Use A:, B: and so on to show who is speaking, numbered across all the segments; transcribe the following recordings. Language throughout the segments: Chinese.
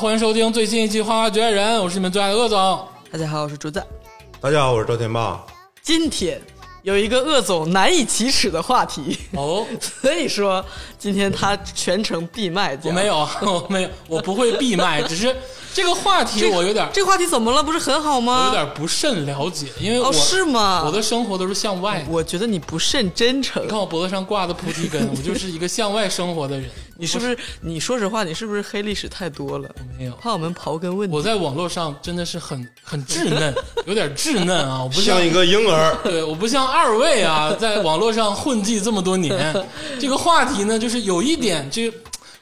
A: 欢迎收听最新一期《花花局外人》，我是你们最爱的鄂总。
B: 大家好，我是竹子。
C: 大家好，我是赵天霸。
B: 今天有一个鄂总难以启齿的话题，
A: 哦，
B: 所以说今天他全程闭麦。这
A: 我
B: 样
A: 没有， 我没有，我不会闭麦，只是这个话题
B: 这个
A: 我有点，
B: 这个话题怎么了？不是很好
A: 我
B: 吗？
A: 有点不甚了解，因为我、
B: 哦，是吗？
A: 我的生活都是向外的。
B: 我觉得你不甚真诚
A: 你，看我脖子上挂的菩提 根，我就是一个向外生活的人。
B: 你是不是？你说实话，你是不是黑历史太多了？
A: 没有？
B: 怕我们刨根问底
A: 我。在网络上真的是很很稚 嫩，有点稚嫩啊！我不像
C: 像一个婴儿，
A: 对，我不像二位 啊，在网络上混迹这么多年，这个话题呢，就是有一点就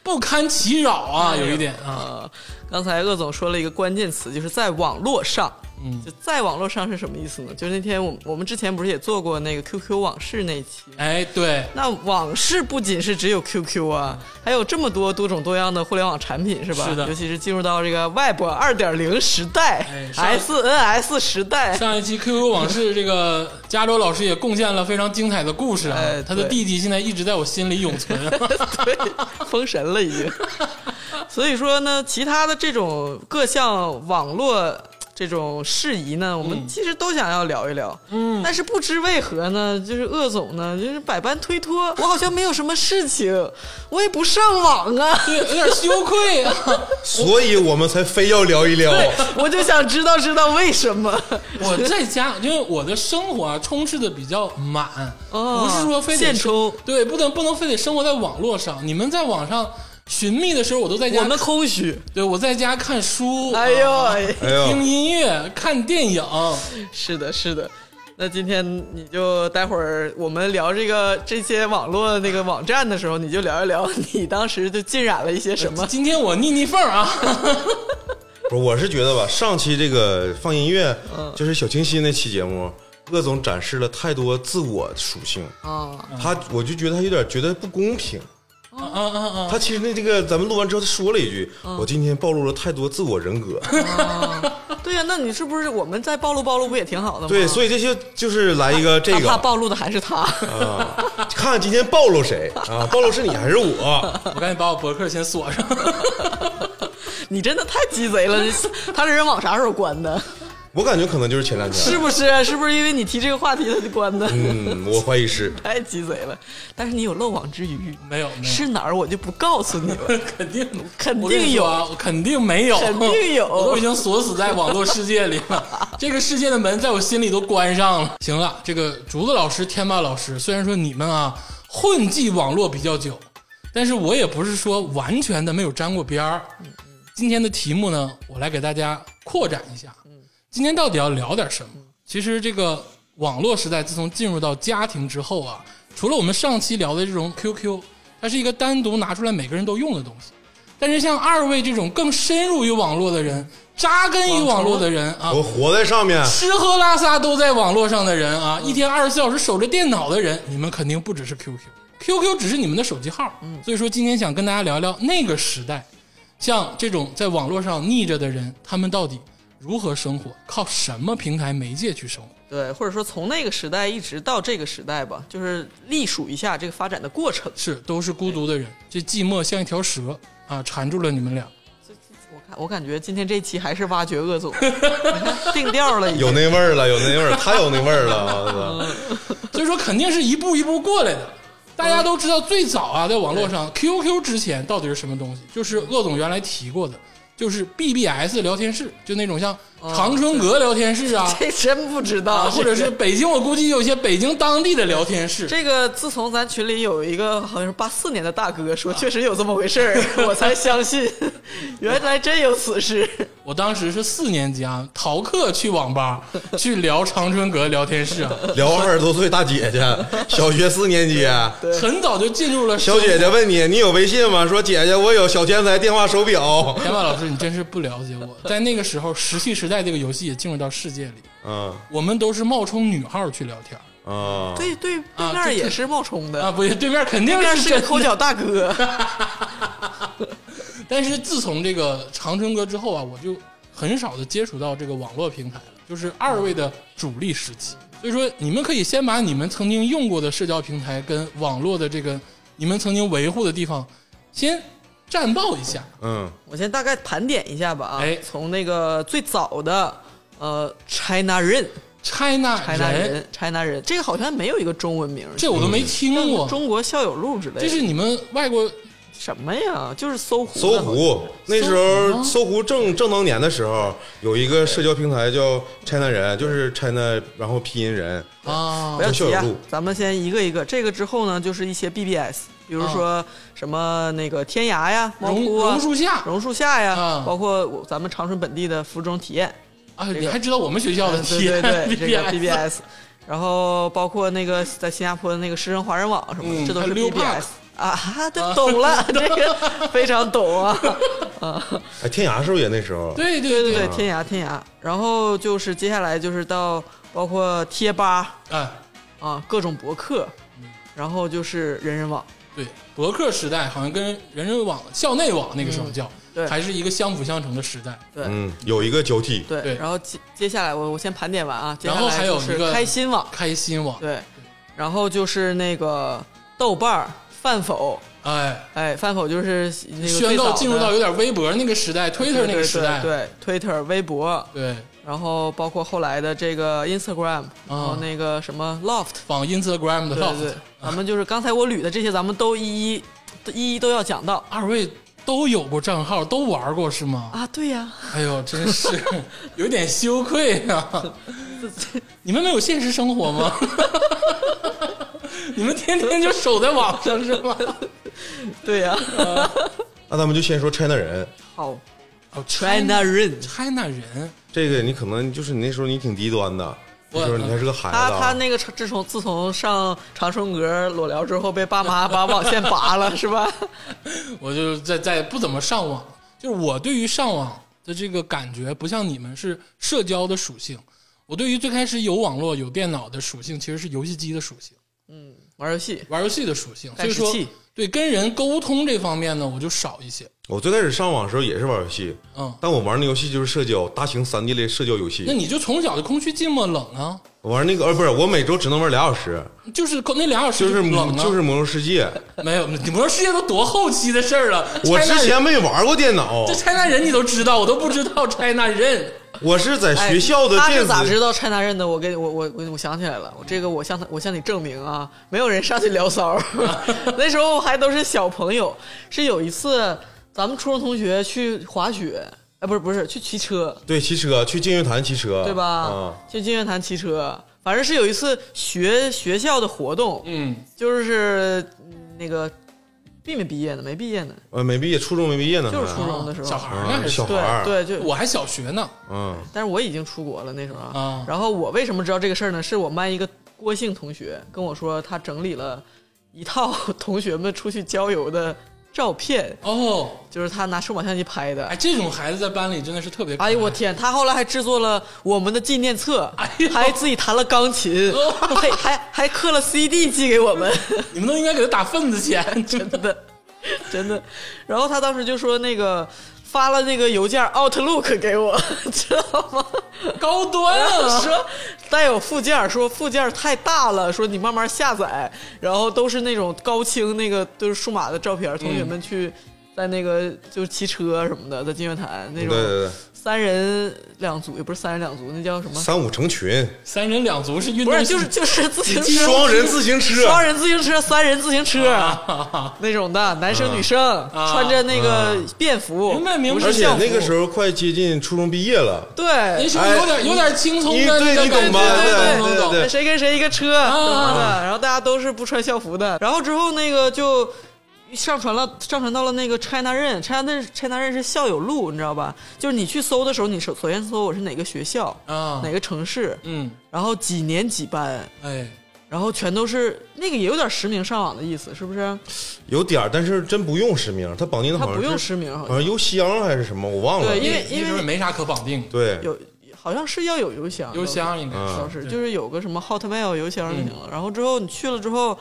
A: 不堪其扰啊，有一点啊，
B: 呃，刚才鄂总说了一个关键词，就是在网络上。嗯，就在网络上是什么意思呢？就是那天我们我们之前不是也做过那个 QQ 往事那一期吗
A: 哎，对，
B: 那往事不仅是只有 QQ 啊，还有这么多多种多样的互联网产品，是吧？
A: 是的
B: 尤其是进入到这个 Web 二点零时代、
A: 哎上
B: s n s 时代，
A: 上一期 QQ 往事，这个加州老师也贡献了非常精彩的故事啊
B: 哎，
A: 他的
B: 对
A: 弟弟现在一直在我心里永存。
B: 对，封神了已经。所以说呢，其他的这种各项网络这种事宜呢，
A: 嗯
B: 我们其实都想要聊一聊。嗯，但是不知为何呢，就是鄂总呢，就是百般推脱，我好像没有什么事情，我也不上网 啊。
A: 对，有点羞愧啊！
C: 所以我们才非要聊一聊。
B: 我就想知道知道为什么，
A: 我在家，因为我的生活啊充斥的比较满，
B: 哦
A: 不是说非得
B: 现充，
A: 对，不能不能非得生活在网络上。你们在网上寻觅的时候，我都在家
B: 我们空虚。
A: 对，我在家看书，
B: 哎呦，
A: 啊
B: 哎
C: 哎呦
A: 听，音乐、看电影，
B: 是的，是的。那今天你就待会儿我们聊这个这些网络那个网站的时候，你就聊一 聊你当时就浸染了一些什么。
A: 今天我逆逆缝啊，
C: 不是，我是觉得吧，上期这个放音乐，就是小清新那期节目，鄂总展示了太多自我属性，
B: 啊，
C: 他我就觉得他有点觉得不公平。
A: 啊啊啊啊！
C: 他其实那这个咱们录完之后，他说了一句：“我今天暴露了太多自我人格。
B: 对呀、那你是不是我们再暴露暴露不也挺好的”吗？
C: 对，所以这些就是来一个这
B: 哪怕嗯
C: 个
B: 暴露的还是他。
C: 啊，看今天暴露谁啊？暴露是你还是我？
A: 我赶紧把我博客先锁上。
B: 你真的太鸡贼了！ 你他这人网啥时候关的？
C: 我感觉可能就是前两天，
B: 是不啊是？是不是因为你提这个话题他就关的？
C: 嗯，我怀疑是。
B: 太鸡贼了！但是你有漏网之鱼，
A: 没有，没有，
B: 是哪儿我就不告诉你了。
A: 肯定
B: 肯定
A: 我跟你说啊，我肯定没有，
B: 肯定有
A: 我都已经锁死在网络世界里了， 这个世界的门在我心里都关上了。行了，这个竹子老师、天霸老师，虽然说你们啊混迹网络比较久，但是我也不是说完全的没有沾过边儿。今天的题目呢，我来给大家扩展一下。今天到底要聊点什么？其实这个网络时代自从进入到家庭之后啊，除了我们上期聊的这种 QQ，它是一个单独拿出来每个人都用的东西。但是像二位这种更深入于网络的人，扎根于网络的人啊，
C: 我活在上面，
A: 吃喝拉撒都在网络上的人啊，一天二十四小时守着电脑的人，你们肯定不只是 QQ。QQ 只是你们的手机号，所以说今天想跟大家聊聊那个时代，像这种在网络上逆着的人，他们到底如何生活，靠什么平台媒介去生活？
B: 对，或者说从那个时代一直到这个时代吧，就是历数一下这个发展的过程。
A: 是都是孤独的人，这寂寞像一条蛇啊，缠住了你们俩。
B: 我看，我感觉今天这期还是挖掘 恶总，你看定调了已经。
C: 有那味儿了，有那味儿，太有那味儿了，我操！
A: 所以说肯定是一步一步过来的。大家都知道，最早啊，在网络上 QQ 之前到底是什么东西？就是鄂总原来提过的，就是 BBS 聊天室，就那种像长春阁聊天室啊，
B: 哦这真不知道，
A: 啊，或者
B: 这
A: 是
B: 个
A: 北京，我估计有一些北京当地的聊天室。
B: 这个，自从咱群里有一个好像是八四年的大哥
A: 啊
B: 说，确实有这么回 事儿，我才相信，原来真有此事。
A: 我当时是四年级啊，逃课去网 吧去聊长春阁聊天室啊，
C: 聊二十多岁大姐姐，小学四年级，
A: 很早就进入了
C: 小姐姐问你，你有微信吗？说姐姐，我有小天才电话手表。
A: 天霸老师，你真是不了解我。在那个时候，《石器时代》这个游戏也进入到世界里，
C: 嗯
A: 我们都是冒充女号去聊天儿。
C: 嗯，
B: 对对，对
A: 啊这
B: 面也是冒充的，
A: 啊，不对，对面肯定
B: 对面是个
A: 真的
B: 抠脚大 哥。
A: 但是自从这个长春哥之后啊，我就很少的接触到这个网络平台了，就是二位的主力时期。所以说，你们可以先把你们曾经用过的社交平台跟网络的这个你们曾经维护的地方，先战报一下，
C: 嗯
B: 我先大概盘点一下吧啊，
A: 哎
B: 从那个最早的呃 China 人
A: China
B: China 人 China 人，这个好像没有一个中文名儿，
A: 这我都没
B: 像
A: 听
B: 是
A: 过，
B: 嗯中国校友录之类的，
A: 这是你们外国
B: 什么呀？就是搜狐，
C: 搜，狐那时候，搜狐正正当年的时候，有一个社交平台叫 China 人，就是 China，然后拼音人，
A: 啊
B: 不，要急
C: 校
B: 啊
C: 友录，
B: 咱们先一个一个。这个之后呢，就是一些 BBS，比如说什么那个天涯呀、猫
A: 啊榕
B: 扑啊、
A: 榕树下
B: 榕树下呀，
A: 啊
B: 包括我咱们长春本地的服装体验，
A: 啊，
B: 个
A: 你还知道我们学校的
B: 嗯
A: 题
B: 对对对，这 个
A: BBS
B: BBS，然后包括那个在新加坡的那个师生华人网什么
A: 嗯
B: 的，这都
A: 还
B: 是
A: 有 Leopark
B: BBS 啊，哈这懂 了，这个非常懂啊啊，
C: 哎，天涯是不是也那时候？
A: 对对
B: 对对
A: 对
B: 对，天涯天涯，然后就是接下来就是到包括贴吧
A: 啊，
B: 啊，各种博客，
A: 嗯
B: 然后就是人人网，
A: 对，博客时代好像跟人人网、校内网那个时候叫，
B: 嗯对
A: 还是一个相辅相成的时代。
B: 对。
C: 嗯，有一个交替，
B: 对，
A: 对
B: 然后接接下来我我先盘点完啊，接
A: 然
B: 下
A: 后
B: 来
A: 还有
B: 就
A: 一个
B: 是开心网，
A: 开心网，
B: 对，然后就是那个豆瓣儿、饭否，
A: 哎，
B: 哎，饭否就是那个
A: 宣
B: 最早
A: 告
B: 的
A: 进入到有点微博那个时代，Twitter 那个时代，
B: 对对对 Twitter、微博，
A: 对，
B: 然后包括后来的这个 Instagram，、然
A: 啊
B: 后那个什么 Loft，
A: 仿 Instagram 的
B: 对对对
A: Loft，，
B: 咱们就是刚才我捋的这些，咱们都一一都一一都要讲到
A: 二位都有过账号，都玩过是吗？
B: 啊。对呀、
A: 哎呦，真 是有点羞愧啊！你们没有现实生活吗？ 你们天天就守在网上是 吗？
B: 对呀、
C: 那咱们就先说 China 人，
B: 好
A: 哦
B: China 人，
A: China 人，
C: 这个你可能就是你那时候你挺低端的，
A: 我
C: 那时候你还是个孩子
B: 他
C: 啊，
B: 他那个自从自从上长春阁裸聊之后，被爸妈把网线拔了是吧？
A: 我就在在不怎么上网，就是我对于上网的这个感觉不像你们是社交的属性，我对于最开始有网络有电脑的属性其实是游戏机的属性，
B: 玩游戏，
A: 玩游戏的属性，所
B: 干
A: 以
B: 石
A: 说
B: 器
A: 对跟人沟通这方面呢我就少一些，
C: 我最开始上网的时候也是玩游戏，
A: 嗯。
C: 但我玩那游戏就是社交，大型三 D 类社交游
A: 那
C: 戏。
A: 你就从小就空虚寂寞冷啊，
C: 我玩那个呃不是，我每周只能玩俩小时，
A: 就是空那俩小时
C: 就是
A: 冷啊，
C: 就是魔兽世 界。
A: 没有，你魔兽世界都多后期的事儿了。
C: 我之
A: China 人
C: 前没玩过电 脑
A: 这，China 人你都知道，我都不知道 China 人。
C: 我是在
B: 哎
C: 学校的
B: 他
C: 电
B: 是咋
C: 子
B: 知道 China 人的？我跟我我我我想起来了，我这个我向他我向你证明啊，没有人上去聊骚儿， 那时候还都是小朋友。是有一次咱们初中同学去滑雪，哎，不是不是去骑车，
C: 对骑车去金月潭骑车，
B: 对吧？
A: 嗯
C: 啊，
B: 去金月潭骑车，反正是有一次学学校的活动，
A: 嗯，
B: 就是嗯那个毕没毕业呢？没毕业呢，
C: 呃，没毕业，初中没毕业呢，
B: 就是
C: 还
B: 初中的时
A: 嗯
B: 候
A: 小孩儿呢
C: 啊
A: 还是
C: 小孩儿，
B: 对对，就
A: 我还小学呢。
C: 嗯，
B: 但是我已经出国了那时候
A: 啊
B: 然后我为什么知道这个事儿呢？是我们班一个郭姓同学跟我说，他整理了一套同学们出去郊游的照片，
A: 哦，
B: 就是他拿数码相机拍的
A: 哎，。这种孩子在班里真的是特别可爱……
B: 哎呦我天！他后来还制作了我们的纪念册，
A: 哎呦
B: 还自己弹了 钢琴，还还还刻了 CD 寄给我们。
A: 你们都应该给他打份子 钱，真
B: 真的，真的。然后他当时就说那个发了那个邮件 Outlook 给我， 知道吗？
A: 高端 啊！
B: 说带有附件，说附件太大了，说你慢慢下载。然后都是那种高清那个就是数码的照片，同学们去。在那个就是骑车什么的，在金月潭那
C: 对
B: 种
C: 对对，
B: 三人两组，也不是三人两组，那叫什么？
C: 三五成群，
A: 三人两足是运
B: 不
A: 动
B: 是，
A: 系，
B: 就是 就是自行车，
C: 双人自行车，
B: 双人自行车、三人自行车、
A: 啊
B: 啊那种的，男生女生、穿着那个便服，
A: 明白明白
B: 不
C: 而
B: 是
C: 且
B: 校服
C: 那个时候快接近初中毕业了，
A: 那
B: 对
A: 时候有点有点青葱
C: 哎你
A: 的，
C: 对
A: 的
C: 你
A: 感
C: 懂吧
A: 觉
C: 对
A: 懂懂
C: 对
A: 懂
C: 对
B: 谁跟谁一个车
A: 啊
B: 什么的，然后大家都是不穿校服的，然后之后那个就。上传了，上传到了那个 China 任，China 任 China 任是校友录，你知道吧？就是你去搜的时候，你首首先搜我是哪个学校、
A: 啊
B: 哪，个城市，
A: 嗯，
B: 然后几年几班，
A: 哎，
B: 然后全都是那个也有点实名上网的意思，是不是？
C: 有点儿，但是真不用实名，他绑定的
B: 他
C: 好像
B: 不用
C: 是
B: 实名，好像
C: 好像邮箱还是什么，我忘了
B: 对。因为
A: 那那时候也没啥可绑定的，
C: 对，
B: 有好像是要有邮箱，
A: 邮箱嗯应该
C: 嗯
B: 当时
A: 对
B: 就是有个什么 Hotmail 邮箱就行了。然后之后你去了之后，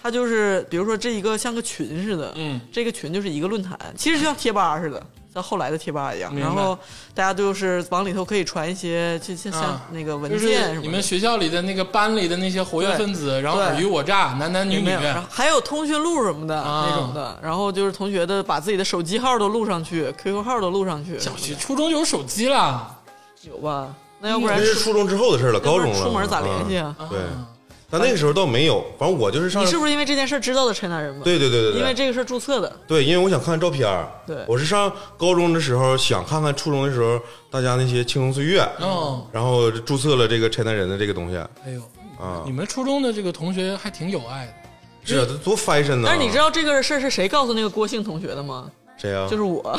B: 它就是比如说这一个像个群似的，
A: 嗯，
B: 这个群就是一个论坛，其实就像贴吧似的，像后来的贴吧一样，
A: 明白
B: 然后大家就是往里头可以传一些，就像像
A: 啊
B: 那个文
A: 就是
B: 件什
A: 你
B: 么的
A: 们。学校里的那个班里的那些活跃分子，然后尔虞我诈，男男女
B: 有
A: 女
B: 没，有？然后还有通讯录什么的、
A: 啊
B: 那种的，然后就是同学的把自己的手机号都录上去，QQ 号都录上去，
A: 小学、初中就有手机了，
B: 有吧？那要不然
C: 那是初中之后的事了，
B: 要不
C: 高
B: 然
C: 中了。
B: 出门咋联系啊？
C: 嗯？对，但那个时候倒没有，反正我就是上
B: 你。是不是因为这件事儿知道的陈大人吗？，
C: 对对对对对，
B: 因为这个事儿注册的。
C: 对，因为我想看照片儿
B: 对
C: 我是上高中的时候想看看初中的时候大家那些青葱岁月，
B: 嗯
A: 哦
C: 然后注册了这个陈南人的这个东西
A: 哎呦，
C: 啊
A: 你，们初中的这个同学还挺有爱的，
C: 是啊，这多 fashion 呢。
B: 但是你知道这个事儿是谁告诉那个郭姓同学的吗？
C: 谁啊？
B: 就是我，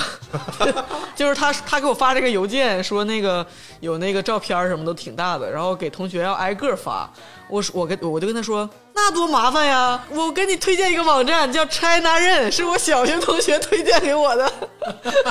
B: 就是他，他给我发这个邮件说那个有那个照片儿什么都挺大的，然后给同学要挨个发。我说我跟我就跟他说，那多麻烦呀！我给你推荐一个网站叫 China 人，是我小学同学推荐给我的。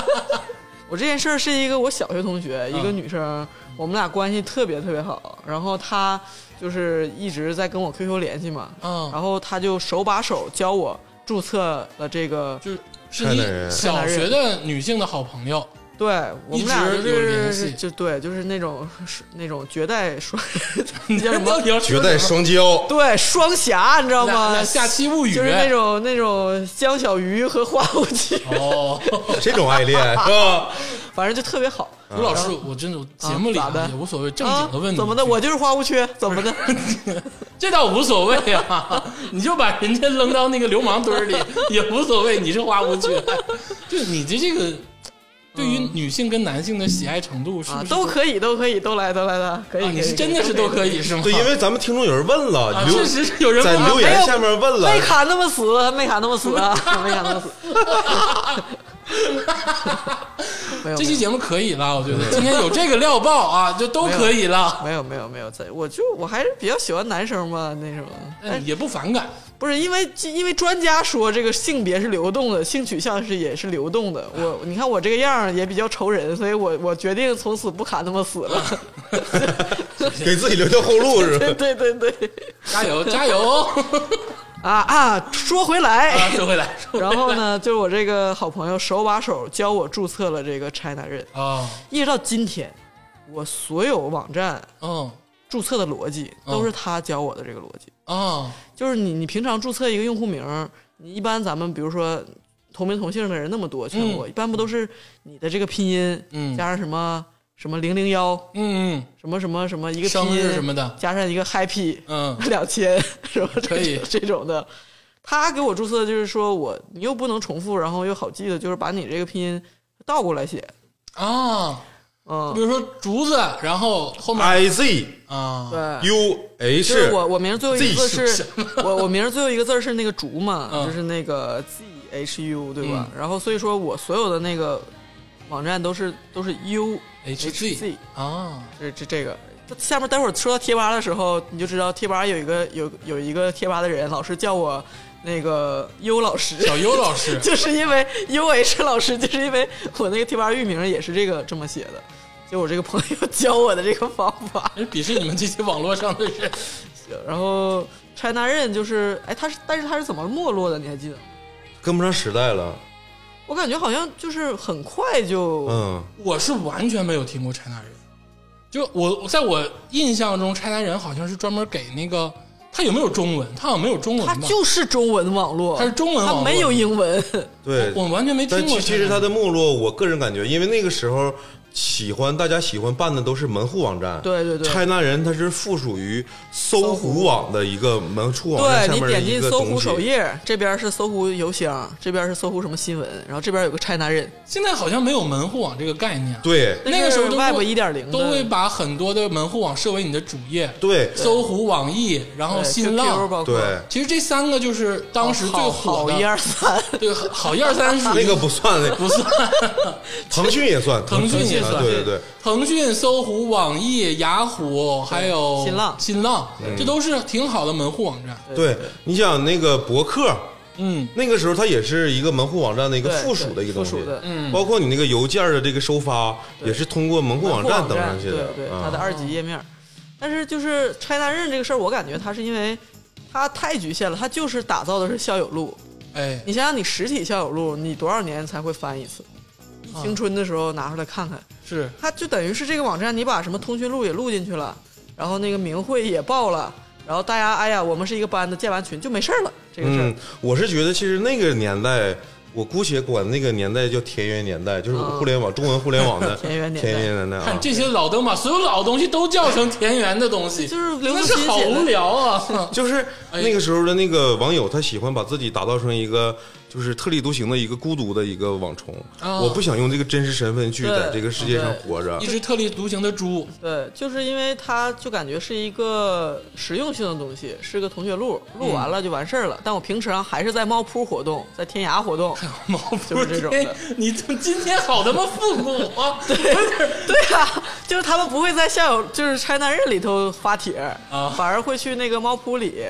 B: 我这件事儿是一个我小学同学，一个女生，我们俩关系特别特别好。然后她就是一直在跟我 QQ 联系嘛，
A: 嗯
B: 然后她就手把手教我注册了这个
A: 就是是你
C: 太男人
A: 小学的女性的好朋 友，
B: 对我
A: 一
B: 们俩
A: 直
B: 就
A: 有联系
B: 是就对，就是那种是那种绝代双，
A: 你
B: 叫什么？
A: 要
C: 绝代双骄，
B: 对双侠，你知道吗？
A: 下下期物语
B: 就是那种那种江小鱼和花无忌，
A: 哦，
C: 这种爱恋是吧？
B: 反正就特别好。
A: 吴老师，我真的节目里
B: 嗯啊咋的
A: 也无所谓，正
B: 啊
A: 经的问你，啊
B: 怎么的？我就是花无缺，怎么的？
A: 这倒无所谓啊， 你就把人家扔到那个流氓堆儿里也无所谓，你是花无缺。 就你的这个对于女性跟男性的喜爱程度是不
B: 嗯啊
A: 是，
B: 都可以，都可以，都来，都来的，可以。
A: 啊
B: 可以
A: 你是真的是都可。以是吗？
C: 对，因为咱们听众有人问了，
A: 啊，
C: 留
A: 确实是有人
C: 在
A: 问
C: 留
B: 没
C: 言
B: 有
C: 下面问
B: 哎可以没
C: 了，
B: 卡那么死，没卡那么死 啊，没卡那么死。没有，
A: 这期节目可以了，我觉得今天有这个料爆啊，就都可以了，
B: 没有，没有，没有，在我就我还是比较喜欢男生嘛，那什么。但
A: 嗯，也不反感。
B: 不是因为因为专家说这个性别是流动的，性取向是也是流动的。我你看我这个样儿也比较愁人，所以我我决定从此不卡那么死了。
C: 给自己留条后路是吧？
B: 对对对对，
A: 加油，加 油！
B: 啊啊，说回来，
A: 啊，说回来，说回
B: 然
A: 来
B: 后呢，就是我这个好朋友手把手教我注册了这个 China 人，
A: 啊，
B: 一直到今天，我所有网站
A: 嗯
B: 注册的逻辑都是他教我的这个逻辑。
A: 啊，
B: 就是你你平常注册一个用户名儿，你一般咱们比如说同名同姓的人那么多，全国、一般不都是你的这个拼音，
A: 嗯
B: 加上什么什么零零幺，
A: 嗯
B: 什么什么什么一个
A: 嗯，生
B: 拼
A: 日
B: 音
A: 什么的，
B: 加上一个 happy
A: 嗯
B: 两千，什么
A: 可以
B: 这这种的。他给我注册的就是说我你又不能重复，然后又好记的，就是把你这个拼音倒过来写，
A: 啊，
B: 嗯
A: 比，如说竹子，然后后面
C: I Z
A: 啊，
B: 对。
C: U
B: Uh, 就是
C: H，
B: 我我名儿最后一个字
C: Z
B: 是，我我名儿最后一个字儿是那个竹嘛，
A: 嗯
B: 就是那个 Z H U 对吧？然后所以说我所有的那个网站都是都是 U
A: HZ
B: Z
A: 啊，
B: 这这这个。下面待会儿说到贴吧的时候，你就知道贴吧有一个有有一个贴吧的人，老师叫我那个优老师，
A: 小优老师
B: 就是因为 U H 老师，就是因为我那个贴吧域名也是这个这么写的，就我这个朋友教我的这个方法。
A: 人哎鄙视你们这些网络上的人，
B: 然后 China 人就是，哎，他是，但是他是怎么没落的？你还记得吗？
C: 跟不上时代了，
B: 我感觉好像就是很快就，
C: 嗯，
A: 我是完全没有听过 China 人。就我在我印象中，China 人好像是专门给那个他有没有中文？他好像没有中文
B: 他
A: 吧？
B: 就是中文网络，
A: 他是中文网络
B: 他没有英文，
C: 对，
A: 我完全没听
C: 但
A: 过。
C: 其其实它的没落，我个人感觉，因为那个时候喜欢大家喜欢办的都是门户网站，
B: 对对对
C: China 人它是附属于搜狐网的一个门户网
B: 对
C: 站下
B: 你
C: 面的
B: 点
C: 一
B: 进
C: 个
B: 搜
C: 东
B: 狐
C: 西
B: 首，页，这边是搜狐邮箱，这边是搜狐什么新闻，然后这边有个 China 人，
A: 现在好像没有门户网这个概念，
C: 对
A: 那个时候都
B: Web
A: 会
B: 一点零
A: 都会把很多的门户网设为你的主页，
C: 对
A: 搜狐、网易，然后新浪。
B: 包括
C: 哦对，
A: 其实这三个就是当时最
B: 好
A: 火
B: 哦好一
A: 的，
B: 二三，
A: 对，好一二三是属于
C: 那个不 算，那个
A: 不算。
C: 腾讯也算，
A: 腾讯也
C: 啊
A: 算
C: 对对对，
A: 腾讯、搜狐、网易、雅虎，还有
B: 新浪
A: 新浪，这都是挺好的门户网站。
C: 对，你想那个博客，
A: 嗯
C: 那个时候它也是一个门户网站的一 个
B: 对
C: 附属的一个东西
B: 附属的，
A: 嗯，
C: 包括你那个邮件的这个收发也是通过门户嗯网站登上去的
B: 对，对，
C: 啊
B: 它的二级页面。但是就是 China 任这个事儿，我感觉它是因为它太局限了，它就是打造的是校友路。
A: 哎，
B: 你想想，你实体校友路，你多少年才会翻一次？青春的时候拿出来看看。
A: 是
B: 它就等于是这个网站，你把什么通讯录也录进去了，然后那个名讳也报了，然后大家哎呀，我们是一个班的，建完群就没事儿了，这个事儿
C: 嗯。，我是觉得其实那个年代，我姑且管那个年代叫田园年代，就是互联网、中文互联网的
B: 嗯 田园年代
C: 田园年代
A: 看
C: 啊。
A: 这些老灯把所有老东西都叫成田园的东西，
B: 就是刘
A: 那
B: 慈
A: 是
B: 欣
A: 好
B: 写的
A: 无聊 啊！
C: 就是那个时候的那个网友，他喜欢把自己打造成一个就是特立独行的一个孤独的一个网虫。
A: 啊
C: 我不想用这个真实身份去
B: 哦对
C: 在这个世界上活着
A: 一。只特立独行的猪，
B: 对，就是因为它就感觉是一个实用性的东西，是个同学录，录完了就完事儿了。但我平常还是在猫扑活动，在天涯活动。
A: 毛不哎
B: 就是这种的
A: 你怎么今天好他妈复古 啊！
B: 对啊，就是他们不会在校友就是 China 日里头发帖，
A: 啊
B: 反而会去那个猫扑里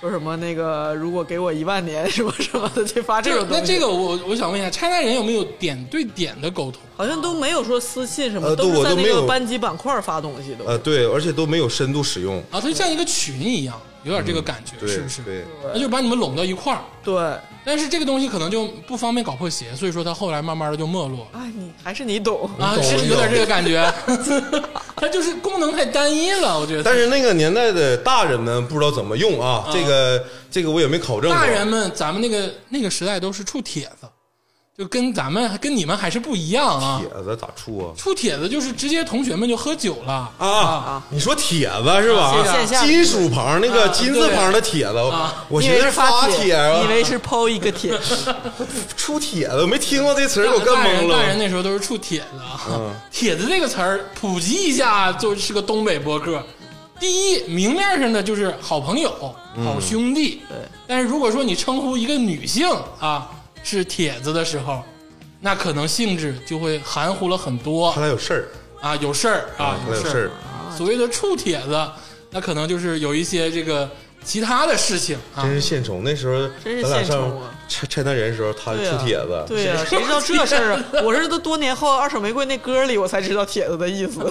B: 说什么那个如果给我一万年什么什么的去发这种东
A: 那
B: 西。
A: 这个我我想问一下，China 人有没有点对点的沟通？
B: 好像都没有说私信什么，
C: 呃
B: 都
C: 对
B: 是
C: 我
B: 在
C: 都
B: 那
C: 没有
B: 个班级板块发东西的。
C: 呃，对，而且都没有深度使用。
A: 啊，它就像一个群一样，有点这个感觉，
C: 嗯对，
A: 是不是？
C: 对，
A: 那就把你们拢到一块儿。
B: 对，
A: 但是这个东西可能就不方便搞破鞋，所以说它后来慢慢的就没落了
B: 哎，你还是你懂。
A: 啊，
C: 懂
A: 是
C: 我
A: 有点
C: 懂
A: 这个感 觉，它就是功能太单一了，我觉得。
C: 但是那个年代的大人们不知道怎么用啊，这个这个我也没考证过。
A: 大人们，咱们那个那个时代都是触帖子，就跟咱们跟你们还是不一样啊。
C: 帖子咋处啊？
A: 触帖子就是直接同学们就喝酒了，
C: 啊，你说帖子是吧
A: 啊线？
B: 下
C: 金属旁那
A: 啊
C: 个金字旁的帖子
A: 啊，
C: 我
B: 以
C: 寻
B: 为
C: 思
B: 是
C: 发帖
B: 以
C: 啊，
B: 为是抛一个 帖，
C: 出帖子，我没听过这词儿，给我干
A: 大
C: 懵
A: 人大人
C: 了。
A: 那时候都是触帖子啊。 帖子这个词儿普及一下，就是个东北播客。第一，明面上的就是好朋友、好兄弟。
B: 对
A: 但是如果说你称呼一个女性啊是帖子的时候，那可能性质就会含糊了很多
C: 他俩有事儿，
A: 啊，有事儿啊，
C: 他俩有
A: 事
C: 事儿。
A: 所谓的触帖子，那可能就是有一些这个其他的事情啊
C: 真。是现充。那时候
B: 真是
C: 咱俩
B: 现
C: 上
B: 充啊
C: 拆拆单人的时候，他
B: 对啊
C: 出呃帖子，
B: 对呀、谁知道这事 儿啊？我是都多年后《二手玫瑰》那歌里我才知道帖子的意思，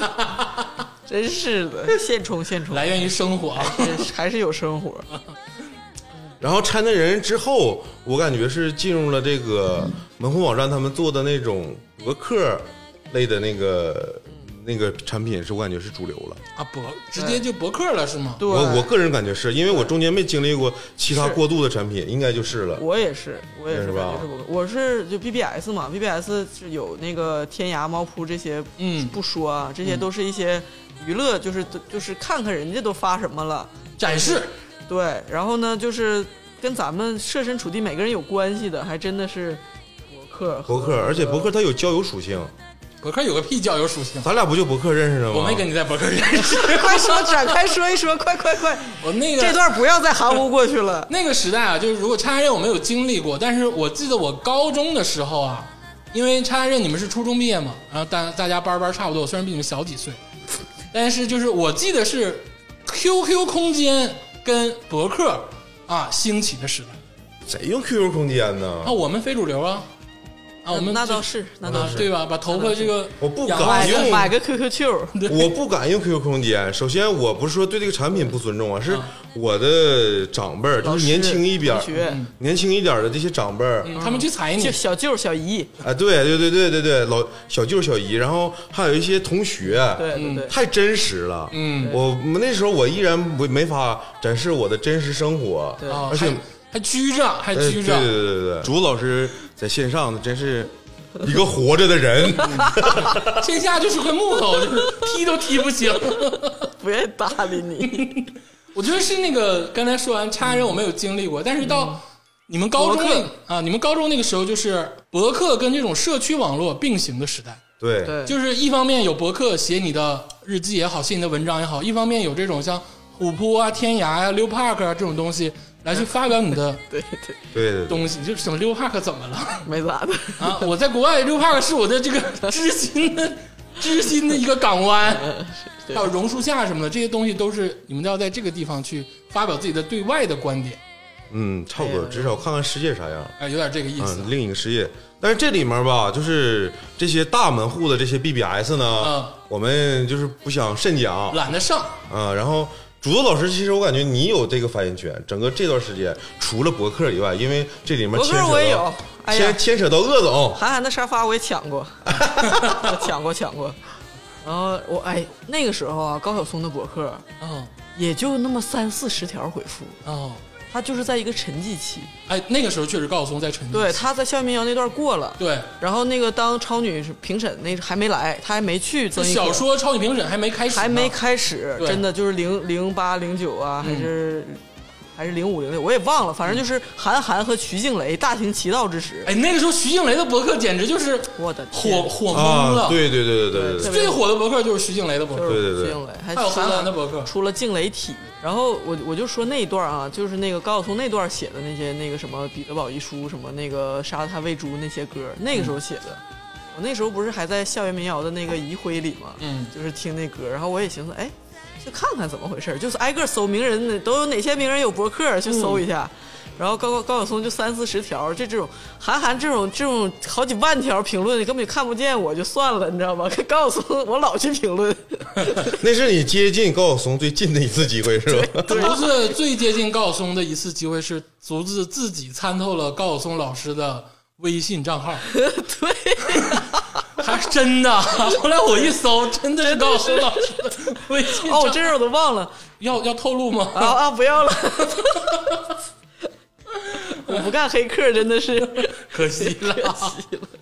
B: 真是的，现充现 充，
A: 来源于生活啊，
B: 还是还是有生活。
C: 然后拆那人之后，我感觉是进入了这个门户网站他们做的那种博客类的那个那个产品，是我感觉是主流了。
A: 啊博直接就博客了是吗？
B: 对，
C: 我我个人感觉是因为我中间没经历过其他过度的产品，应该就是了。
B: 我也是，我也是
C: 是
B: 感
C: 吧
B: 觉是不可，我是就 BBS 嘛，BBS 是有那个天涯、猫扑这些，
A: 嗯
B: 不说啊，这些都是一些娱乐，就是就是看看人家都发什么了，
A: 展示
B: 对，然后呢，就是跟咱们设身处地每个人有关系的，还真的是博客和
C: 博客，而且博客它有交友属性，
A: 博客有个屁交友属性，
C: 咱俩不就博客认识的吗？
A: 我没跟你在博客 认识，
B: 快说，展开说一说，快快快！
A: 我那个
B: 这段不要再含糊过去了。
A: 那个时代啊，就是如果插任我没有经历过，但是我记得我高中的时候啊，因为插任你们是初中毕业嘛，然后大大家班儿班儿差不多，我虽然比你们小几岁，但是就是我记得是 QQ 空间跟博客啊兴起的时代
C: 谁用 QQ 空间呢
A: 啊，？我们非主流啊啊，我们
B: 那
A: 就
B: 倒是，那倒
A: 啊
B: 是，
A: 对吧？把头发这个
C: 我不
A: 养
C: 敢
A: 坏
B: 买
A: 了
B: 个
C: 用
B: 买个 QQ 球，
A: 嗯
C: 我不敢用 QQ 空间。首先，我不是说对这个产品不尊重啊，是
A: 嗯
C: 我的长辈儿，就是年轻一点
B: 同
C: 儿、
B: 学，
C: 年轻一点儿的这些长辈儿，
A: 嗯他们去踩你
B: 就，小舅、小姨，
C: 哎，对对对对对对，老小舅、小姨，然后还有一些同学，
B: 对对对，
C: 太真实了。
A: 嗯
C: 我们那时候我依然没没法展示我的真实生活，
B: 对
A: 啊，
C: 而且
A: 还还拘着，还
C: 呃
A: 拘着，
C: 对对对对对，竹老师在线上真是一个活着的人，
A: 线下就是块木头，就是踢都踢不醒。
B: 不愿意搭理你。
A: 我觉得是那个刚才说完插人我没有经历过，但是到你们高中
B: 博
A: 那
B: 客
A: 啊，你们高中那个时候就是博客跟这种社区网络并行的时代，
C: 对
B: 对，
A: 嗯就是一方面有博客写你的日记也好，写你的文章也好，一方面有这种像虎扑啊、天涯啊、溜 park 啊这种东西来去发表你的
B: 对对，
C: 对对对，
A: 东西，就是什么溜 park 怎么了
B: 没咋的。
A: 啊？我在国外溜 park 是我的这个知心的。知心的一个港湾，
B: 嗯
A: 还有榕树下什么的，这些东西都是你们都要在这个地方去发表自己的对外的观点。
C: 嗯，差
B: 哎
C: 不多，至少看看世界啥样。
A: 啊，有点这个意思
C: 嗯，。另一个世界。但是这里面吧，就是这些大门户的这些 BBS 呢，
A: 嗯
C: 我们就是不想慎讲啊、
A: 懒得上，
C: 然后竹子老师，其实我感觉你有这个发言权。整个这段时间，除了博客以外，因为这里面
B: 博客
C: 牵扯到
B: 我也有哎呀
C: 牵牵扯到鄂总，
B: 韩寒的沙发我也抢过， 我抢过抢过。然后我哎，那个时候啊，高晓松的博客
A: 哦
B: 也就那么三四十条回复，
A: 哦，
B: 他就是在一个沉寂期。
A: 哎，那个时候确实高晓松在沉寂，
B: 对，他在校园民谣那段过了，
A: 对，
B: 然后那个当超女评审那还没来，他还没去
A: 这
B: 曾轶可
A: 小说超级评审还没开始呢，
B: 还没开始，
A: 对嗯
B: 真的就是零零八零九啊，还是、还是零五零六，我也忘了，反正就是韩寒和徐静蕾大行其道之时，
A: 哎，那个时候徐静蕾的博客简直就是
B: 我的天
A: 火火懵
C: 啊，
A: 了，
C: 对对对对对对
B: 对
C: 对，
A: 最火的博客就是徐静蕾的博
B: 就
A: 客，
C: 对对
B: 是
C: 对
B: 徐静蕾，还
A: 还有
B: 出
A: 韩
B: 了
A: 寒的博客
B: 出了静蕾体，然后我我就说那一段啊，就是那个高晓松那段写的那些那个什么彼得堡遗书，什么那个杀了他喂猪那些歌，那个时候写的。我那时候不是还在校园民谣的那个遗辉里嘛，
A: 嗯
B: 就是听那歌，然后我也寻思，哎，去看看怎么回事儿，就是挨个搜名人的都有哪些名人有博客，去搜一
A: 嗯
B: 下。然后高高晓松就三四十条，这这种韩寒这种这种好几万条评论，你根本就看不见，我就算了，你知道吗？ 高晓松我老去评论，
C: 那是你接近高晓松最近的一次机会，是 吧？
A: 竹子最接近高晓松的一次机会是竹子自己参透了高晓松老师的微信账号，
B: 对。
A: 还是真的。 后来我一搜，真的是高晓松老师的微信账号。
B: 哦，这事儿我都忘了
A: 要要透露吗？
B: 啊 啊！不要了，我不干黑客，真的 是啊
A: 可惜 了，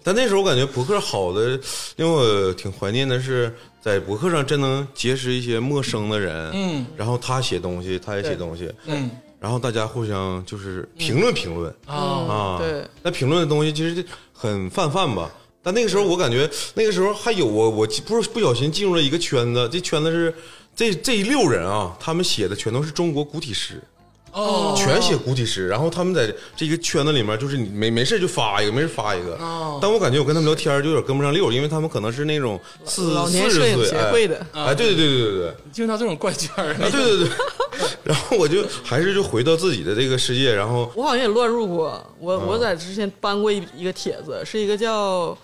C: 但那时候我感觉博客好的，令我挺怀念的是，在博客上真能结识一些陌生的人，
A: 嗯，
C: 然后他写东西，他也写
B: 对
C: 东西，
A: 嗯
C: 然后大家互相就是评论评论、
A: 啊，
C: 啊，
B: 对，
C: 那评论的东西其实很泛泛吧。但那个时候我感觉，那个时候还有我，我不是不小心进入了一个圈子，这圈子是这这一溜人啊，他们写的全都是中国古体诗，
A: 哦，
C: 全写古体诗，然后他们在这个圈子里面，就是你没没事就发一个，没事发一个。
B: 哦
C: 但我感觉我跟他们聊天就有点跟不上溜，因为他们可能是那种四
B: 老年
C: 四
B: 摄
C: 十
B: 影
C: 岁
B: 协会的
C: 哎，哎，对对对对对对。
A: 你进入到这种怪圈儿
C: 啊，对对对， 然后我就还是就回到自己的这个世界，然后
B: 我好像也乱入过。我我在之前搬过一一个帖子，是一个叫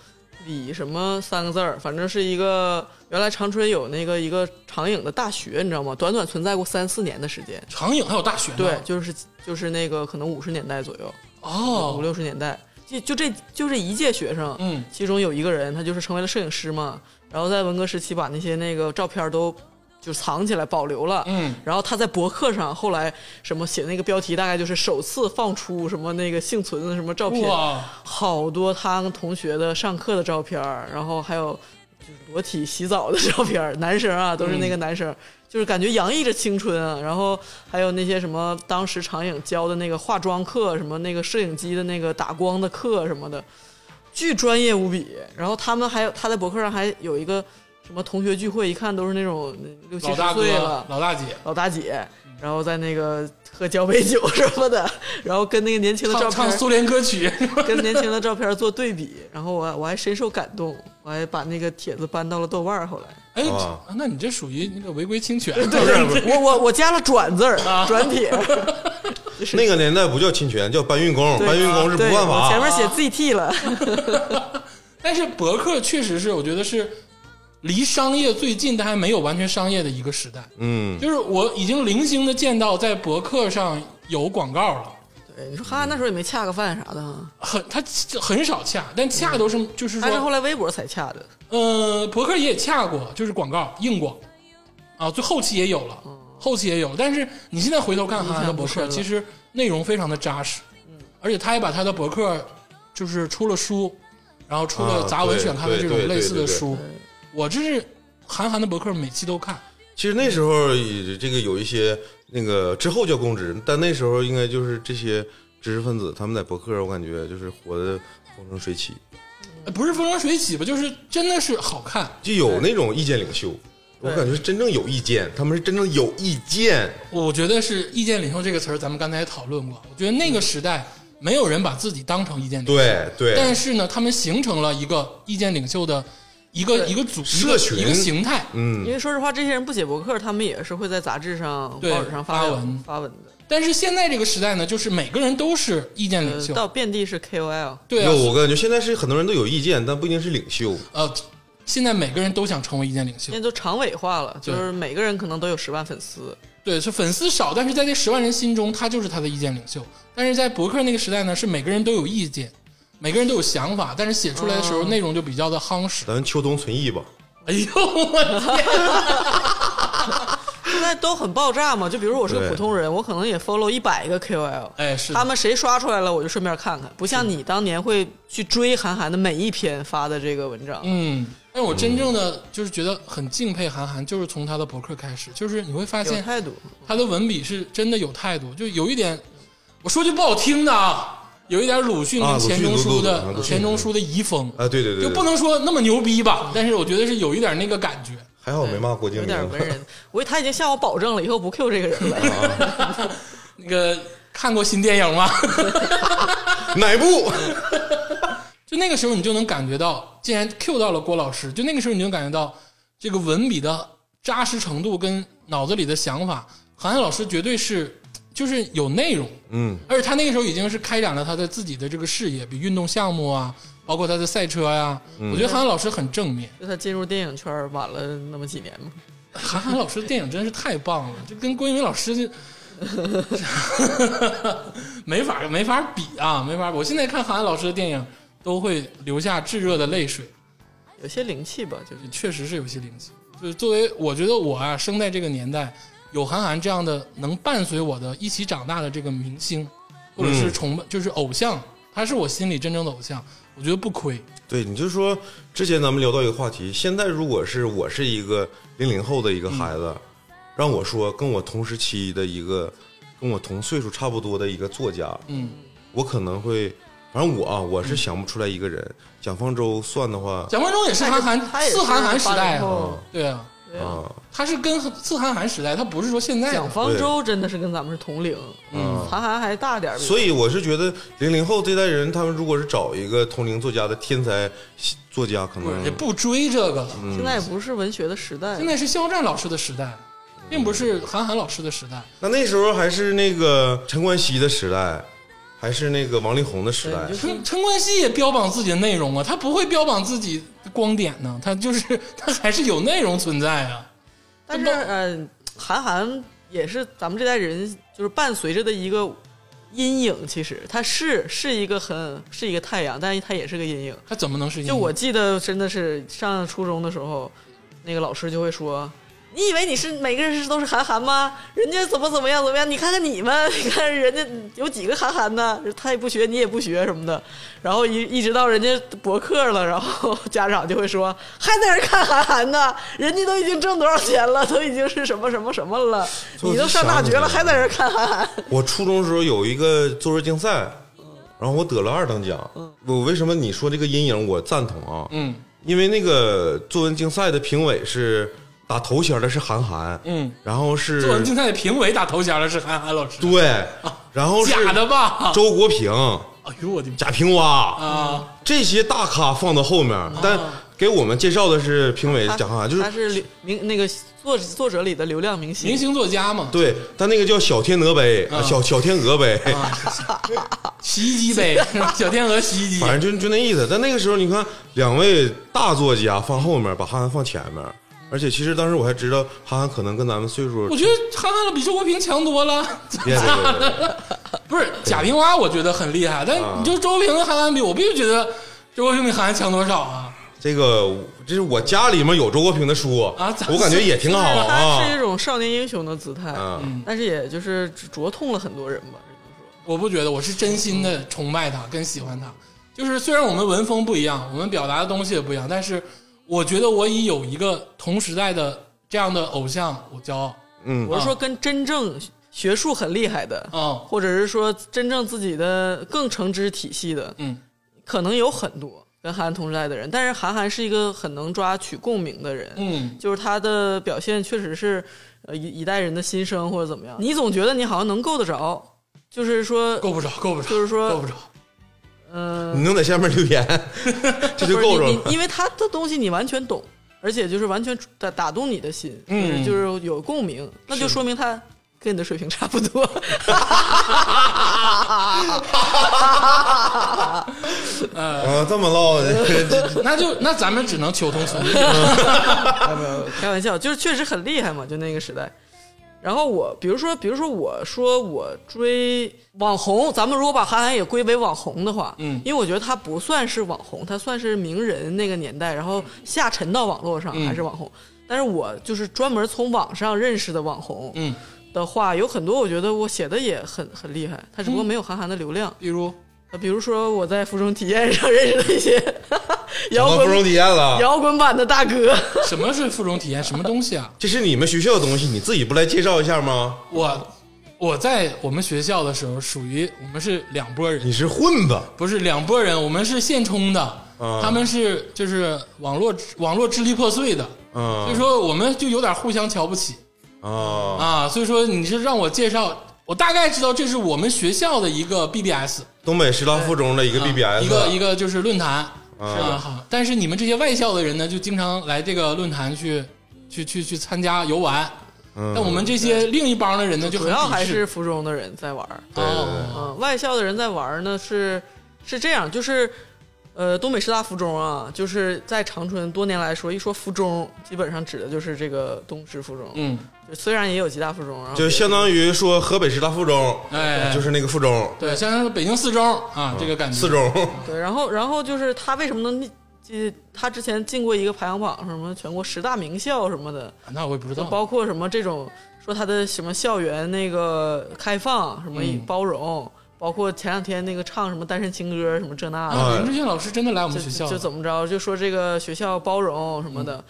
B: 李什么三个字儿，反正是一个原来长春有那个一个长影的大学，你知道吗？短短存在过三四年的时间。
A: 长影还有大学呢
B: 对，就是就是那个可能五十年代左右，五
A: 哦，
B: 六十年代，就就这就这一届学生，
A: 嗯
B: 其中有一个人他就是成为了摄影师嘛，然后在文革时期把那些那个照片都就藏起来保留了，
A: 嗯，
B: 然后他在博客上后来什么写那个标题大概就是首次放出什么那个幸存的什么照片，
A: 哇，
B: 好多他跟同学的上课的照片儿，然后还有就是裸体洗澡的照片儿，男生啊都是那个男生，就是感觉洋溢着青春啊。然后还有那些什么当时长影教的那个化妆课，什么那个摄影机的那个打光的课什么的，巨专业无比。然后他们还有他在博客上还有一个什么同学聚会，一看都是那种六七
A: 老
B: 十
A: 大
B: 岁
A: 哥
B: 了，
A: 老大姐，
B: 老大姐，然后在那个喝交杯酒什么的，然后跟那个年轻的照
A: 唱
B: 片
A: 唱苏联歌 曲，
B: 跟年轻的照片做对比，然后我我还深受感动，我还把那个帖子搬到了豆瓣儿。后来，
A: 哎
C: 哇，
A: 那你这属于那个违规侵权，
B: 我我我加了转字儿，转 帖，
C: 啊那个年代不叫侵权，叫搬运工，搬运工是不啊
B: 对，
C: 犯
B: 我前
C: 法。
B: 面写 ZT 了，
A: 但是博客确实是，我觉得是离商业最近，但还没有完全商业的一个时代。
C: 嗯，
A: 就是我已经零星的见到在博客上有广告了，
B: 对，你说哈那时候也没恰个饭啥的啊，
A: 很他很少洽，但洽都是就是
B: 他是后
A: 说，
B: 来微博才恰的，
A: 呃，博客也洽过，就是广告硬广啊，最后期也有了，后期也有。但是你现在回头看
B: 嗯印象
A: 韩寒的
B: 不
A: 博
B: 深
A: 客，
B: 了嗯
A: 其实内容非常的扎实，而且他也把他的博客就是出了书，然后出了
C: 啊
A: 杂文选刊的
C: 对
A: 这种
C: 对对
A: 类似的
C: 对对
A: 书，我这是韩寒的博客每期都看。
C: 其实那时候也这个有一些那个之后叫公知，但那时候应该就是这些知识分子他们在博客，我感觉就是活得风生水起，
A: 呃不是风生水起吧，就是真的是好看。
C: 就有那种意见领袖。我感觉是真正有意见，他们是真正有意见。
A: 我觉得是“意见领袖”这个词儿，咱们刚才也讨论过。我觉得那
C: 嗯
A: 个时代没有人把自己当成意见领袖，
C: 对
A: 但
C: 对，
A: 是呢，他们形成了一个意见领袖的一个
B: 对
A: 一个组一
C: 社
A: 个
C: 群
A: 一个形态。
C: 嗯
B: 因，为说实话，这些人不写博客，他们也是会在杂志上、
A: 对
B: 报纸上发表
A: 发文
B: 发文的，
A: 但是现在这个时代呢，就是每个人都是意见领
B: 呃
A: 袖，
B: 到遍地是 KOL，
A: 对啊
C: 有，我感觉现在是很多人都有意见，但不一定是领袖。
A: 呃，现在每个人都想成为意见领袖
B: 现在，都常委化了，就
A: 对
B: 是每个人可能都有十万粉丝，
A: 对，是粉丝少，但是在这十万人心中，他就是他的意见领袖。但是在博客那个时代呢，是每个人都有意见，每个人都有想法，但是写出来的时候内容就比较的夯实。
C: 咱秋冬存异吧，
A: 哎呦，我
B: 现在都很爆炸嘛。就比如说我是个
C: 对
B: 普通人，我可能也 follow 一百个 KOL，
A: 哎是的
B: 他们谁刷出来了，我就顺便看看，不像你当年会去追韩寒的每一篇发的这个文章。
A: 嗯，但我真正的就是觉得很敬佩韩寒，就是从他的博客开始，就是你会发
B: 有
A: 现
B: 态度，
A: 他的文笔是真的有态度，就有一点，我说句不好听的啊，有一点鲁迅
C: 啊
A: 跟
C: 鲁迅
A: 钱钟书
C: 鲁鲁鲁
A: 的
C: 鲁
A: 钱钟书的遗风，
C: 啊，对对对，
A: 就
C: 对
A: 不能说那么牛逼吧，但是我觉得是有一点那个感觉。
C: 还好没骂郭敬
B: 有
C: 明，
B: 点文 人。我他已经向我保证了，以后不 Q 这个人了。
A: 那个看过新电影吗？
C: 哪部？
A: 就那个时候你就能感觉到，既然 Q 到了郭老师，就那个时候你就感觉到这个文笔的扎实程度跟脑子里的想法，韩寒老师绝对是就是有内容，
C: 嗯，
A: 而且他那个时候已经是开展了他的自己的这个事业，比运动项目啊，包括他的赛车呀、啊我觉得韩寒老师很正面。
B: 就他进入电影圈儿晚了那么几年嘛，
A: 韩寒老师的电影真是太棒了，这跟郭敬明老师就 没法没法比啊，没法比。我现在看韩寒老师的电影都会流下炙热的泪水，
B: 有些灵气吧，就是
A: 确实是有些灵气。就是作为我觉得我啊，生在这个年代，有韩寒这样的能伴随我的一起长大的这个明星，或者是崇拜，就是偶像，他是我心里真正的偶像，我觉得不亏。
C: 对，你就说之前咱们聊到一个话题，现在如果是我是一个零零后的一个孩
A: 嗯
C: 子，让我说跟我同时期的一个跟我同岁数差不多的一个作家，
A: 嗯，
C: 我可能会，反正我啊，我是想不出来一个人。蒋方舟算的话
A: 蒋方舟也是韩寒
B: 他也是
A: 次韩寒时代
B: 80
A: 啊，
B: 后
A: 对啊，
C: 啊，
A: 他是跟次韩寒时代，他不是说现在的
B: 蒋方舟真的是跟咱们是同龄，嗯，韩寒还大点儿，
C: 所以我是觉得零零后这代人，他们如果是找一个同龄作家的天才作家，可
A: 不嗯是也
C: 能
A: 不追这个了。
B: 现在也不是文学的时代
A: 现，在是肖战老师的时代，并不是韩寒老师的时代。
C: 那那时候还是那个陈冠希的时代，还是那个王力宏的时
B: 对，
C: 代
B: 你就。说
A: 陈陈冠希也标榜自己的内容啊，他不会标榜自己光点呢，他就是他还是有内容存在啊。
B: 但是嗯，韩寒也是咱们这代人就是伴随着的一个阴影，其实他是是一个很是一个太阳，但是他也是个阴影。
A: 他怎么能是阴影
B: 就我记得真的是上初中的时候，那个老师就会说。你以为你是每个人是都是韩寒吗？人家怎么怎么样怎么样？你看看你们，你看人家有几个韩寒呢？他也不学，你也不学什么的。然后一一直到人家博客了，然后家长就会说，还在那儿看韩寒呢？人家都已经挣多少钱了，都已经是什么什么什么了，
C: 所以
B: 你
C: 我就
B: 都上大
C: 想起
B: 学
C: 来
B: 了，
C: 了
B: 还在那儿看韩寒？
C: 我初中的时候有一个作文竞赛，然后我得了二等奖。我为什么你说这个阴影我赞同啊？
A: 嗯
C: 因为那个作文竞赛的评委是打头衔的是韩寒，
A: 嗯，
C: 然后是
A: 作文竞赛的评委打头衔的是韩寒老师，
C: 对，然后是
A: 假的吧？
C: 周国平、
A: 哎呦我的妈
C: 贾平凹
A: 啊！
C: 这些大咖放到后面，但给我们介绍的是评委
B: 嗯他
C: 贾韩寒，就是
B: 他是流名那个作作者里的流量明星，
A: 明星作家嘛，
C: 对他那个叫小天鹅杯，
B: 嗯
C: 啊小小天鹅杯，
A: 洗衣机呗，是吧小天鹅洗衣机。
C: 反正就就那意思。但那个时候，你看两位大作家放后面，把韩寒放前面，而且其实当时我还知道韩寒可能跟咱们岁数
A: 我觉得韩寒比周国平强多了，
C: 别别别别
A: 不是贾平凹，我觉得很厉害，但你就周国平跟韩寒比，我必须觉得周国平比韩寒强多少啊？
C: 这个这是我家里面有周国平的书
A: 啊咋
C: 我感觉也挺好
B: 但是
C: 啊
B: 他是一。种少年英雄的姿态，
C: 嗯
B: 但是也就是灼痛了很多人吧，只
A: 我不觉得，我是真心的崇拜他，跟喜欢他。就是虽然我们文风不一样，我们表达的东西也不一样，但是我觉得我以有一个同时代的这样的偶像，我骄傲。
B: 能说，我是说跟真正学术很厉害的，
A: 啊嗯
B: 或者是说真正自己的更成知体系的，
A: 嗯，
B: 可能有很多跟韩寒同时代的人，但是韩寒是一个很能抓取共鸣的人，
A: 嗯，
B: 就是他的表现确实是呃一一代人的心声或者怎么样，你总觉得你好像能够得着，就是说，
A: 够不着，够不着，
B: 就是说
A: 够不着。
B: 嗯、
C: 你能在下面 留言， 这就
B: 不是
C: 够着
B: 你
C: 了
B: 你。因为他的东西你完全懂，而且就是完全打打动你的心，
A: 嗯
B: 就是就是有共鸣，那就说明他跟你的水平差不多。
C: 啊，这么唠 的，
A: 那就那咱们只能求同存异。
B: 开玩笑，就是确实很厉害嘛，就那个时代。然后我，比如说，比如说，我说我追网红，咱们如果把韩寒也归为网红的话，
A: 嗯
B: 因为我觉得他不算是网红，他算是名人那个年代，然后下沉到网络上还是网红。但是我就是专门从网上认识的网红
A: 嗯，
B: 的话，有很多我觉得我写的也很很厉害，他只不过没有韩寒的流量。
A: 比如
B: 呃比如说我在服装体验上认识了一些 摇
C: 我不容啊
B: 滚
C: 体验了。
B: 摇滚版的大哥。
A: 什么是附中体验？什么东西啊？
C: 这是你们学校的东西，你自己不来介绍一下吗？
A: 我我在我们学校的时候，属于我们是两拨人，
C: 你是混子，
A: 不是两拨人，我们是现充的，
C: 啊
A: 他们是就是网络网络支离破碎的，
C: 嗯
A: 所以说我们就有点互相瞧不起
C: 啊
A: 啊。所以说你是让我介绍，我大概知道这是我们学校的一个 BBS，
C: 东北师大附中的一个
A: 啊
C: BBS，
A: 一个一个就是论坛，是吧？
C: 啊
A: 好，但是你们这些外校的人呢，就经常来这个论坛去去去去参加游玩，
C: 嗯
A: 但我们这些另一帮的人呢，就
B: 主
A: 很哦
B: 要还
A: 抵制
B: 是服装的人在玩儿，
C: 对对
A: 哦，
B: 嗯，外校的人在玩儿呢是是这样，就是呃，东北师大附中啊，就是在长春多年来说，一说附中，基本上指的就是这个东师附中，
A: 嗯，
B: 就虽然也有其他附中，然后
C: 就相当于说河北师大附中，
A: 哎，
C: 就是那个附中，
A: 对，相当于北京四中啊，这个感觉
C: 四中，
B: 对，然后然后就是他为什么能进？他之前进过一个排行榜，什么全国十大名校什么的，
A: 那我也不知
B: 就
A: 道，
B: 包括什么这种说他的什么校园那个开放，什么
A: 嗯
B: 包容，包括前两天那个唱什么单身情歌什么这那的，
A: 啊，林志炫老师真的来我们学校嗯
B: 就
A: 了，
B: 就怎么着，就说这个学校包容什么的，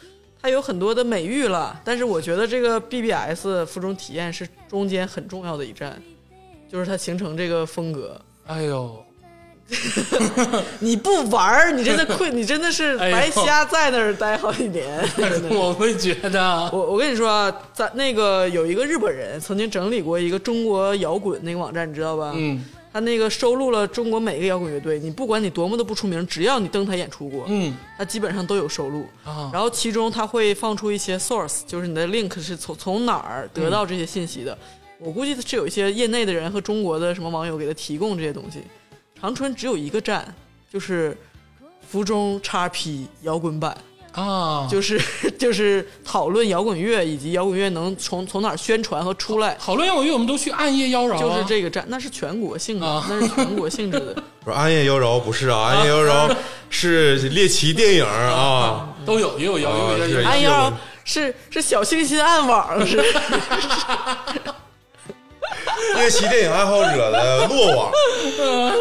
B: 它有很多的美誉了。但是我觉得这个 BBS 附中体验是中间很重要的一站，就是它形成这个风格。
A: 哎呦，
B: 你不玩儿，你真的困，你真的是
A: 哎呦
B: 白瞎在那儿待好几 年。真的
A: 我会觉得，
B: 我我跟你说啊，在那个有一个日本人曾经整理过一个中国摇滚那个网站，你知道吧？
A: 嗯
B: 他那个收录了中国每个摇滚乐队，你不管你多么的不出名，只要你登台演出过，
A: 嗯
B: 他基本上都有收录。
A: 啊，
B: 然后其中它会放出一些 source，就是你的 link 是从从哪儿
A: 嗯
B: 得到这些信息的。我估计是有一些业内的人和中国的什么网友给他提供这些东西。长春只有一个站，就是福中 XP 摇滚版，
A: 啊，
B: 就是 就是讨论摇滚乐以及摇滚乐能从从哪儿宣传和出来，
A: 讨论摇滚乐，我们都去暗夜妖娆啊，
B: 就是这个站，那是全国性的，
A: 啊
B: 那是全国性质的。
C: 说暗夜妖娆不是啊，暗夜妖娆是猎奇电 影啊，
A: 都有，也有摇
C: 啊
A: 滚乐，也有
C: 是
A: 摇
B: 哎
A: 滚乐
B: 呦，是是小清新暗网是。
C: 猎奇电影爱好者的落网。
A: 呃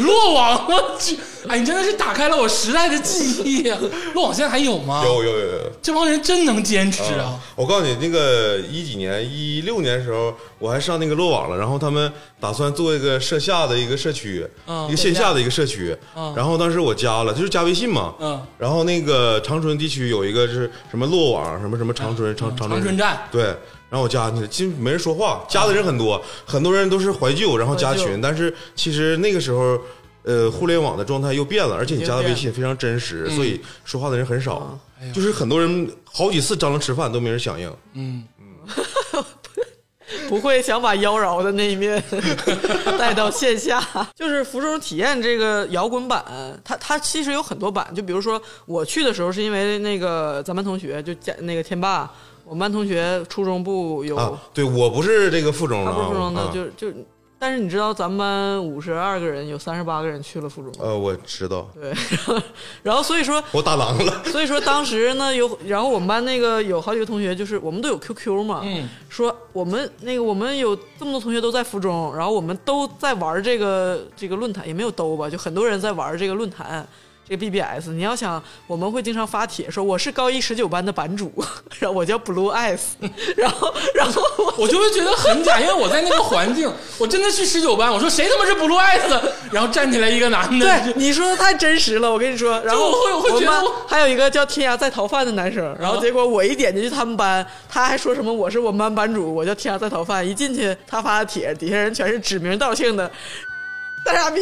A: 落网，我去，哎，你真的是打开了我时代的记忆 呀！落网现在还有吗？，
C: 有有有有。
A: 这帮人真能坚持啊！
C: 我告诉你，那个一几年，一六年的时候，我还上那个落网了，然后他们打算做一个社下的一个社区，
A: 嗯
C: 一个线下的一个社区，
A: 嗯
C: 然后当时我加了，就是加微信嘛，
A: 嗯
C: 然后那个长春地区有一个是什么落网，什么什么长春长长
A: 嗯长春站，
C: 对，然后我加进去，其实没人说话，加的人很多，很多人都是怀旧，然后加
B: 怀旧
C: 群，但是其实那个时候。呃，互联网的状态又变了，而且你加的微信非常真实，所
B: 嗯
C: 以说话的人很少，
A: 哎呀
C: 就是很多人好几次张罗吃饭都没人响应。
A: 嗯，
B: 不会想把妖娆的那一面 带到线下。 就是福州体验这个摇滚版，它它其实有很多版，就比如说我去的时候是因为那个咱班同学就加那个天霸，我们班同学初中部有，
C: 啊，对我不是这个附中
B: 他
C: 的
B: 不
C: 啊，
B: 是初中的，
C: 啊
B: 就就，但是你知道咱们班五十二个人有三十八个人去了附中。
C: 呃，我知道，
B: 对，然后所以说，
C: 我打狼了，
B: 所以说当时呢有，然后我们班那个有好几个同学，就是我们都有 QQ 嘛，
A: 嗯，
B: 说我们那个我们有这么多同学都在附中，然后我们都在玩这个这个论坛，也没有都吧，就很多人在玩这个论坛。这个 BBS，你要想，我们会经常发帖说我是高一十九班的版主， 然后我叫 Blue Eyes，然后然后我
A: 我就会觉得很 假，因为我在那个环境，我真的去十九班，我说谁他妈是 Blue Eyes，然后站起来一个男的，
B: 对
A: 就
B: 你说的太真实了，我跟你说。然后
A: 就我会我会
B: 我
A: 觉
B: 们
A: 得
B: 班
A: 我啊
B: 还有一个叫天涯在逃饭的男生，然后结果我一点进去他们班，他还说什么我是我们班班主，我叫天涯在逃饭。 一进去他发的帖，底下人全是指名道姓的，大傻逼。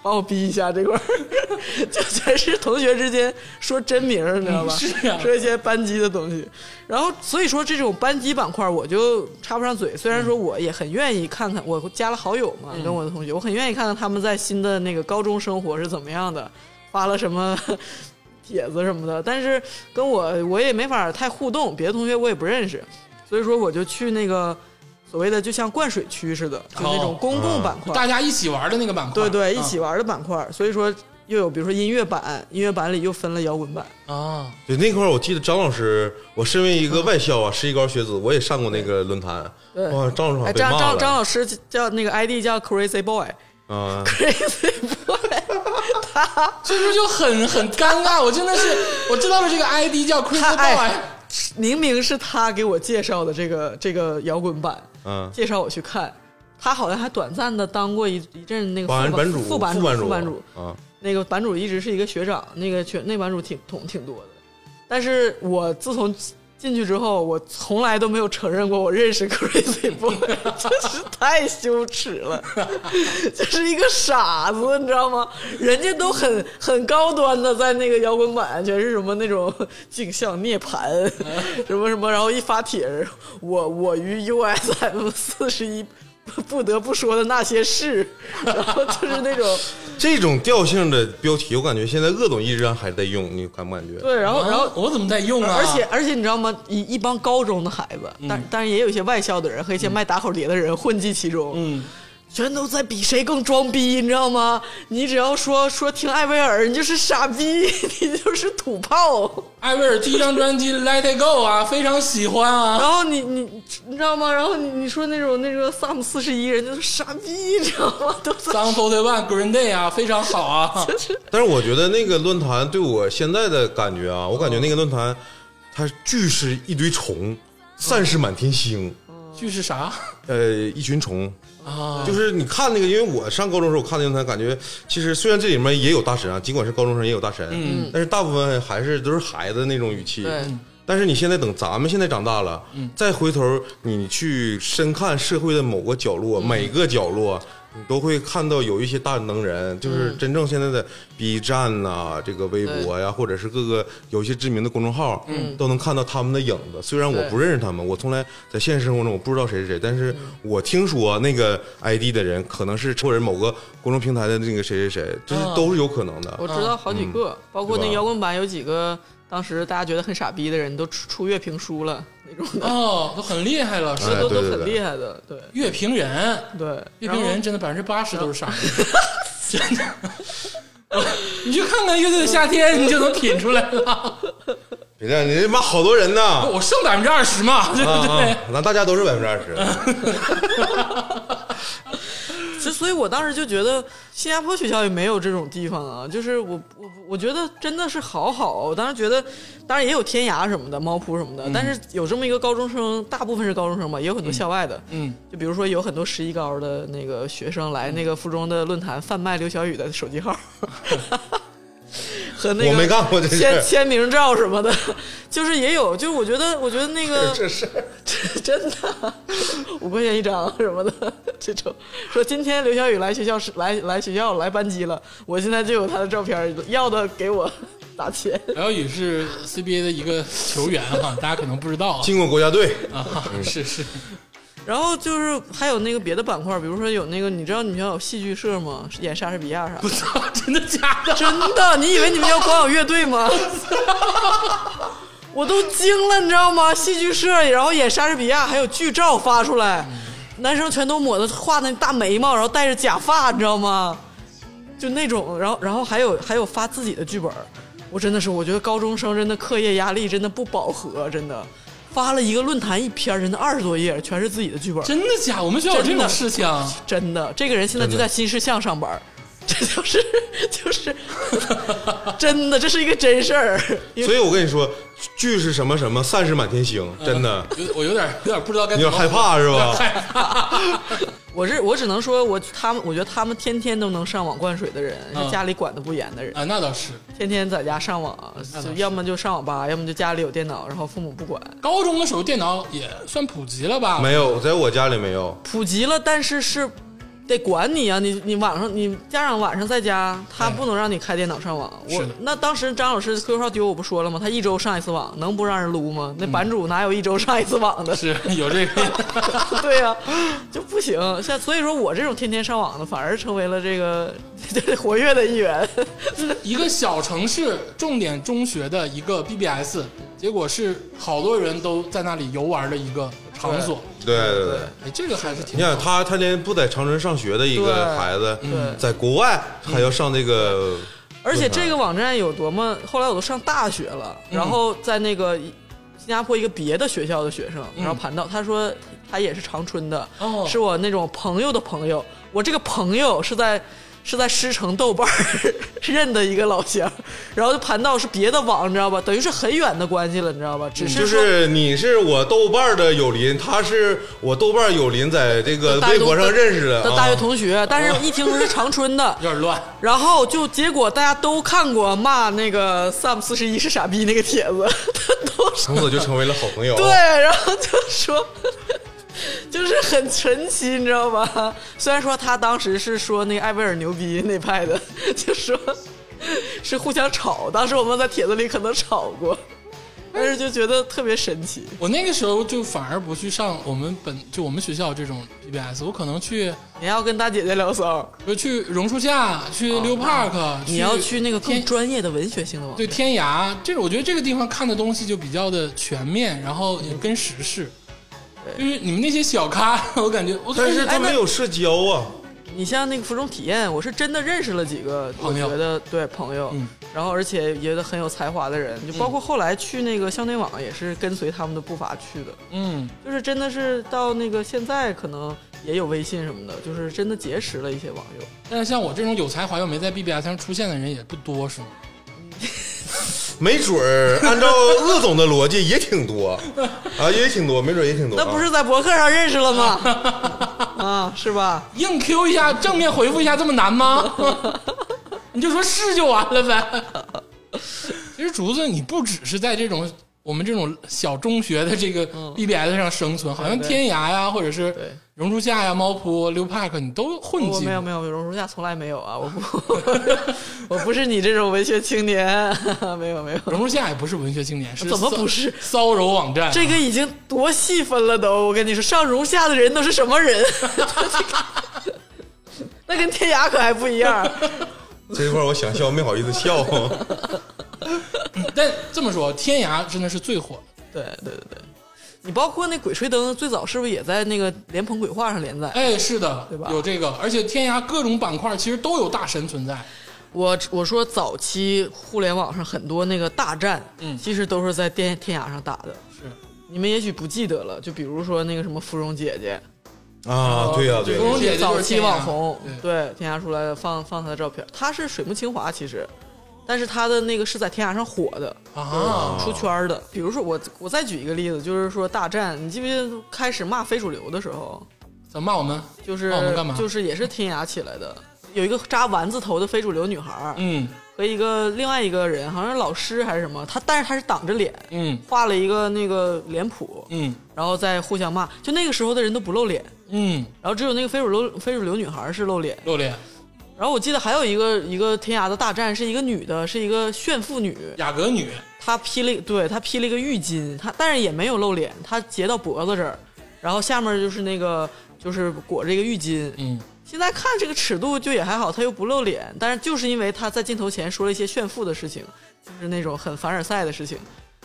B: 帮我逼一下这块儿， 就全是同学之间说真名儿，你知道吧？
A: 嗯 是啊
B: 说一些班级的东西。然后所以说这种班级板块我就插不上嘴，虽然
A: 嗯
B: 说我也很愿意看看，我加了好友嘛，跟我的同学，我很愿意看看他们在新的那个高中生活是怎么样的，发了什么。 帖子什么的，但是跟我我也没法太互动，别的同学我也不认识，所以说我就去那个所谓的就像灌水区似的，就那种
A: 哦
B: 公共板块，
A: 大家一起玩的那个板块，
B: 对对，
A: 啊
B: 一起玩的板块儿。所以说又有比如说音乐版，音乐版里又分了摇滚版，
A: 啊，
C: 对那块儿，我记得张老师，我身为一个外校啊，十一高学子，我也上过那个论坛。
B: 对
C: 哇，张老师好
B: 哎，
C: 像哦被
B: 张
C: 骂
B: 张张
C: 了
B: 老师叫那个 ID 叫 Crazy Boy，Crazy
C: 啊！
B: Boy，
A: 所以说就很很尴尬。我真的是，我知道了这个 ID 叫啊 Crazy
B: 他
A: Boy，
B: 哎 明明是他给我介绍的这个这个摇滚版，
C: 嗯，
B: 介绍我去看，他好像还短暂的当过一一阵那个
C: 版
B: 副
C: 版主、
B: 副
C: 版
B: 版
C: 主、
B: 副版主，
C: 啊，
B: 那个版主一直是一个学长，那个学那版主挺挺挺多的，但是我自从进去之后，我从来都没有承认过我认识 Crazy Boy，真是太羞耻了， 就是一个傻子，你知道吗？人家都很很高端的，在那个摇滚版全是什么那种 镜像涅槃，什么什么，然后一发帖儿，我我于 USM 四十一。 不得不说的那些事， 然后就是那种
C: 这种调性的标题，我感觉现在鄂总依然还在用，你感不感觉？
B: 对，然后然后
A: 啊我怎么在用啊？
B: 而且而且你知道吗？一一帮高中的孩子，但当然也有一些外校的人和一些卖打口碟的人混迹其中，
A: 嗯，
B: 全都在比谁更装逼，你知道吗？你只要说说听艾薇儿，你就是傻逼， 你就是土炮。
A: 艾薇儿第一张专辑《Let It Go》啊，非常喜欢啊。
B: 然后你你你知道吗？然后你你说那种那个萨姆四十一，人家都傻逼，你知道吗？都在
A: Sun Forty One Green Day 啊，非常好啊。
C: 但是我觉得那个论坛对我现在的感觉啊，我感觉那个论坛它俱是一堆虫，散是满天星，
A: 剧是啥
C: 呃，一群虫。
A: 啊？
C: 就是你看那个，因为我上高中的时候我看那论坛，感觉其实虽然这里面也有大神啊，尽管是高中生也有大神，
A: 嗯
C: 但是大部分还是都是孩子那种语气。
B: 对
C: 但是你现在等咱们现在长大了，再回头你去深看社会的某个角落，每个角落，你都会看到有一些大能人，就是真正现在的 B 站呐、这个微博呀、或者是各个有一些知名的公众号，都能看到他们的影子。虽然我
B: 对
C: 不认识他们，我从来在现实生活中我不知道谁是谁，但是我听说那个 ID 的人可能是或者某个公众平台的那个谁谁谁，就是
A: 啊
C: 都是有可能的。
B: 我知道好几个，包括那
C: 嗯对吧
B: 摇滚版有几个当时大家觉得很傻逼的人都出出乐评书了那种的，
A: 哦，都很厉害了，是
C: 哎
B: 都
C: 对
B: 都
C: 对
B: 很
C: 对
B: 厉害的，对。
A: 乐评人，
B: 对，
A: 乐
B: 然
A: 评
B: 后
A: 人真的百分之八十都是傻逼， 真的。你去看看乐队的夏天，你就能品出来了。
C: 别这样，你这妈好多人 呢。
A: 我剩百分之二十嘛，对不
C: 啊
A: 对？
C: 啊，那大家都是百分之二十。
B: 所所以，我当时就觉得新加坡学校也没有这种地方啊。就是我我我觉得真的是好好，哦我当时觉得，当然也有天涯什么的，猫扑什么
C: 嗯
B: 的，但是有这么一个高中生，大部分是高中生吧，也有很多校外的，
A: 嗯，
B: 就比如说有很多十一高的那个学生
C: 嗯
B: 来那个附中的论坛贩卖刘晓宇的手机号， 和那个
C: 我没干过这事
B: 签
C: 儿，
B: 签名照什么的，就是也有，就是我觉得我觉得那 个
C: 这事儿
B: 真的，五块钱一张什么的，这种说今天刘晓宇来学校是来来学校来班级了，我现在就有他的照片，要的给我打钱。
A: 辽宇是 CBA 的一个球员哈，大家可能不知道啊
C: 进过国家队，
A: 啊，是是，
B: 然后就是还有那个别的板块，比如说有那个，你知道你们学校有戏剧社吗？演莎士比亚啥的
A: 我。操，真的假的？
B: 真的，你以为你们要光有乐队吗？ 我都惊了，你知道吗？戏剧社，然后演莎士比亚，还有剧照发出来，男生全都抹的画那大眉毛，然后戴着假发，你知道吗？就那种，然后然后还有还有发自己的剧本儿，我真的是，我觉得高中生真的课业压力真的不饱和，真的发了一个论坛一篇儿，真的二十多页，全是自己的剧 本儿，
A: 真的假？我们学校有这
B: 真
A: 种
B: 的
A: 事情啊？
B: 真的，这个人现在就在新世相上班儿， 这就是就是真的，这是一个真事儿。因为
C: 所以我跟你说，聚是什么什么，散是满天星，
B: 嗯
C: 真的，
A: 有我有点有点不知道该
C: 你
A: 怎
C: 有
A: 么
C: 点害怕是吧？
B: 我是我只能说我他们，我觉得他们天天都能上网灌水的人，
A: 嗯
B: 是家里管的不严的人，
A: 啊，那倒是。
B: 天天在家上网，就要么就上网吧，要么就家里有电脑，然后父母不管。
A: 高中的
B: 嗯
A: 时候电脑也算普及了吧？
C: 没有，在我家里没有，
B: 普及了，但是是得管你啊！你你晚上你家长晚上在家，他
A: 对
B: 不能让你开电脑上网。
A: 是
B: 我
A: 的
B: 那当时张老师 QQ 号丢我不说了吗？他一周上一次网，能不让人撸吗？那版主哪有一周上一次网的？
A: 是有这个，
B: 对呀、就不行。像所以说我这种天天上网的，反而成为了这个 活跃的一员。
A: 一个小城市重点中学的一个 BBS，结果是好多人都在那里游玩的一个场所。
C: 对对对。
A: 哎，这个还是
C: 你
A: 挺
C: 想他，他连不在长春上学的一个
B: 对
C: 孩子
B: 对，嗯
C: 在国外还要上这个，
B: 而且这个网站有多么，后来我都上大学了，然
C: 嗯
B: 后在那个新加坡一个别的学校的学生，
C: 嗯
B: 然后盘到他说他也是长春的，
A: 哦
B: 是我那种朋友的朋友，我这个朋友是在。是在师城豆瓣儿 认的一个老乡，然后就盘到是别的网，你知道吧？等于是很远的关系了，你知道吧？只
C: 嗯就
B: 说、
C: 是你是我豆瓣的友邻，他是我豆瓣友邻，在这个
B: 大
C: 呃微
B: 学同
C: 博上认识的
B: 的
C: 啊
B: 大学同学，但是一听说是长春的，
A: 有点乱。
B: 然后就结果大家都看过骂那个 Sam 四十一是傻逼那个帖子， 都是
C: 从此就成为了好朋友。
B: 对，然后就说，就是很神奇，你知道吧？虽然说他当时是说那个艾薇儿牛逼那派的，就说是互相吵，当时我们在帖子里可能吵过，但是就觉得特别神奇。
A: 我那个时候就反而不去上我们本就我们学校这种 BBS，我可能去
B: 你要跟大姐姐聊骚，
A: 比如去榕树下、去 New Park，、
B: 哦你要去那个更
A: 天
B: 专业的文学性的网
A: 对
B: 站。
A: 天涯，这我觉得这个地方看的东西就比较的全面，然后
B: 嗯
A: 也跟时事。就是你们那些小咖，我感觉我
C: 但是
A: 哎
C: 他
A: 那
C: 没有社交啊，
B: 你像那个服装体验，我是真的认识了几个，我
A: 朋友
B: 觉得对朋友，
A: 嗯
B: 然后而且觉得很有才华的人，就包括后来去那个校内网也是跟随他们的步伐去的，
A: 嗯，
B: 就是真的是到那个现在可能也有微信什么的，就是真的结识了一些网友。
A: 但是像我这种有才华又没在 BBS 上出现的人也不多，是吗？
C: 没准儿按照鄂总的逻辑也挺 多啊，也挺多，没准儿也挺多啊。
B: 那不是在博客上认识了 吗？啊，是吧？
A: 硬 Q 一下，正面回复一下，这么难吗？ 你就说是就完了呗。其实竹子，你不只是在这种我们这种小中学的这个 BBS 上生存，好像
B: 嗯对
A: 天涯呀，或者是
B: 对
A: 榕树下呀、猫扑、溜 park，你都混
B: 我
A: 迹。
B: 哦没有没有，榕树下从来没有啊，我不， 我不是你这种文学青年， 没有没有。
A: 榕树下也不是文学青年，是
B: 怎么
A: 骚
B: 不是
A: 骚扰网站？
B: 这个已经多细分了都，我跟你说，上如下的人都是什么人？ 那跟天涯可还不一样。
C: 这块儿我想笑，没好意 思笑。
B: 啊
A: 但这么说，天涯真的是最火的。
B: 对对对对，你包括那《鬼吹灯》最早是不是也在那个莲蓬鬼话上连载？
A: 哎，是的，
B: 对吧
A: 有这个，而且天涯各种板块其实都有大神存在。
B: 我我说早期互联网上很多那个大战，
A: 嗯
B: 其实都是在天天涯上打的。
A: 是
B: 你们也许不记得了，就比如说那个什么芙蓉姐姐，
C: 啊，对呀、对呀、
A: 芙蓉姐姐就是
B: 早期
A: 天涯
B: 网红，
A: 对
B: 对天涯出来放放她的照片，她是水木清华其实，但是她的那个是在天涯上火的，
A: 啊，
B: 出圈儿的。比如说我我再举一个例子，就是说大战，你记不记得开始骂非主流的时候，
A: 怎么骂我们？
B: 就是、
A: 骂哦我们干嘛？
B: 就是也是天涯起来的，有一个扎丸子头的非主流女孩儿、
A: 嗯
B: 和一个另外一个人，好像是老师还是什么，她但是她是挡着脸。
A: 嗯
B: 画了一个那个脸谱，
A: 嗯
B: 然后再互相骂。就那个时候的人都不露脸，
A: 嗯，
B: 然后只有那个非主流非主流女孩儿是露脸。
A: 露脸，
B: 然后我记得还有一个一个天涯的大战，是一个女的，是一个炫富女，
A: 雅阁女，
B: 她披了一对她披了一个浴巾，她但是也没有露脸，她截到脖子这儿，然后下面就是那个就是裹着一个浴巾。
A: 嗯
B: 现在看这个尺度就也还好，她又不露脸，但是就是因为她在镜头前说了一些炫富的事情，就是那种很凡尔赛的事情，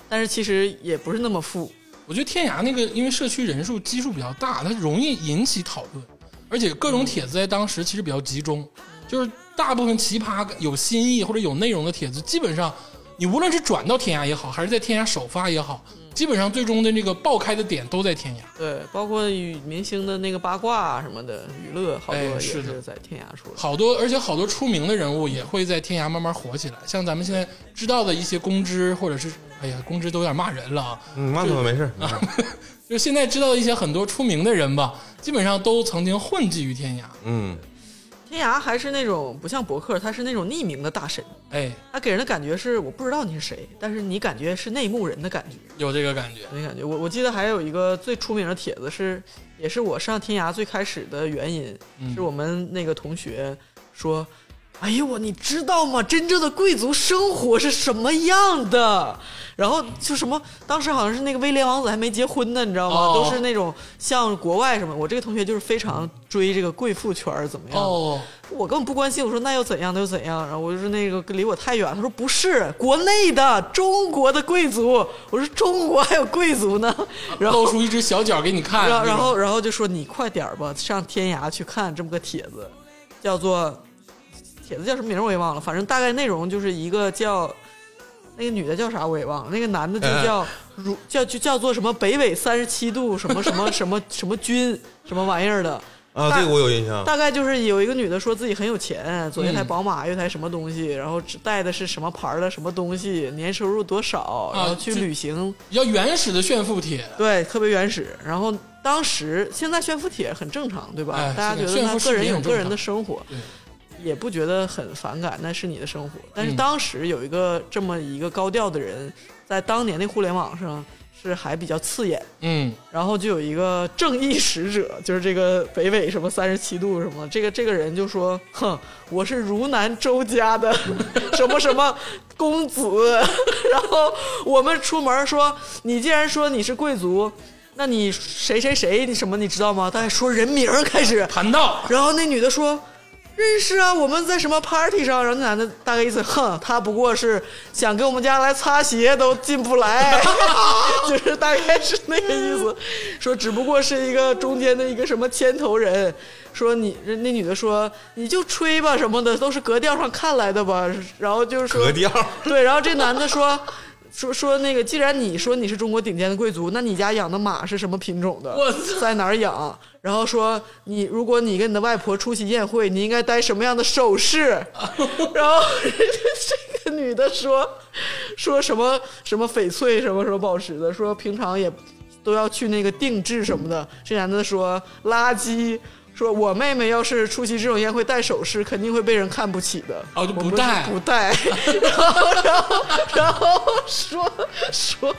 B: 但是其实也不是那么富。
A: 我觉得天涯那个，因为社区人数基数比较大，它容易引起讨论，而且各种帖子在当时其实比较集中，就是大部分奇葩、有新意或者有内容的帖子，基本上你无论是转到天涯也好，还是在天涯首发也好，基本上最终的那个爆开的点都在天涯。
B: 对，包括与明星的那个八卦啊什么的娱乐，好多
A: 哎
B: 也
A: 是的
B: 是在天涯出来。
A: 好多，而且好多出名的人物也会在天涯慢慢火起来，像咱们现在知道的一些公知，或者是哎呀，公知都有点骂人了啊，
C: 嗯，骂他们没事儿。
A: 就现在知道的一些很多出名的人吧，基本上都曾经混迹于天涯。
C: 嗯，
B: 天涯还是那种不像博客，他是那种匿名的大神，
A: 哎，
B: 他给人的感觉是我不知道你是谁，但是你感觉是内幕人的感觉，
A: 有这个感觉。
B: 那感觉。我我记得还有一个最出名的帖子是，也是我上天涯最开始的原因，
A: 嗯
B: 是我们那个同学说。哎呦我，你知道吗？真正的贵族生活是什么样的？然后就什么，当时好像是那个威廉王子还没结婚呢，你知道吗？
A: 哦
B: 都是那种像国外什么，我这个同学就是非常追这个贵妇圈儿怎么样的？
A: 哦，
B: 我根本不关心，我说那又怎样，那又怎样？然后我就是那个离我太远，他说不是国内的中国的贵族，我说中国还有贵 族呢，然后
A: 露出一只小脚给你看，
B: 然后
A: 啊这
B: 然
A: 种
B: 后然后就说你快点儿吧，上天涯去看这么个帖子，叫做帖子叫什么名儿我也忘了，反正大概内容就是一个叫那个女的叫啥我也忘了，那个男的就
A: 哎
B: 叫如叫就叫做什么北纬三十七度什么什么什么什么军什么玩意儿的。
C: 啊，这个我有印
A: 嗯
C: 象。
B: 大概就是有一个女的说自己很有钱，左一台宝马，右一台什么东西，然后只带的是什么牌儿的什么东西，年收入多少，
A: 啊
B: 然后去
A: 这
B: 旅行，
A: 比较原始的炫富帖，
B: 对，特别原始。然后当时现在炫富帖很正常，对吧？
A: 哎
B: 大家觉
A: 是的
B: 得
A: 炫
B: 他
A: 富
B: 个人
A: 视频
B: 有
A: 很
B: 个人
A: 正常
B: 的生活
A: 对，
B: 也不觉得很反感，那是你的生活。但是
A: 嗯
B: 当时有一个这么一个高调的人，在当年的互联网上是还比较刺眼。
A: 嗯，
B: 然后就有一个正义使者，就是这个北纬什么三十七度什么，这个这个人就说：“哼，我是汝南周家的 什么什么公子。” 然后我们出门说：“你既然说你是贵族，那你谁谁谁你什么你知道吗？”他还说人名儿开始，
A: 盘道，
B: 然后那女的说。认识啊，我们在什么 party 上？然后那男的大概意思，哼，他不过是想给我们家来擦鞋都进不 来， 就是大概是那个意思。说只不过是一个中间的一个什么牵头人。说你那女的说你就吹吧什么的，都是格调上看来的吧。然后就是说
C: 格调，
B: 对，然后这男的说。说说那个，既然你说你是中国顶尖的贵族，那你家养的马是什么品种的
A: 我操？
B: 在哪儿养？然后说你，如果你跟你的外婆出席宴会，你应该戴什么样的首饰？ 然后这个女的说说什么什么翡翠什么什么宝石的，说平常也都要去那个定制什么的。这男的说垃圾，说我妹妹要是出席这种宴会戴首饰，肯定会被人看不起的。
A: 哦就不
B: 我们
A: 戴
B: 是不戴。 然后然后然后说说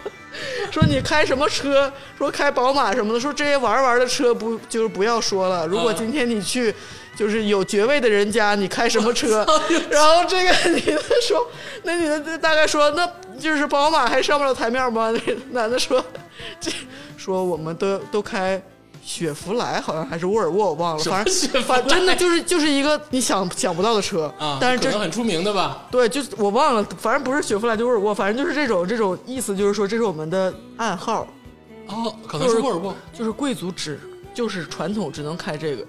B: 说你开什么车？说开宝马什么的。说这些玩儿玩儿的车不就是不要说了。如果
A: 嗯
B: 今天你去。就是有爵位的人家，你开什么 车？
A: 哦
B: 然后这个女的说，那女的大概说，那就是宝马还上不了台面吗？那男的说，这说我们都都开雪佛兰，好像还是沃尔沃，我忘了，
A: 什么
B: 反正
A: 雪佛 兰
B: 反真的就是就是一个你想想不到的车
A: 啊，
B: 但是
A: 可
B: 这
A: 能很出名的吧？
B: 对，就是我忘了，反正不是雪佛兰就沃尔沃，反正就是这种这种意思，就是说这是我们的暗号，
A: 哦，可能是沃尔沃
B: 就是贵族只就是传统只能开这个。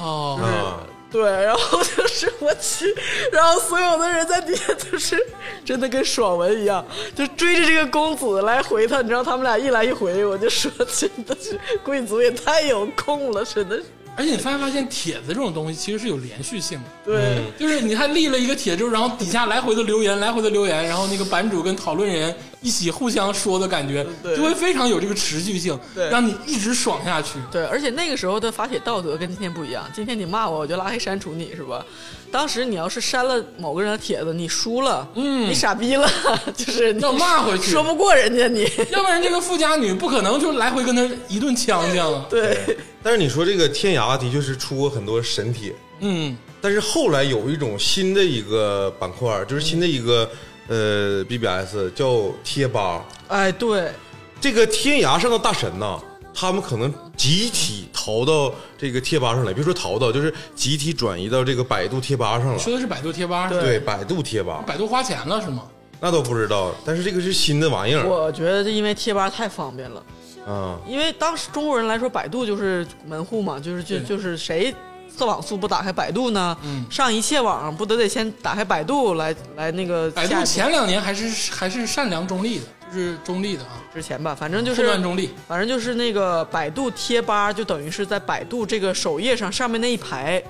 A: 哦，
B: 嗯
C: 啊，
B: 对，然 后就是我去，然后所有的人在底下就是真的跟爽文一样，就追着这个公子来回他，你知道他们俩一来一回，我就说真的是贵族也太有空了，真的是
A: 而且你发没发现帖子这种东西其实是有连续性的。
B: 对。
A: 就是你还立了一个帖之后，然后底下来回的留言，来回的留言，然后那个版主跟讨论人一起互相说的感觉，
B: 对
A: 就会非常有这个持续性，
B: 对
A: 让你一直爽下去。
B: 对，而且那个时候的发帖道德跟今天不一样。今天你骂我，我就拉黑删除你，是吧？当时你要是删了某个人的帖子，你输了，嗯，你傻逼了， 就 是你
A: 要骂回去
B: 说不过人家你。
A: 要不然这个富家女不可能就来回跟他一顿呛呛啊。
B: 对，
C: 但是你说这个天涯的确是出过很多神帖，
A: 嗯，
C: 但是后来有一种新的一个板块儿，就是新的一个呃 BBS 叫贴吧。
B: 哎，对，
C: 这个天涯上的大神呐，他们可能集体逃到这个贴吧上来，别说逃到，就是集体转移到这个百度贴吧上了。
A: 说的是百度贴吧，
B: 对
C: 对，百度贴吧
A: 百度花钱了是吗？
C: 那都不知道，但是这个是新的玩意儿
B: 我觉得因为贴吧太方便了。
C: 啊。
B: 因为当时中国人来说，百度就是门户嘛，就是就
A: 对
B: 就是谁测网速不打开百度呢？
A: 嗯
B: 上一切网不都得先打开百度来来那个
A: 百
B: 下
A: 度
B: 一
A: 前两年还是还是善良中立的，就是中立的啊，
B: 之前吧，反正就
A: 混乱
B: 是
A: 中立。
B: 反正就是那个百度贴吧，就等于是在百度这个首页上上面那一排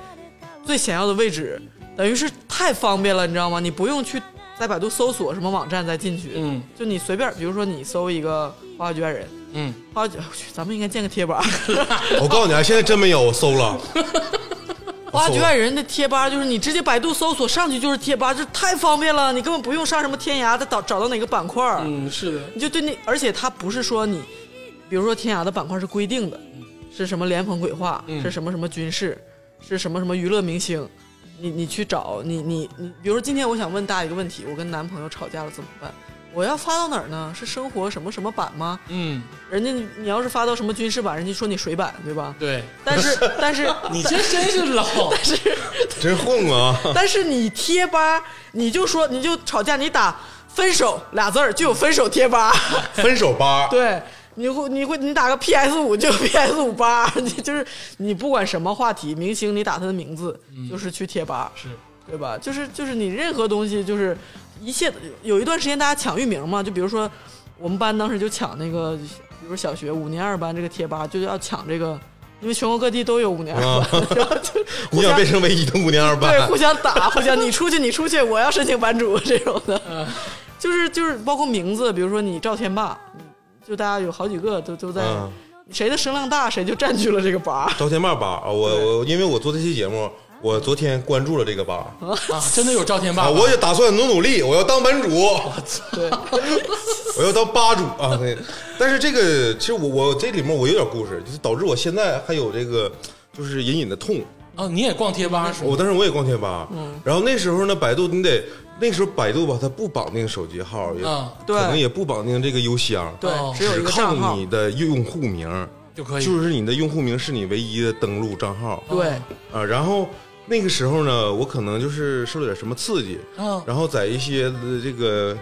B: 最显要的位置，等于是太方便了，你知道吗？你不用去在百度搜索什么网站再进去，
A: 嗯
B: 就你随便，比如说你搜一个花花娟人，
A: 嗯，
B: 花花，去咱们应该建个贴吧。
C: 我告诉你啊，现在真没有，我搜了，
B: 挖
C: 搜
B: 掘
C: 了
B: 爱人的贴吧就是你直接百度搜索上去就是贴吧，这太方便了，你根本不用上什么天涯的找找到哪个板块儿，
A: 嗯，是的，
B: 你就对那，而且它不是说你，比如说天涯的板块是规定的，是什么莲蓬鬼话，
A: 嗯
B: 是什么什么军事，是什么什么娱乐明星，你你去找你你你，比如说今天我想问大家一个问题，我跟男朋友吵架了怎么办？我要发到哪儿呢？是生活什么什么版吗？
A: 嗯，
B: 人家你要是发到什么军事版，人家说你水版，对吧？
A: 对，
B: 但是但是
A: 你这真是老，
C: 真混啊！
B: 但是你贴吧，你就说你就吵架，你打分手俩字儿就有分手贴吧，
C: 分手吧，
B: 对，你会你会你打个 PS 五就 PS 五吧，你就是你不管什么话题，明星你打他的名字，
C: 嗯
B: 就是去贴吧，
A: 是
B: 对吧？就是就是你任何东西就是一切有一段时间大家抢域名嘛，就比如说我们班当时就抢那个，比如小学五年二班这个贴吧就要抢这个。因为全国各地都有五年二班，然后 就
C: 啊 你
B: 互
C: 想
B: 相
C: 变成唯一的五年二
B: 对，
C: 班
B: 互？相打，互相你出去，你出去，我要申请班主这种的，就是就是包括名字，比如说你赵天霸，就大家有好几个都都在、
C: 嗯
B: 谁的声浪大，谁就占据了这个吧。
C: 朝天霸吧啊！我我因为我做这期节目，我昨天关注了这个吧
A: 啊，真的有赵天霸
C: 啊，
A: 吧，
C: 我也打算努努力，我要当班主，
B: 对，
C: 我要当吧主啊！对但是这个其实我我这里面我有点故事，就是导致我现在还有这个就是隐隐的痛。
A: 啊，你也逛贴吧是吗？
C: 我当时我也逛贴吧，
B: 嗯
C: 然后那时候呢，百度你得那时候百度吧，它不绑定手机号，也
A: 啊
B: 对
C: 可能也不绑定这个邮箱，
B: 对
A: 哦，
B: 只有一
C: 只
B: 个账
C: 靠
B: 号
C: 你。的用户名，
A: 就可以，
C: 就是你的用户名是你唯一的登录账号
B: 对，
C: 啊。然后那个时候呢，我可能就是受了点什么刺激，
A: 嗯，
C: 然后在一些呃这个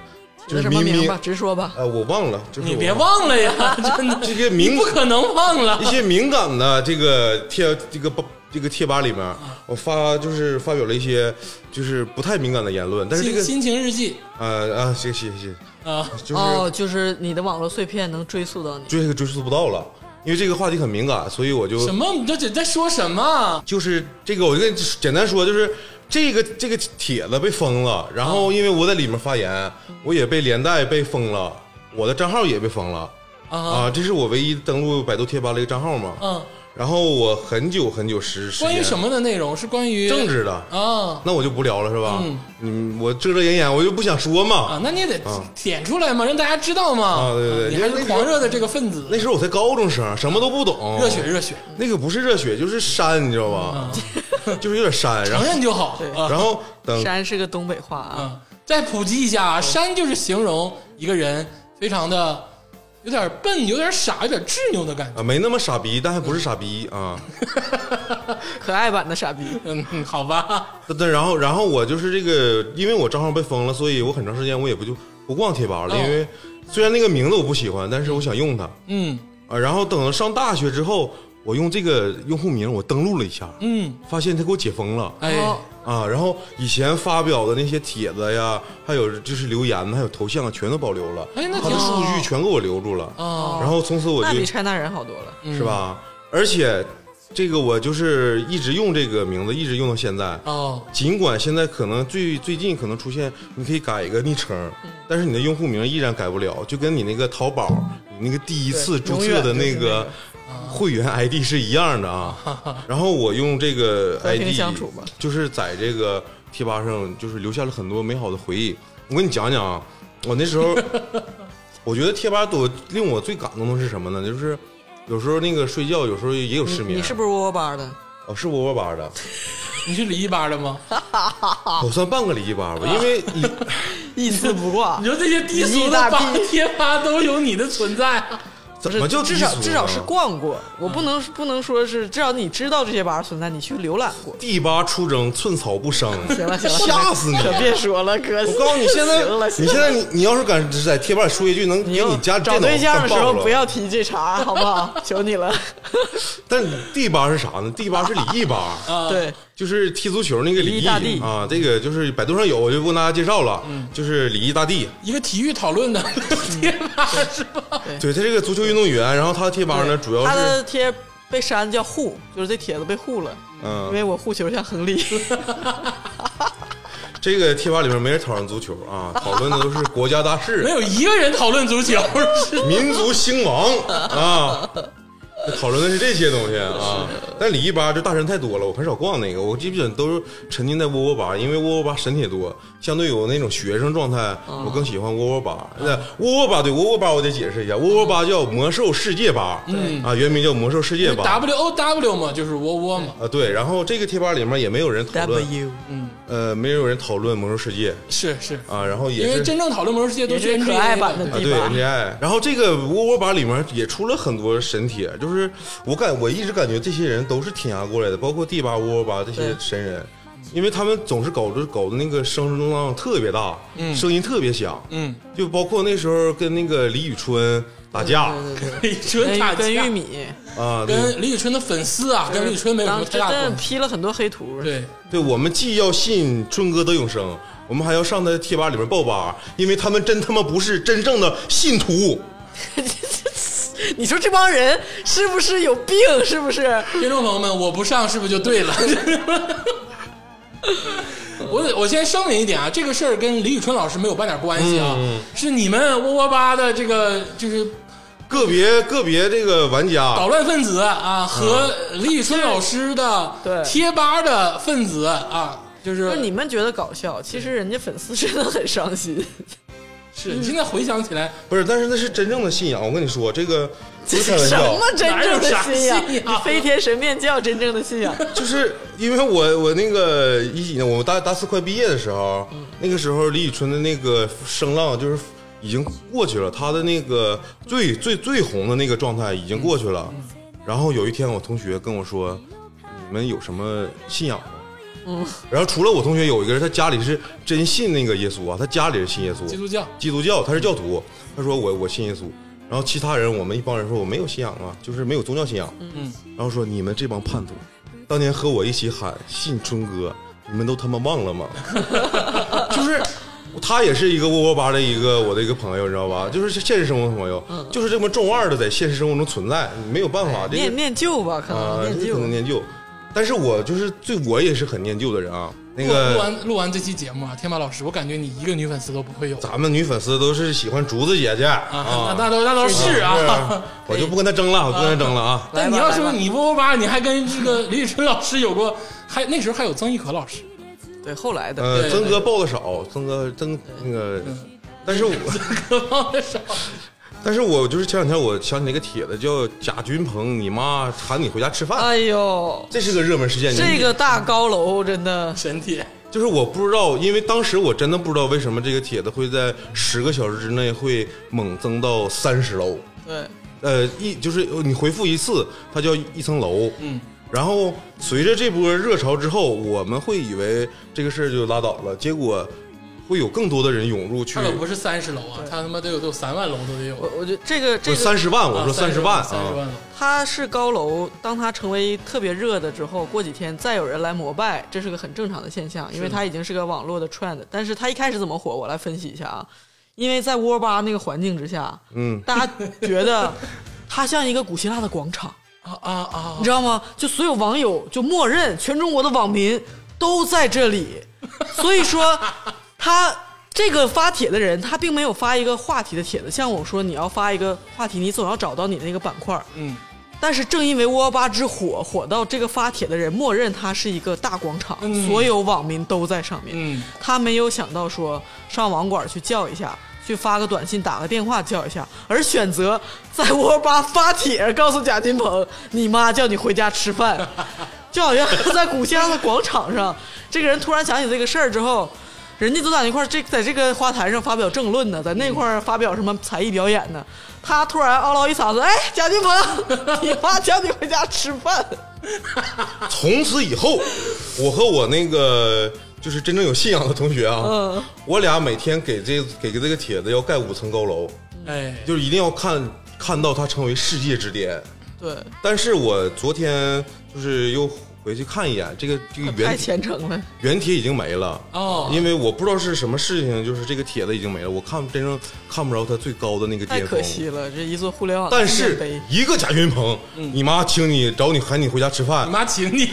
B: 那
C: 就是
B: 什么
C: 咪咪
B: 名吧，直说吧。
C: 呃，我忘了，就是
A: 你
C: 我
A: 别忘了 呀，真的，
C: 这个
A: 你
C: 名
A: 不可能忘了
C: 一，些敏感的这个贴这个吧这个贴吧里面，我发就是发表了一些就是不太敏感的言论，但是这
A: 心
C: 个
A: 心情日记
C: 呃啊，谢谢谢谢，
A: 啊，
C: 就是
B: 哦，就是你的网络碎片能追溯到你。
C: 追追溯不到了，因为这个话题很敏感，所以我就
A: 什么？你这这在说什么？啊
C: 就是这个，我就跟你简单说，就是这个这个帖子被封了，然
A: 哦
C: 后因为我在里面发言，我也被连带被封了，我的账号也被封了
A: 啊，
C: 啊，这是我唯一登录百度贴吧的一个账号嘛。
A: 嗯，
C: 然后我很久很久时时
A: 关于
C: 间
A: 什么的内容？是关于
C: 政治的，
A: 啊
C: 那我就不聊了是吧？嗯，我遮遮掩掩，我就不想说嘛。
A: 啊，那你也得
C: 啊
A: 点出来嘛，让大家知道嘛。
C: 啊对对对
A: 你还
C: 因为那
A: 是
C: 个
A: 狂热的这个分子，
C: 那时候我才高中生，什么都不懂，
A: 热血嗯热血，
C: 那个不是热血，就是山，你知道吧？
A: 嗯
C: 就是有点山，然
A: 承
C: 后
A: 认就好
B: 对
A: 啊。
C: 然后等
B: 山是个东北话啊，
A: 嗯，再普及一下
C: 嗯
A: 啊，山就是形容一个人非常的有点笨、有点傻、有点执拗的感觉。
C: 啊没那么傻逼，但还不是傻逼啊。
B: 可爱版的傻逼。
A: 嗯， 好吧，
C: 但但然后然后我就是这个，因为我账号被封了，所以我很长时间我也不就不逛贴吧了，
A: 哦
C: 因为虽然那个名字我不喜欢，但是我想用它
A: 嗯
C: 啊。然后等上大学之后，我用这个用户名我登录了一下，
A: 嗯，
C: 发现它给我解封了。
A: 哎，
B: 哦
C: 啊，然后以前发表的那些帖子呀，还有就是留言，还有头像，啊全都保留了。
A: 哎那
C: 他
A: 挺
C: 的
A: 好
C: 数据全给我留住了。
A: 哦
C: 然后从此我
B: 那
C: 就
B: 比拆那人好多了。
A: 嗯
C: 是吧？而且这个我就是一直用这个名字，一直用到现在。
A: 哦，
C: 尽管现在可能最最近可能出现，你可以改一个昵称，
B: 嗯
C: 但是你的用户名依然改不了，就跟你那个淘宝你那个第一次
B: 对
C: 注
B: 永
C: 册
B: 远
C: 的
B: 就是
C: 那
B: 那
C: 个
B: 个
C: 会员 ID 是一样 的啊。然后我用这个
B: 和平
C: ID
B: 相处吧
C: 就是在这个贴吧上，就是留下了很多美好的回忆。我跟你讲讲啊，我那时 候我觉得贴吧多令我最感动的是什么呢？就是有时候那个睡觉，有时候也有失
B: 你
C: 眠。
B: 你是不是窝窝吧的？
C: 哦，是窝窝吧的，
A: 你是离一班的吗？
B: 啊
C: 我算半个离吧吧，因为你
B: 一丝不挂
A: 你，说这些低俗
B: 一
A: 的
B: 大
A: 吧
B: 批
A: 贴吧都有你的存在啊，
C: 怎么就
B: 至
C: 低
B: 少
C: 俗
B: 至少
C: 呢嗯
B: 是逛过，我不能不能说是至少你知道这些玩意儿存在，你去浏览过。
C: 地八出征，寸草 不生。
B: 行了行了，
C: 吓死你！
B: 可
C: 我
B: 别说了，哥。我
C: 告诉你，现在
B: 行了，
C: 你现在你你要是敢在贴吧说一句，能
B: 你
C: 给
B: 又
C: 你家
B: 找
C: 电脑
B: 对象的时
C: 干爆
B: 候
C: 了
B: 不。要提这茬，好不 好？求你了。
C: 但地八是啥呢？地八是李 毅吧？
B: 对，
C: 就是踢足球那个
B: 李
C: 李
B: 毅啊大帝嗯
C: 啊，这个就是百度上有，我就不跟大家介绍了。就是李毅大帝，
A: 一个体育讨论的贴吧
C: 嗯
A: 是吧？
C: 对他这个足球运动员，然后他贴吧呢主要
B: 他
C: 是
B: 的贴被删叫护，就是这帖子被护了，因
C: 嗯，
B: 为我护球像亨 利。
C: 这个贴吧里面没人讨论足球 啊，讨论的都是国家大
A: 没
C: 事、
A: 有一个人讨论足球，是
C: 民族兴亡啊。讨论的是这些东西啊。但里一吧就大神太多了，我很少逛那个，我基本都是沉浸在窝窝吧，因为窝窝吧神铁多，相对有那种学生状
A: 啊
C: 态，我更喜欢窝窝吧。那窝窝吧对窝窝吧，我得解释一下，窝窝吧叫魔兽世界吧，
A: 嗯
C: 啊，原名叫魔兽世界吧。
A: W O W 嘛，就是窝窝嘛，
C: 啊，对，然后这个贴吧里面也没有人讨
A: E
C: 论，
B: W
C: 呃，没有人讨论魔兽世界
A: 是是，
C: 啊，然后也
A: 因
C: 是
A: 为真正讨论魔兽世界都
B: 也
A: 是
B: 是
A: N G
B: 可爱版的
C: 啊，
B: 地
C: 对
B: 吧
C: N G I，然后这个窝窝吧里面也出了很多神帖，就是我感我一直感觉这些人都是天涯过来的，包括第八窝窝吧这些
B: 对
C: 神人，因为他们总是搞的搞的那个声浪特别大，声音特别响，
A: 嗯，
C: 就包括那时候跟那个李宇春打架
B: 对对对，
A: 李宇春打
B: 跟
A: 架
B: 跟玉米，
C: 啊，对
A: 跟李宇春的粉丝啊，跟李宇春没有什么太大
B: 真的
A: 关系。
B: 批了很多黑图，
A: 对，
C: 对，我们既要信春哥的永生，我们还要上他贴吧里面爆吧，因为他们真他妈不是真正的信徒。
B: 你说这帮人是不是有病？是不是？
A: 听众朋友们，我不上是不是就对了？ 我得我先声明一点啊，这个事儿跟李宇春老师没有半点关系啊，
C: 嗯
A: 是你们窝窝吧的这个就是
C: 个别个别这个玩家
A: 捣乱分子啊和
C: 嗯
A: 李宇春老师的
B: 对
A: 贴吧的分子啊，就是
B: 就是你们觉得搞笑，其实人家粉丝真的很伤心。
A: 是你现在回想起来，
C: 不是，但是那是真正的信仰。我跟你说，这个不
B: 这
C: 是开
B: 是
C: 玩
B: 什
C: 笑，
B: 么真正的信
A: 哪有啥啊哎
B: 仰？
A: 信
B: 你
A: 仰
B: 飞天神面教真正的 信仰？
C: 就是因为我我那个一几年，我大大四快毕业的时候，
A: 嗯
C: 那个时候李宇春的那个声浪就是已经过去了，他的那个最最最红的那个状态已经过去
A: 嗯
C: 了。然后有一天，我同学跟我说：“你们有什么信仰吗？”
A: 嗯
C: 然后除了我同学有一个人，他家里是真信那个耶稣啊，他家里是信耶稣，
A: 基督教嗯
C: 基督教，他是教徒。他说我我信耶稣。然后其他人我们一帮人说我没有信仰啊，就是没有宗教信仰。
A: 嗯，
C: 然后说你们这帮叛徒，当年和我一起喊信春哥，你们都他妈忘了吗？就是。他也是一个窝窝吧的一个我的一个朋友，你知道吧？就是现实生活中朋友，就是这么中二的在现实生活中存在，你没有办法。这个
B: 念念旧吧，可
C: 啊
B: 能，念
C: 这
B: 旧
C: 可。能念旧。但是我就是最，我也是很念旧的人啊。那
A: 录
C: 个
A: 完录完这期节目啊，天马老师，我感觉你一个女粉丝都不会有啊，
C: 咱们女粉丝都是喜欢竹子姐姐
A: 那
C: 啊，
A: 那都那都是啊。
C: 啊，我就不跟她争了，我不跟她争了啊。
A: 但你要
B: 来吧
A: 说
B: 来吧
A: 你窝窝吧，你还跟这个李宇春老师有过，还那时候还有曾轶可老师，
B: 对后来的，
C: 呃，
A: 对
C: 曾哥报的少，曾哥曾那个，但是我
A: 忘了啥？
C: 但是我就是前两天我想起那个帖子，叫贾君鹏，你妈喊你回家吃饭，
B: 哎呦，
C: 这是个热门事件。你
B: 这个大高楼真的
A: 神帖，
C: 就是我不知道，因为当时我真的不知道为什么这个帖子会在十个小时之内会猛增到三十楼。
B: 对。
C: 呃，一就是你回复一次，它叫一层楼。
A: 嗯，
C: 然后随着这波热潮之后，我们会以为这个事儿就拉倒了，结果会有更多的人涌入去
A: 他。可不是三十楼啊，他他妈得有都有三万楼都得有
B: 我，我觉得这个这
C: 就
B: 个
C: 三十万，我说
A: 三
C: 三十万
A: 三十万
C: 啊，
A: 楼，
B: 它是高楼，当它成为特别热的之后，过几天再有人来膜拜，这是个很正常的现象，因为它已经是个网络的 trend。但是它一开始怎么火，我来分析一下啊，因为在窝吧那个环境之下，
C: 嗯，
B: 大家觉得它像一个古希腊的广场，
A: 啊啊啊
B: 你！知道吗？就所有网友就默认全中国的网民都在这里，所以说他这个发帖的人，他并没有发一个话题的帖子。像我说，你要发一个话题，你总要找到你那个板块儿。
A: 嗯，
B: 但是正因为窝吧之火，火到这个发帖的人默认它是一个大广场，所有网民都在上面。
A: 嗯
B: 他没有想到说上网管去叫一下，去发个短信、打个电话叫一下，而选择在窝吧发帖告诉贾金鹏：“你妈叫你回家吃饭。”就好像在古希腊的广场上，这个人突然想起这个事儿之后。人家都在那块儿，这在这个花坛上发表政论呢，在那块儿发表什么才艺表演呢？他突然嗷唠一嗓子：“哎，贾金鹏，你妈叫你回家吃饭。
C: 从此以后，我和我那个就是真正有信仰的同学啊
B: 嗯，
C: 我俩每天给这给这个帖子要盖五层高楼，
A: 哎，
C: 就是一定要看看到它成为世界之巅。”
B: 对，
C: 但是我昨天就是又回去看一眼，这个这个
B: 太
C: 原
B: 虔诚了。
C: 原帖已经没了
A: 哦
C: 因为我不知道是什么事情，就是这个帖子已经没了，我看真正看不着它最高的那个
B: 太
C: 巅
B: 可
C: 峰。
B: 惜了，这一座互联网
C: 但
B: 纪
C: 是
B: 念碑
C: 一个贾云鹏，
B: 嗯
C: 你妈请你找你喊你回家吃
A: 你
C: 饭，
A: 妈请你，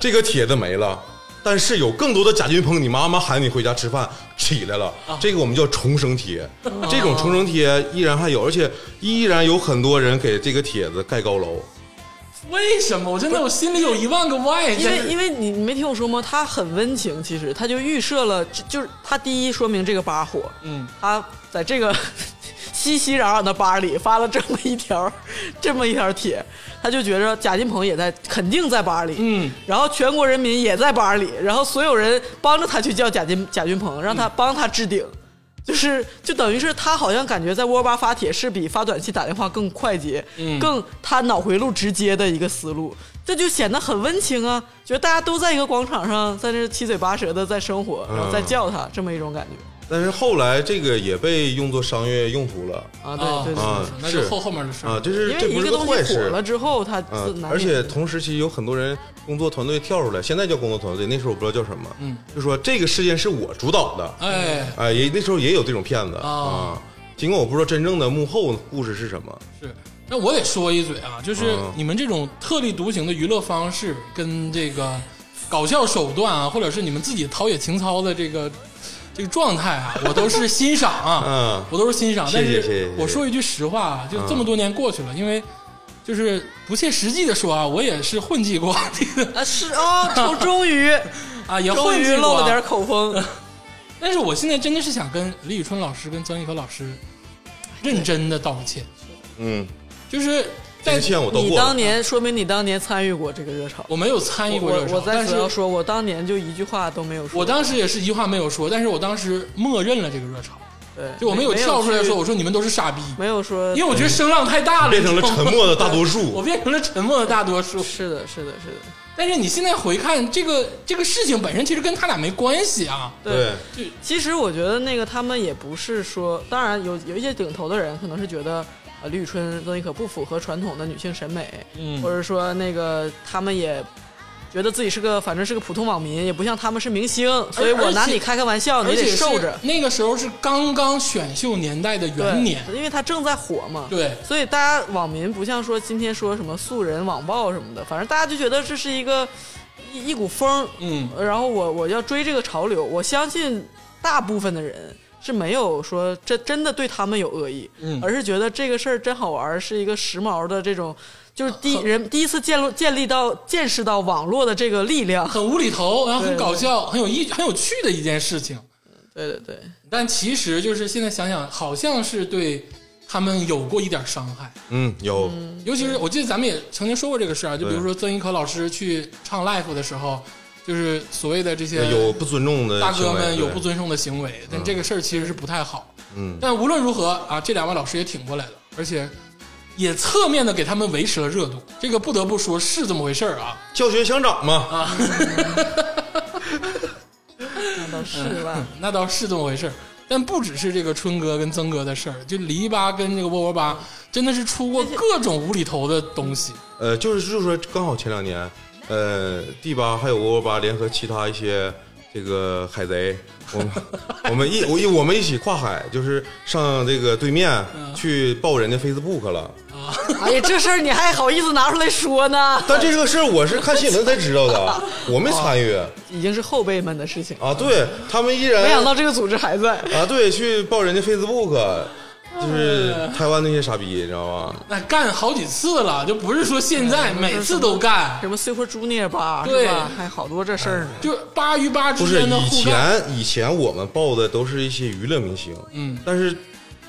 C: 这个帖子没了。但是有更多的贾俊鹏，你妈妈喊你回家吃饭起来了，
B: 啊
C: 这个我们叫重生贴。
B: 哦
C: 这种重生贴依然还有，而且依然有很多人给这个帖子盖高楼。
A: 为什么？我真的我心里有一万个 why，
B: 因为
A: 真的
B: 因为你你没听我说吗？他很温情，其实他就预设了，就就是他第一说明这个吧火，
A: 嗯，
B: 他在这个 熙熙攘攘的吧里发了这么一条这么一条帖，他就觉着贾金鹏也在，肯定在吧里，
A: 嗯，
B: 然后全国人民也在吧里，然后所有人帮着他去叫贾金贾俊鹏，让他帮他置顶。就是，就等于是他好像感觉在窝吧发帖是比发短信打电话更快捷，
A: 嗯
B: 更他脑回路直接的一个思路，这就显得很温情啊！觉得大家都在一个广场上，在这七嘴八舌的在生活，然后
C: 嗯
B: 在叫他，这么一种感觉
C: 但是后来这个也被用作商业用途了
B: 啊！
A: 啊
B: 对对
C: 啊
B: 对，
A: 那就是后后面的事儿
C: 啊，这是
B: 因
C: 这
B: 为
C: 不
B: 一
C: 是
B: 个东
C: 坏
B: 西火
C: 事
B: 了之后，他
C: 啊
B: 自，难
C: 而且
B: 免
C: 同时期有很多人工作团队跳出来，现在叫工作团队，那时候我不知道叫什么，
A: 嗯，
C: 就说这个事件是我主导的，
B: 啊
A: 哎，
C: 哎，也那时候也有这种骗子
A: 啊
B: 哦
C: 啊。尽管我不知道真正的幕后故事是什么，
A: 是。那我得说一嘴啊，就是
C: 嗯
A: 你们这种特立独行的娱乐方式跟这个搞笑手段啊，或者是你们自己陶冶情操的这个这个状态啊，我都是欣赏啊。
C: 嗯
A: 我都是欣赏。但
C: 谢谢谢谢
A: 是
C: 谢谢
A: 我说一句实话啊，就这么多年过去了，因为就是不切实际的说啊，我也是混迹过这 个
B: 啊是啊，终 终于
A: 啊，也
B: 终
A: 混
B: 于
A: 迹过
B: 露
A: 啊
B: 了点。口 风，
A: 但是我现在真的是想跟李宇春老师跟张艺和老师认真的道个歉，
C: 嗯，
A: 就是
C: 这
A: 在
C: 个欠我都
B: 你
C: 过
B: 当
C: 了，
B: 年说明你当年参与过这个热潮。
A: 我没有参与过
B: 我
A: 热
B: 我
A: 潮，
B: 在
A: 但
B: 此
A: 是
B: 要说，我当年就一句话都没有说。
A: 我当时也是一句话没有说，但是我当时默认了这个热潮，
B: 对，
A: 就我没有跳出来
B: 去
A: 说，我说你们都是傻逼，
B: 没有说
A: 因为我觉得声浪太大了，
C: 变成了
A: 你知道吗
C: 沉默的大多
A: 我
C: 数。
A: 变成了沉默的大多数。
B: 是的，是的，是的，
A: 但是你现在回看这个这个事情本身，其实跟他俩没关系啊。
C: 对，
B: 其实我觉得那个他们也不是说，当然有有一些顶头的人可能是觉得。呃，绿春、曾轶可不符合传统的女性审美，
A: 嗯
B: 或者说那个他们也觉得自己是个，反正是个普通网民，也不像他们是明星，所以我拿
A: 而且
B: 你开开玩笑，你
A: 而
B: 得
A: 且是
B: 受着。
A: 那个时候是刚刚选秀年代的元
B: 对，
A: 年，
B: 因为他正在火嘛。
A: 对
B: 所以大家网民不像说今天说什么素人网暴什么的，反正大家就觉得这是一个一一股风儿，
A: 嗯
B: 然后我我要追这个潮流，我相信大部分的人是没有说这真的对他们有恶意，
A: 嗯
B: 而是觉得这个事儿真好玩儿，是一个时髦的这 种，就是第
A: 很
B: 人第一次建立建立到见识到网络的这个力量。
A: 很无厘头，然后很
B: 对对
A: 搞笑，很有意很有趣的一件事情。
B: 对对对，
A: 但其实就是现在想想，好像是对他们有过一点伤害，
C: 嗯，有，
A: 尤其是我记得咱们也曾经说过这个事儿啊，就比如说曾轶可老师去唱 l i f e 的时候，就是所谓的这些
C: 有不尊重的
A: 大
C: 行
A: 哥
C: 为
A: 们有
C: 对
A: 不尊重的行为，但这个事儿其实是不太好。
C: 嗯，
A: 但无论如何啊，这两位老师也挺过来了，而且也侧面的给他们维持了热度，这个不得不说是这么回事儿啊。
C: 教学相长嘛，
B: 那倒是吧。
A: 那倒是这么回事儿，但不只是这个春哥跟曾哥的事儿，就篱笆跟这个窝窝
C: 嗯
A: 吧，真的是出过各种无厘头的东西。
C: 呃，就是就是说，刚好前两年，呃，第八还有窝窝吧联合其他一些这个海贼，我们我们一我一我们一起跨海，就是上这个对面去爆人家 Facebook 了。
B: 哎呀，这事儿你还好意思拿出来说呢？
C: 但这个事儿我是看新闻才知道的，我没参与
B: 已经是后辈们的事情了，
C: 啊。对他们依然
B: 没想到这个组织还在。
C: 啊，对，去爆人家 Facebook，就是
A: 哎
C: 台湾那些傻逼，你知道吗？
A: 那干好几次了，就不是说现在每次都干，
B: 什么 Super Junior 吧，
A: 对
B: 是吧？还好多这事儿呢。
A: 就八与八
C: 不
A: 之
C: 是
A: 间的
C: 以
A: 互干。
C: 前以前我们报的都是一些娱乐明星，
A: 嗯，
C: 但是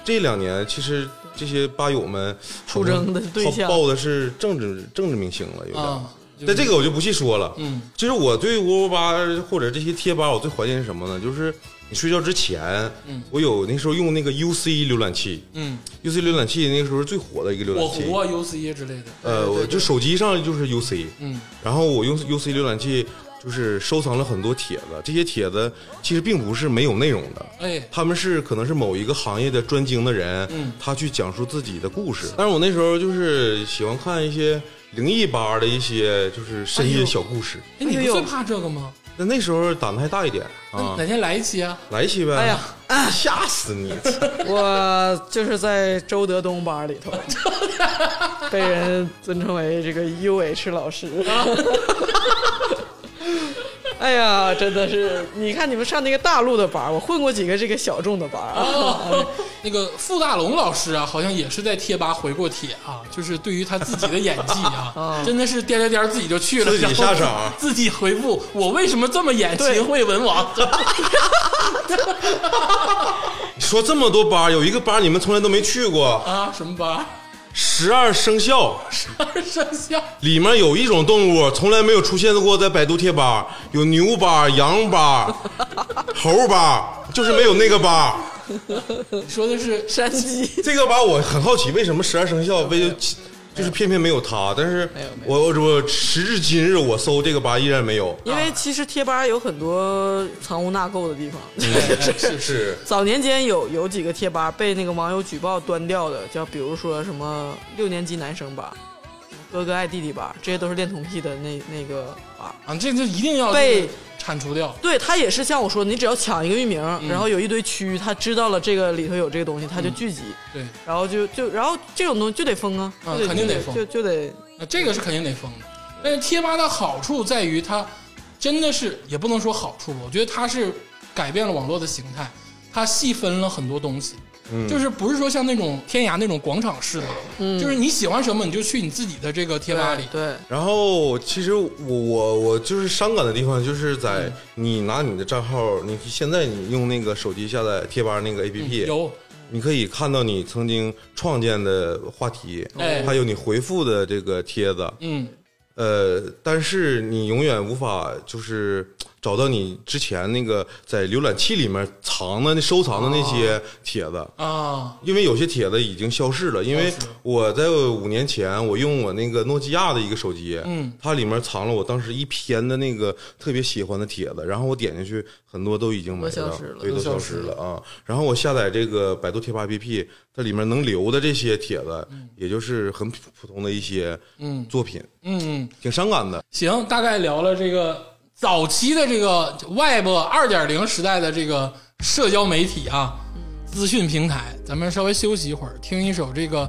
C: 这两年其实这些吧友 们
B: 出征的对象
C: 好报的是政治政治明星了，有点。
A: 啊，就
C: 但这个我就不细说了。
A: 嗯，
C: 其实我对窝窝吧或者这些贴吧，我最怀念是什么呢？就是你睡觉之前，
A: 嗯
C: 我有那时候用那个 UC 浏览器
A: 嗯，
C: ，UC 浏览器那时候是最火的一个浏
A: 火
C: 览器。
A: 狐啊、UC 之类的，
C: 呃，我就手机上就是 UC，
A: 嗯
C: 然后我用 UC 浏览器就是收藏了很多帖子，这些帖子其实并不是没有内容的，
A: 哎
C: 他们是可能是某一个行业的专精的人，
A: 嗯
C: 他去讲述自己的故事。但是我那时候就是喜欢看一些灵异吧的一些就是深夜小故事。
A: 哎，你不
B: 哎呦
A: 最怕这个吗？
C: 那那时候胆子还大一点
A: 那
C: 啊
A: 哪，天来一 期啊？
C: 来一期呗。
B: 哎呀，
C: 吓死你！
B: 我就是在周德东吧里头，被人尊称为这个 UH 老师。 哎呀，真的是，你看你们上那个大陆的班儿，我混过几个这个小众的班儿
C: 哦
B: 啊。
A: 那个傅大龙老师啊，好像也是在贴吧回过帖啊，就是对于他自己的演技 啊，真的是颠颠颠自己就去了，
C: 自己
A: 然后
C: 下场啊
A: 自己回复我为什么这么演
B: 对
A: 秦惠文王？
C: 说这么多班儿，有一个班儿你们从来都没去过，
A: 啊，什么 吧？
C: 十二生肖
A: 生肖
C: 里面有一种动物从来没有出现过在百度贴吧，有牛吧、羊吧、猴吧，就是没有那个吧。
A: 说的是
B: 山鸡，
C: 这个吧，我很好奇，为什么十二生肖为就是偏偏没有它？但是
B: 没有没有
C: 我我我时至今日我搜这个吧依然没有。
B: 因为其实贴吧有很多藏污纳垢的地方。
A: 哎是
C: 是是，
B: 早年间有有几个贴吧被那个网友举报端掉的，叫比如说什么六年级男生吧，哥哥爱弟弟吧，这些都是恋童癖的那那个吧。
A: 啊，这就一定要
B: 被
A: 铲除掉。
B: 对他也是像我说，你只要抢一个域名，
A: 嗯
B: 然后有一堆区，他知道了这个里头有这个东西，他就聚集，
A: 对，
B: 然后就就然后这种东西就得封啊，
A: 啊
B: 就
A: 肯定
B: 就
A: 得封
B: 就就得
A: 那这个是肯定得封的。但是贴吧的好处在于它真的是也不能说好处吧，我觉得它是改变了网络的形态，它细分了很多东西。就是不是说像那种天涯那种广场式的，就是你喜欢什么你就去你自己的这个贴吧里，
B: 对
C: 然后其实我我我就是伤感的地方就是
B: 嗯
C: 在你拿你的账号，你现在你用那个手机下载贴吧那个
B: 嗯
C: APP，、
A: 有
C: 你可以看到你曾经创建的话题，
A: 哎
C: 还有你回复的这个帖子，
A: 嗯
C: 呃，但是你永远无法就是找到你之前那个在浏览器里面藏的那收藏的那些帖子。
A: 啊
C: 因为有些帖子已经消逝了，因为
A: 消失了
C: 我在五年前，我用我那个诺基亚的一个手机，
A: 嗯，
C: 它里面藏了我当时一篇的那个特别喜欢的帖子，然后我点进去，很多都已经没
B: 都消
C: 了
B: 失了，
C: 对，
A: 都
C: 都
A: 消
C: 消
A: 失
C: 失了啊。然后我下载这个百度贴吧 APP，它里面能留的这些帖子，也就是很普通的一些
A: 嗯
C: 作品，
A: 嗯嗯，
C: 挺伤感的。
A: 行，大概聊了这个早期的这个 Web 二点零时代的这个社交媒体啊，资讯平台，咱们稍微休息一会儿，听一首这个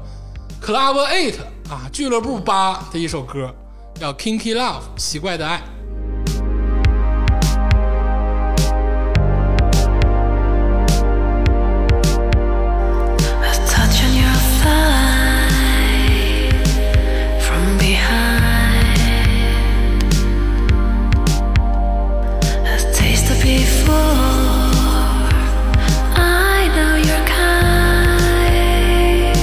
A: Club Eight 啊俱乐部八的一首歌，叫 Kinky Love 奇怪的爱。
D: A touch on your thigh from behind. A taste of before. I know your kind.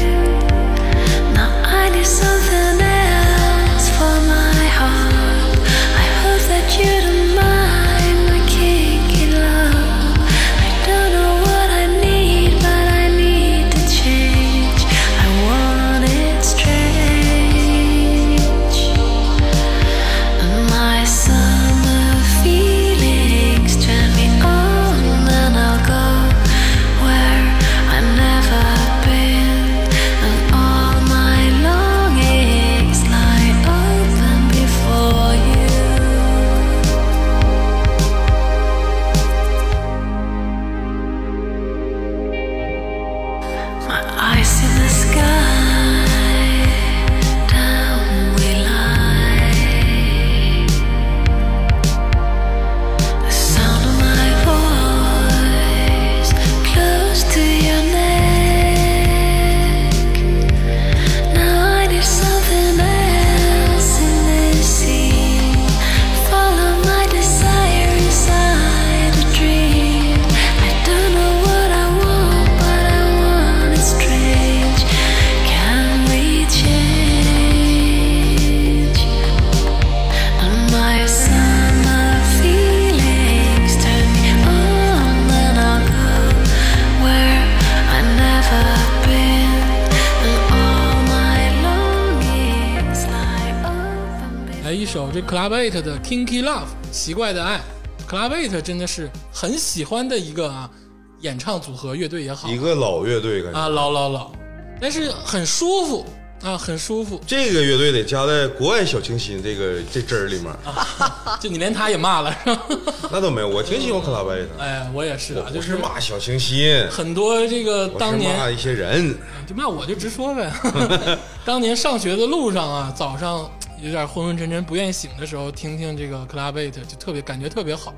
D: Now I need something else for my heart. I hope that you don't mind my kinky love. I don't know what I need, but I need to change. I want it strange. My summer feelings turn me on, and I'll go where I've never been. And all my longings lie open before you. My eyes in the sky, down we lie. The sound of my voice, close to your neck. Now I need something else in this scene. Follow my desire inside a dream. I don't know what I want, but I want it strange. Can we change? And my summer feelings turn me on, and I'll go where I've never been. And all my longings lie open.
A: 来一首这 Club Eight 的 Kinky Love 奇怪的爱，Club Eight 真的是很喜欢的一个啊演唱组合乐队也好，啊
C: 一个老乐队感觉，
A: 啊，老老老，但是很舒服啊，很舒服。
C: 这个乐队得加在国外小清新这个这汁儿里面，
A: 就你连他也骂了，是吧？
C: 那倒没有，我挺喜欢卡拉白的。
A: 哎，我也是啊，就
C: 我是
A: 是
C: 骂小清新，
A: 很多这个
C: 我
A: 当
C: 是
A: 年
C: 骂一些人。
A: 就骂我就直说呗。 当年上学的路上啊，早上有点昏昏沉沉不愿意醒的时候，听听这个 Clubbate 就特别感觉特别好。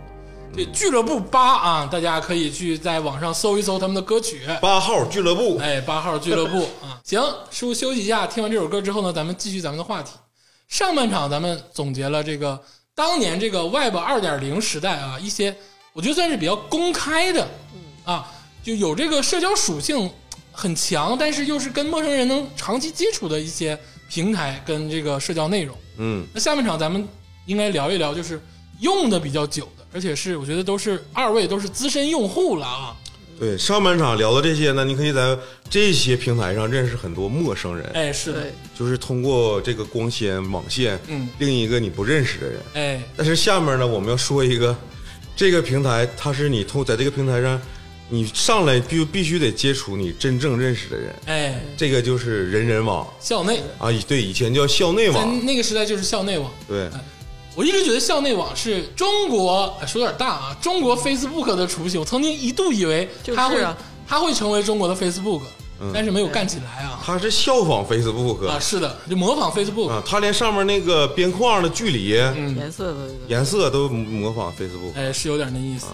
A: 这俱乐部八啊，大家可以去在网上搜一搜他们的歌曲。
C: 八号俱乐部，
A: 哎，八号俱乐部啊，行，师傅休息一下，听完这首歌之后呢，咱们继续咱们的话题。上半场咱们总结了这个当年这个 Web 二点零时代啊，一些我觉得算是比较公开的，啊，就有这个社交属性很强，但是又是跟陌生人能长期接触的一些平台跟这个社交内容。
C: 嗯，
A: 那下半场咱们应该聊一聊，就是用的比较久的，而且是我觉得都是二位都是资深用户了啊。
C: 对，上半场聊的这些呢，你可以在这些平台上认识很多陌生人，
A: 哎，是的，
B: 对，
C: 就是通过这个光纤、网线，
A: 嗯
C: 另一个你不认识的人。
A: 哎，
C: 但是下面呢，我们要说一个，这个平台它是你通在这个平台上，你上来必必须得接触你真正认识的人，
A: 哎，
C: 这个就是人人网
A: 校内。
C: 啊，以对，以前叫校内
A: 在
C: 网，
A: 那个时代就是校内网。
C: 对，
A: 我一直觉得校内网是中国哎说有点大啊，中国 Facebook 的雏形。我曾经一度以为它
B: 就是
A: 会
B: 啊
A: 它会成为中国的 Facebook，但是没有干起来啊。
C: 它是效仿 Facebook
A: 啊，是的，就模仿 Facebook，
C: 啊，它连上面那个边框的距离、
A: 嗯
B: 颜色的这个
C: 颜色都模仿 Facebook。
A: 哎，是有点那意思。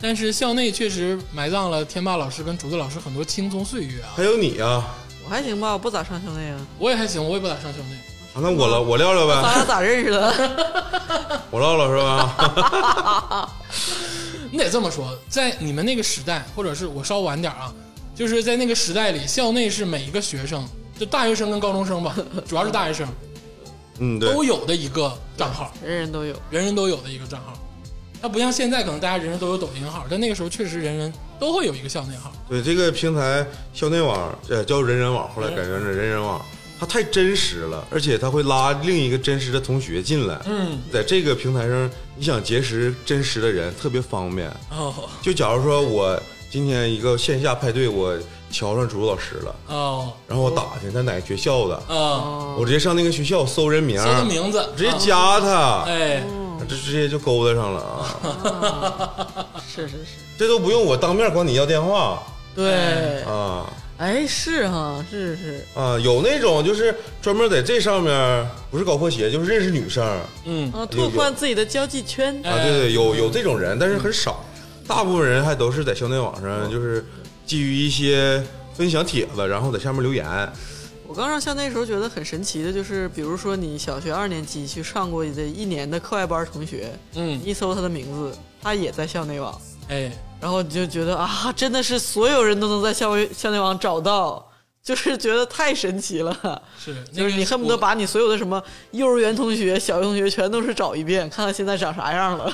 A: 但是校内确实埋葬了天霸老师跟竹子老师很多青葱岁月啊。
C: 还有你啊，
B: 我还行吧，我不咋上校内啊，
A: 我也还行，我也不咋上校内，
C: 啊那我了，我唠唠
B: 咱
C: 呗，
B: 俩咋认识 的？
C: 我唠唠是吧？
A: 你得这么说，在你们那个时代，或者是我稍晚点啊，就是在那个时代里，校内是每一个学生，就大学生跟高中生吧，主要是大学生，
C: 嗯， 对，
A: 都有的一个账号，
B: 人人都有，
A: 人人都有的一个账号。它不像现在，可能大家人人都有抖音号，但那个时候确实人人都会有一个校内号。
C: 对这个平台校内网，呃，叫人人网，后来改成了人人网。它太真实了，而且它会拉另一个真实的同学进来。
A: 嗯，
C: 在这个平台上，你想结识真实的人特别方便。
A: 哦
C: 就假如说我今天一个线下派对，我瞧上竹子老师了，
A: 哦
C: 然后我打听他哪个学校的，
A: 哦，
C: 我直接上那个学校搜人名，
A: 搜的名字，
C: 直接加他，
A: 哎，
C: 这直接就勾搭上了啊！
B: 哦是是是，
C: 这都不用我当面管你要电话
B: 对，
C: 啊
B: 哎，是哈，是是，
C: 啊！有那种就是专门在这上面不是搞破鞋，就是认识女生啊，
A: 嗯，
B: 啊，拓宽自己的交际圈，
A: 哎
C: 对
B: 嗯
C: 对，有有这种人，但是很少，大部分人还都是在校内网上，
B: 嗯
C: 就是基于一些分享帖子，然后在下面留言。啊
B: 我刚上校内的时候觉得很神奇的，就是比如说你小学二年级去上过的一年的课外班同学，
A: 嗯
B: 你一搜他的名字，他也在校内网，
A: 哎，
B: 然后你就觉得啊，真的是所有人都能在校校内网找到，就是觉得太神奇了。
A: 是，那
B: 就
A: 个
B: 是你恨不得把你所有的什么幼儿园同学、小学同学全都是找一遍，看看现在长啥样了。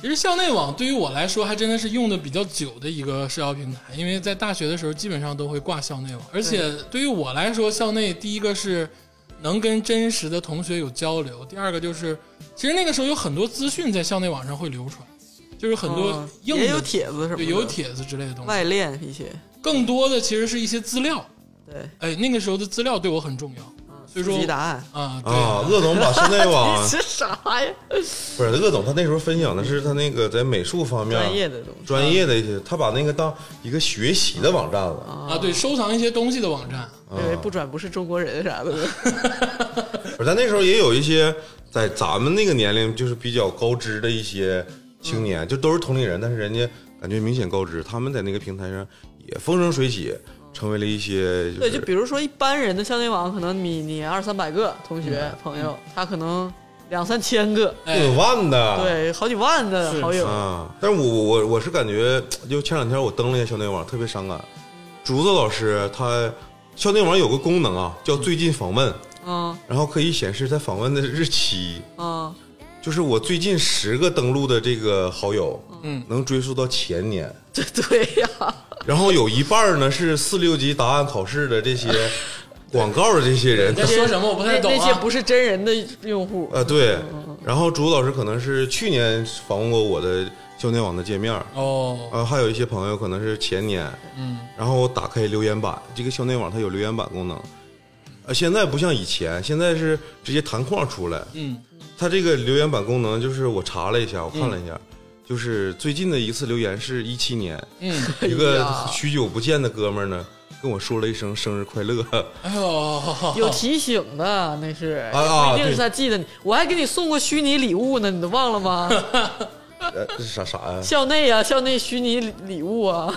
A: 其实校内网对于我来说还真的是用的比较久的一个社交平台，因为在大学的时候基本上都会挂校内网，而且对于我来说，校内第一个是能跟真实的同学有交流，第二个就是其实那个时候有很多资讯在校内网上会流传，就是很多
B: 嗯
A: 硬的、
B: 也有帖子什么的，
A: 对有帖子之类的东西，
B: 外链一些，
A: 更多的其实是一些资料，
B: 对，
A: 哎，那个时候的资料对我很重要，所以说
B: 普及答案。
A: 啊，对
C: 啊，鄂总把校内网
B: 你 是啥呀？
C: 不是鄂总，他那时候分享的是他那个在美术方面
B: 专业的东西，
C: 专业的一些，他把那个当一个学习的网站了。
A: 啊，对，收藏一些东西的网站，
B: 因为不转不是中国人啥的。
C: 而咱那时候也有一些在咱们那个年龄就是比较高知的一些青年，就都是同龄人，但是人家感觉明显高知，他们在那个平台上也风生水起，成为了一些就
B: 对，就比
C: 是
B: 如说一般人的校内网，可能你你二三百个同学朋友，他可能两三千个，
A: 哎，
C: 有万的。
B: 对，好几万的
A: 是
B: 好友。
C: 啊，但是我我我是感觉，就前两天我登了一下校内网，特别伤感。竹子老师他校内网有个功能啊，叫最近访问，
B: 嗯
C: 然后可以显示他访问的日期，
B: 嗯，
C: 就是我最近十个登录的这个好友，
A: 嗯
C: 能追溯到前年，
B: 对对呀，
C: 然后有一半儿呢是四六级答案考试的这些广告的这些人，
A: 你在说什么我不太
B: 那
A: 懂啊，
B: 那些不是真人的用户，
C: 啊对，然后竹子老师可能是去年访问过我的校内网的界面儿，
A: 哦，
C: 啊，还有一些朋友可能是前年，
A: 嗯。
C: 然后我打开留言板，这个校内网它有留言板功能，呃，现在不像以前，现在是直接弹框出来。
A: 嗯，
C: 它这个留言板功能，就是我查了一下，我看了一下，就是最近的一次留言是一七年，
A: 嗯，
C: 一个许久不见的哥们儿呢，跟我说了一声生日快乐。
A: 哎呦，
B: 有提醒的，那是
C: 啊
B: 不一定是他记得你。我还给你送过虚拟礼物呢，你都忘了吗？
C: 呃，这是啥啥 呀、
B: 校内啊，校内虚拟礼物啊，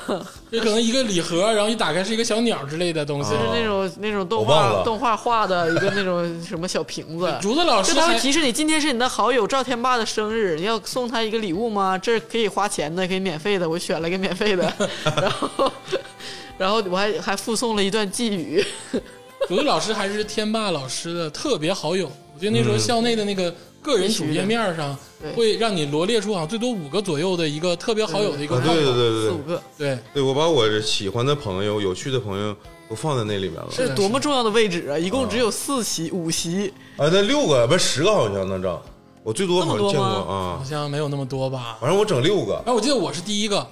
A: 这可能一个礼盒，然后一打开是一个小鸟之类的东西。
B: 就。是那种那种动
C: 我忘
B: 画
C: 了
B: 动画画的一个那种什么小瓶 子
A: 竹子老
B: 就
A: 师
B: 他
A: 还
B: 会提示你，今天是你的好友赵天霸的生日，你要送他一个礼物吗？这可以花钱的，可以免费的，我选了一个免费的， 然后，然后我还还附送了一段寄语，
A: 竹子老师还是天霸老师的特别好友。我记得那时候校内的那个个人主页面上
B: 对，
A: 会让你罗列出好像最多五个左右的一个特别好友的一个
C: 啊？
A: 号码。
C: 对对对
B: 四
C: 对
B: 五个，
A: 对
C: 对，我把我喜欢的朋友、有趣的朋友都放在那里面了。
B: 这是多么重要的位置啊！一共只有四席、五 席，
C: 啊，那六个不是十个好像那张，我最多好像见过
B: 那么多
A: 好
C: 啊，
A: 像没有那么多吧。
C: 反正我整六个
A: 然后我记得我是第一个，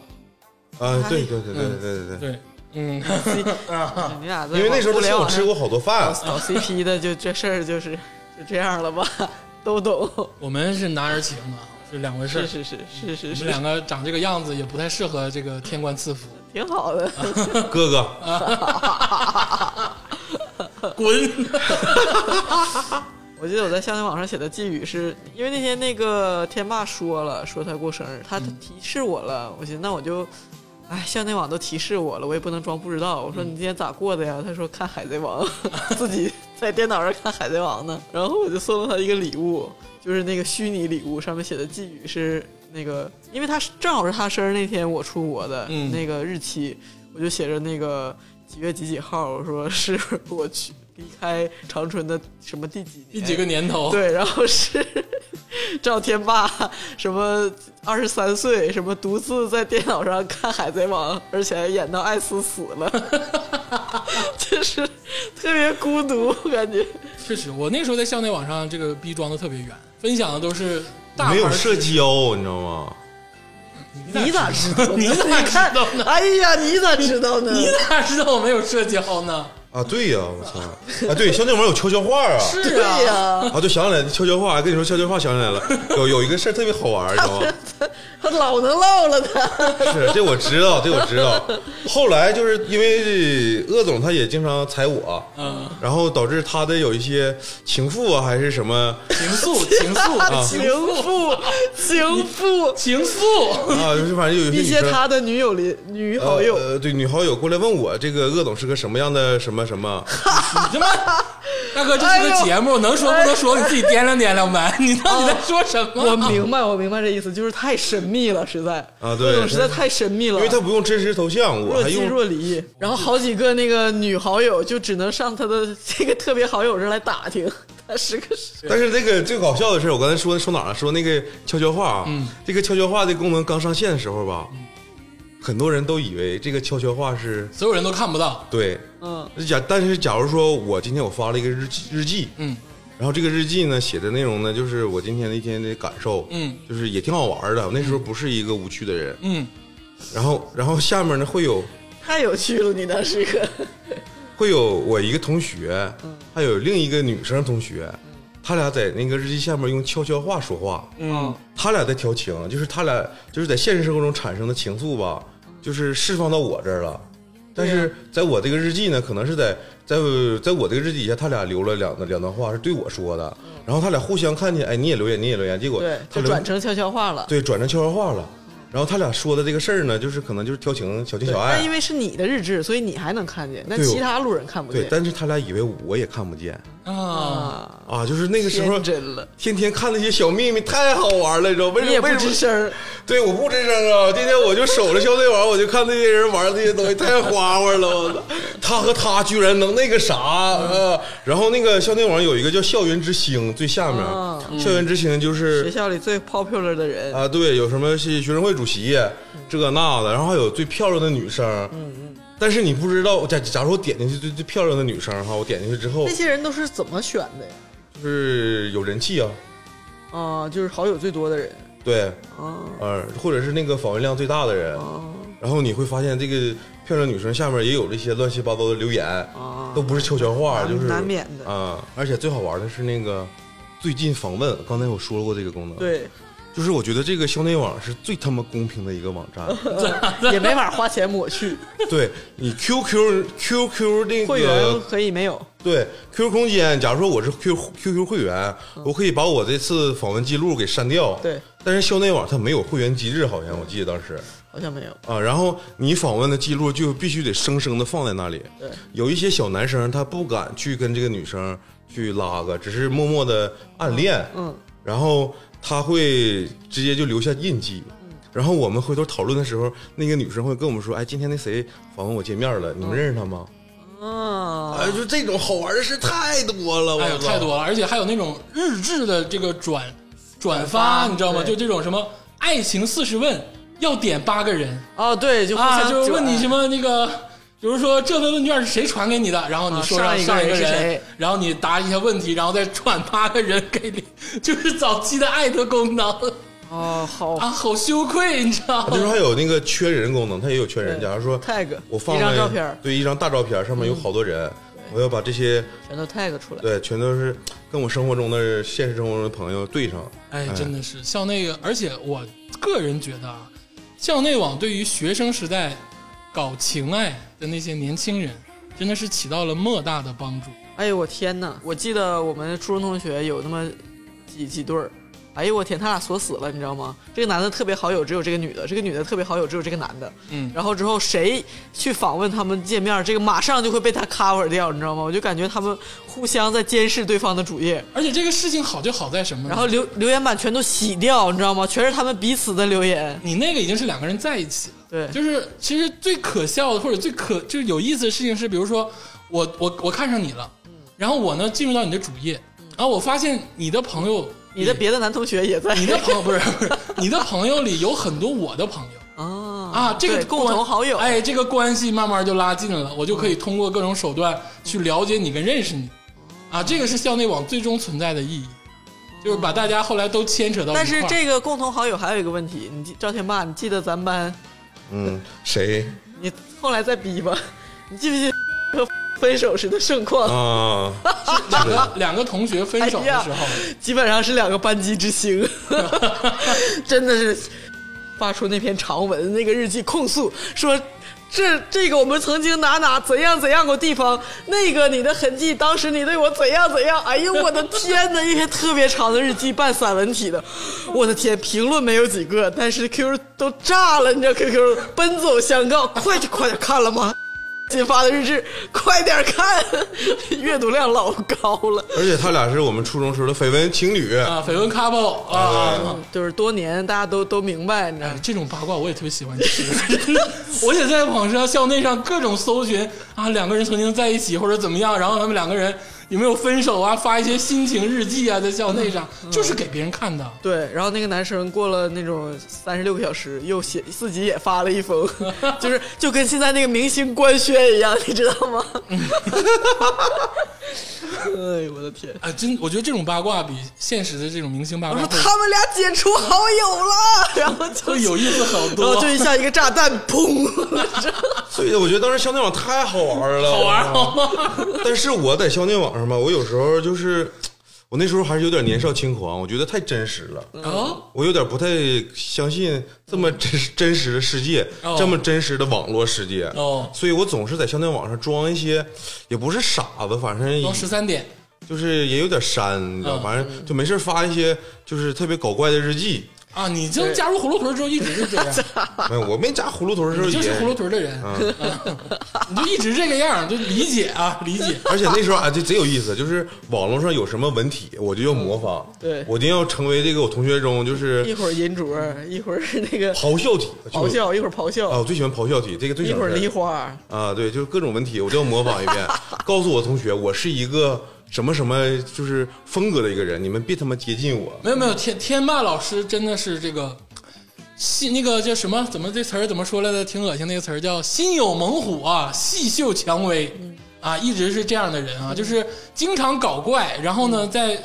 A: 哎
C: 啊，对对对对对对对
A: 对，嗯，
B: 你俩在
C: 啊因为那时候
B: 互
C: 他请
B: 联
C: 我
B: 网
C: 吃过好多饭，
B: 搞 CP 的，就这事儿就是就这样了吧， 都懂，
A: 我们是男儿情啊，是两回事
B: 是
A: 儿。
B: 是是是是
A: 我
B: 是
A: 们，两个长这个样子也不太适合这个天官赐福，
B: 挺好的。
C: 啊哥哥，
A: 滚！
B: 我记得我在校内网上写的寄语是，因为那天那个天霸说了，说他过生日，他提示我了，我寻思那我就，哎，校内网都提示我了，我也不能装不知道。我说你今天咋过的呀？他说看《海贼王》， 自己在电脑上看《海贼王》呢。然后我就送了他一个礼物，就是那个虚拟礼物，上面写的寄语是那个，因为他是正好是他生日那天我出国的、
A: 嗯
B: 那个日期，我就写着那个几月几几号，我说是我去离开长春的什么第几年，
A: 第几个年头？
B: 对，然后是赵天霸，什么二十三岁，什么独自在电脑上看《海贼王》，而且还演到艾斯死 了，就是特别孤独，感觉
A: 确实，我那时候在校内网上这个逼装的特别远，分享的都是 大
C: 没有
A: 牌
C: 社交，你知道吗？
B: 你咋知道呢？
A: 你咋知道呢
B: 你看哎呀，你咋知道呢？
A: 你咋知道我没有社交呢？
C: 啊，对呀，我操，啊对，校内网有悄悄话啊，
A: 是
B: 对呀、
A: 啊，
C: 啊对，想起来悄悄话，跟你说悄悄话想起来了，有有一个事儿特别好玩，你知道吗？
B: 他老能唠了他，
C: 是，这我知道，这我知道。后来就是因为鄂总他也经常踩我，
A: 嗯，
C: 然后导致他的有一些情妇啊，还是什么
A: 情愫，情愫，啊
B: 情
A: 情
B: 妇，情妇，
A: 情愫，
C: 啊，就是反正有
B: 一
C: 些
B: 些
C: 女生。
B: 他的女友里女好友，
C: 呃，对女好友过来问我这个鄂总是个什么样的什么什 么，
A: 你他妈，大哥，这是
B: 哎
A: 个
B: 呦啊
A: 节目，能说不能说，你自己掂量掂量呗。你到底在说什么？
C: 呃
B: 我明白，我 明白这意思，就是太神秘了，实在
C: 啊对
B: 各种实在太神秘了，
C: 因为他不用真实头像，我
B: 若
C: 还
B: 即
C: 用
B: 若离。然后好几个那个女好友就只能上他的这个特别好友这来打听， 他是个是
C: 但是这个最搞笑的是，我刚才说说哪儿了？说那个悄悄话啊，这个悄悄话的功能刚上线的时候吧，很多人都以为这个悄悄话是
A: 所有人都看不到，
C: 对。
B: 嗯，
C: 假但是假如说我今天我发了一个日记日记，
A: 嗯，
C: 然后这个日记呢写的内容呢就是我今天的一天的感受，
A: 嗯，
C: 就是也挺好玩的。我那时候不是一个无趣的人，
A: 嗯，
C: 然后然后下面呢会有
B: 太有趣了，你那是个
C: 会有我一个同学，
A: 嗯
C: 还有另一个女生同学，他俩在那个日记下面用悄悄话说话，
A: 嗯，
C: 他俩在调情，就是他俩就是在现实生活中产生的情愫吧，就是释放到我这儿了。但
B: 啊
C: 是在我这个日记呢，可能是在在在我这个日记底下，他俩留了两两段话是对我说的，然后他俩互相看见，哎，你也留言，你也留言，结
B: 嗯
C: 果
B: 对，
C: 他
B: 就
C: 留
B: 转成悄悄话了。
C: 对转成悄悄话了。然后他俩说的这个事儿呢，就是可能就是调情、小情小
B: 但
C: 爱
B: 因，为是你的日志，所以你还能看见，那
C: 对
B: 其他路人看不
C: 对
B: 见。。
C: 但是他俩以为我也看不见
A: 啊，
B: 啊，
C: 啊，就是那个时候
B: 天真了，
C: 天天看那些小秘密，太好玩了，你知道为
B: 你
C: 什么？
B: 也不
C: 为什
B: 吱
C: 么
B: 声儿，
C: 对，我不吱声啊！今天我就守着校内玩，我就看那些人玩这些东西，太花花了！我操，他和他居然能那个啥啊！然后那个校内网有一个叫“校园之星”，最下面，
B: 嗯
C: 校园之星”就
B: 学
C: 是
B: 校里最 popular 的人，
C: 啊，对，有什么学学生会主席
B: 嗯
C: 这那的，然后还有最漂亮的女生。嗯嗯。但是你不知道，假假如我点进去最最漂亮的女生哈，我点进去之后
B: 那些人都是怎么选的呀？
C: 就是有人气啊，
B: 啊，就是好友最多的人。
C: 对，
B: 啊，
C: 呃，或者是那个访问量最大的人，然后你会发现这个漂亮女生下面也有这些乱七八糟的留言，
B: 啊
C: 都不是悄悄话，
B: 难
C: 就是
B: 难免的
C: 啊。而且最好玩的是那个最近访问，刚才我说过这个功能，，
B: 对，
C: 就是我觉得这个校内网是最他妈公平的一个网 站，
B: 也没法花钱抹去，
C: 对你 QQ QQ 那
B: 会员
C: 个
B: 可以没有，
C: 对 QQ 空间，假如说我是 Q QQ 会员，我可以把我这次访问记录给删掉，
B: 嗯对。
C: 但是校内网它没有会员机制，好像我记得当时
B: 好像没有。
C: 啊，然后你访问的记录就必须得生生的放在那里。
B: 对，
C: 有一些小男生他不敢去跟这个女生去拉个，只是默默的暗恋，
B: 嗯，
C: 然后他会直接就留下印记。
B: 嗯
C: 然后我们回头讨论的时候，那个女生会跟我们说：“哎，今天那谁访问我见面了，你
B: 嗯
C: 们认识他吗？”
B: 啊，
C: 哎，就这种好玩的事太多了，我
A: 哎呦，
C: 操
A: 太多了，而且还有那种日志的这个转转
B: 转
A: 发，
B: 发
A: 你知道吗？
B: 对
A: 就这种什么爱情四十问，要点八个人
B: 哦，对，就互哎
A: 啊，
B: 相
A: 就是问你什
B: 么
A: 么那个，比如说这份问卷是谁传给你的，然后你说
B: 啊
A: 上
B: 上
A: 一个
B: 一个人是
A: 人
B: 谁，
A: 然后你答一些问题，然后再转八个人给你，就是早期的艾特功能
B: 哦，好
A: 啊，好羞愧，你知道
C: 啊就是
A: 吗？
C: 还有那个缺人功能，它也有缺人。
B: 对
C: 假如说
B: tag
C: 我放
B: 一张
C: 了
B: 照片儿嗯
C: 对一张大照片，上面有好多人，我要把这些
B: 全都 tag 出来，
C: 对全都是跟我生活中的现实生活中的朋友对上。
A: 哎，真的是像那个，而且我个人觉得啊，校内网对于学生时代搞情爱的那些年轻人，真的是起到了莫大的帮助。
B: 哎呦我天呐，我记得我们初中同学有那么几几对儿，哎呦我天，他俩锁死了，你知道吗？这个男的特别好友，只有这个女的；这个女的特别好友，只有这个男的。
A: 嗯
B: 然后之后谁去访问他们见面，这个马上就会被他 cover 掉，你知道吗？我就感觉他们互相在监视对方的主页，
A: 而且这个事情好就好在什么呢？
B: 然后留留言板全都洗掉，你知道吗？全是他们彼此的留言。
A: 你那个已经是两个人在一起了。
B: 对，
A: 就是其实最可笑的或者最可就是有意思的事情是，比如说我我我看上你了，
B: 嗯
A: 然后我呢进入到你的主页，然后我发现你的朋友，
B: 你的别的男同学也在。
A: 你的朋友不是不是你的朋友里有很多我的朋 友。
B: 啊
A: 啊，这个
B: 对共同
A: 关
B: 好友，嗯
A: 哎，这个关系慢慢就拉近了，我就可以通过各种手段去了解你跟认识你，
B: 哦
A: 啊，这个是校内网最终存在的意义，就是把大家后来都牵扯到一块
B: 但
A: 儿。
B: 是这个共同好友还有一个问题，你记赵天霸，你记得咱们班
C: 嗯，谁
B: 你后来再逼吧，你记不记得和 分手时的盛况？
C: 啊？
A: 两个两个同学分手
B: 哎
A: 的
B: 呀
A: 时候，
B: 基本上是两个班级之星，真的是发出那篇长文那个日记控诉说。这这个我们曾经哪哪怎样怎样个地方，那个你的痕迹，当时你对我怎样怎样，哎呦我的天呐，一篇特别长的日记，半散文体的，我的天，评论没有几个，但是 Q 都炸了，你知道 QQ 奔走相告，快点快点看了吗？新发的日志，快点看， 阅读量老高了。
C: 而且他俩是我们初中时候的绯闻情侣，
A: 啊，绯闻 couple 啊，
B: 就是多年大家都都明白，你知道
A: 哎
B: 吗？，
A: 这种八卦我也特别喜欢吃， 我也在网上校内上各种搜寻啊，两个人曾经在一起或者怎么样，然后他们两个人有没有分手啊，发一些心情日记啊，在校内上
B: 嗯
A: 就是给别人看的。
B: 对，然后那个男生过了那种三十六个小时，又写自己也发了一封， 就是就跟现在那个明星官宣一样，你知道吗？哎呦我的天！
A: 啊，真，我觉得这种八卦比现实的这种明星八
B: 我
A: 卦
B: 说
A: 会
B: 他们俩解除好友了， 然后就
A: 会有意思好
B: 然
A: 多，
B: 后就像一个炸弹，砰！
C: 所以我觉得当时校内网太好玩了，嗯
A: 好玩儿
B: 哦
A: 哦好吗？
C: 但是我在校内网上吧，我有时候就是，我那时候还是有点年少轻狂，我觉得太真实了，
B: 嗯
A: 哦，
C: 我有点不太相信这么真实真实的世界
A: 哦，
C: 这么真实的网络世界。
A: 哦
C: 所以我总是在校内网上装一些，也不是傻子，反正
A: 到十三点，
C: 就是也有点山，你知道，
A: 嗯
C: 反正就没事发一些就是特别搞怪的日记。
A: 啊，你就加入葫芦屯之后一直是这 样，
C: 没有，我没加葫芦屯的时候
A: 你就是葫芦
C: 也。
A: 屯的人，
B: 嗯
A: 啊 你就一直这个样儿，就理解啊，理解。
C: 而且那时候啊，就贼有意思，就是网络上有什么文体，我就要模仿，
B: 对
C: 我一定要成为这个我同学中就是
B: 一会儿银镯，一会儿是那个
C: 咆哮体，就
B: 咆哮，一会儿咆
C: 啊！
B: 哮，
C: 我最喜欢咆哮体，这个最
B: 哦一
C: 喜
B: 会儿
C: 欢
B: 梨花，
C: 啊，对，就是各种文体，我都要模仿一 遍，告诉我同学，我是一个什么什么就是风格的一个人，你们别他妈接 近我。
A: 没有没有，天天霸老师真的是这个心那个叫什么？怎么这词儿怎么说来着？挺恶心那个词儿叫“心有猛虎啊，细嗅蔷薇”啊，一直是这样的
B: 嗯
A: 人啊，就是经常搞怪，然后呢，在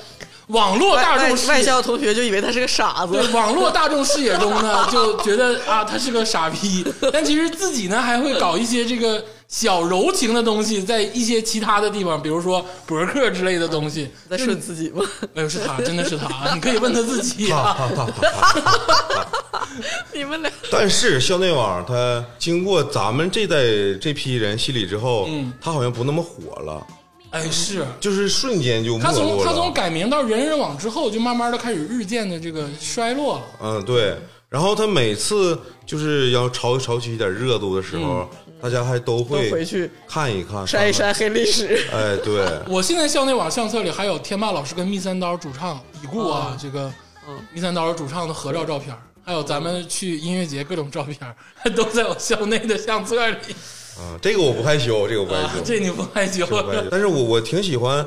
A: 网络
B: 外
A: 大
B: 外
A: 众视
B: 嗯外
A: 野。
B: 校同学就以为他是个傻子
A: 对，网络大众视 野中呢，就觉得啊他是个傻逼，但其实自己呢还会搞一些这个小柔情的东西，在一些其他的地方，比如说博客之类的东西，
B: 在顺自己吗？
A: 哎呦，是他，真的是他，你可以问他自己啊。
C: 啪啪啪啪啪
B: 你们俩
C: 但是校内网它经过咱们这代这批人洗礼之后，
A: 嗯
C: 它好像不那么火了，
A: 哎，是
C: 就是瞬间就没
A: 他从
C: 落
A: 他从
C: 了。
A: 改名到人人网之后，就慢慢的开始日渐的这个衰落了。
C: 嗯，对。然后他每次就是要潮潮起一点热度的时候，
A: 嗯
C: 大家还都会
B: 都回去
C: 看一看，
B: 删一删
C: 看
B: 黑历史。
C: 看。哎，对，
A: 我现在校内网相册里还有天霸老师跟密三刀主唱已故啊，这个
C: 嗯
A: 密三刀主唱的合照照片儿，还有咱们去音乐节各种照片儿，都在我校内的相册里。
C: 啊，这个我不害羞，这个我不害
A: 啊
C: 羞，，
A: 这你不害羞？
C: 这个我不害羞。但是我我挺喜欢，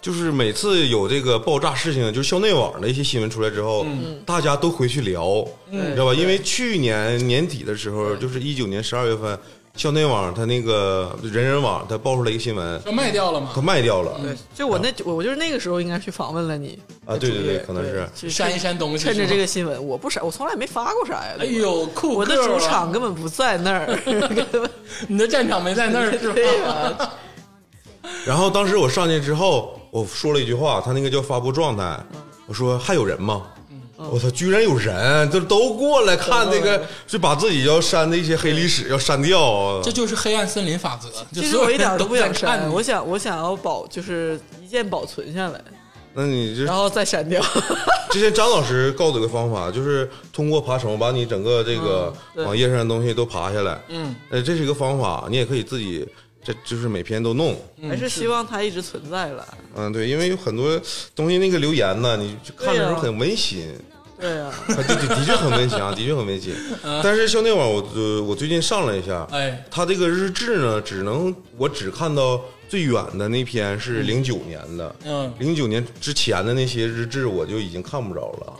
C: 就是每次有这个爆炸事情，就是校内网的一些新闻出来之后，大家都回去聊，你知道吧？因为去年年底的时候，就是一九年十二月份，校内网它那个人人网它爆出来一个新 闻，
A: 要卖掉了吗
C: 它？卖掉了
B: 对， 就我那我我就是那个时候应该去访问了你
C: 啊！对对对，可能是
B: 对，去
A: 删一删东西，
B: 趁着这
A: 个，
B: 个新闻，我不删，我从来没发过啥呀。
A: 哎呦，酷！
B: 我的主场，根本不在那 儿，
A: 你的战场没在那儿是吧？
B: 对 呀，
C: 然后当时我上去之后，我说了一句话，他那个叫发布状态，我说还有人吗？我操，居然有人，这都过来看这个，就把自己要删的一些黑历史要删掉啊。
A: 这就是黑暗森林法则。就
B: 其实
A: 所有
B: 我一点
A: 人
B: 都
A: 都
B: 不想
A: 在看
B: 删，
A: 你
B: 我想我想要保，就是一键保存下来，
C: 那你就
B: 然后再删掉。
C: 之前张老师告诉我个方法，就是通过爬虫把你整个这个
B: 嗯对
C: 网页上的东西都爬下来。嗯，呃，这是一个方法，你也可以自己，这就是每篇都弄。
A: 嗯
B: 还是希望它一直存在了。
C: 嗯，对，因为有很多东西那个留言呢，你就看的时候很温馨。
B: 对呀，
C: 啊，对对，的确很温馨啊，的确很温馨。 但是校内网我，呃我最近上了一下，
A: 哎
C: 它这个日志呢，只能我只看到最远的那篇是零九年的，
A: 嗯
C: 零九年之前的那些日志我就已经看不着了。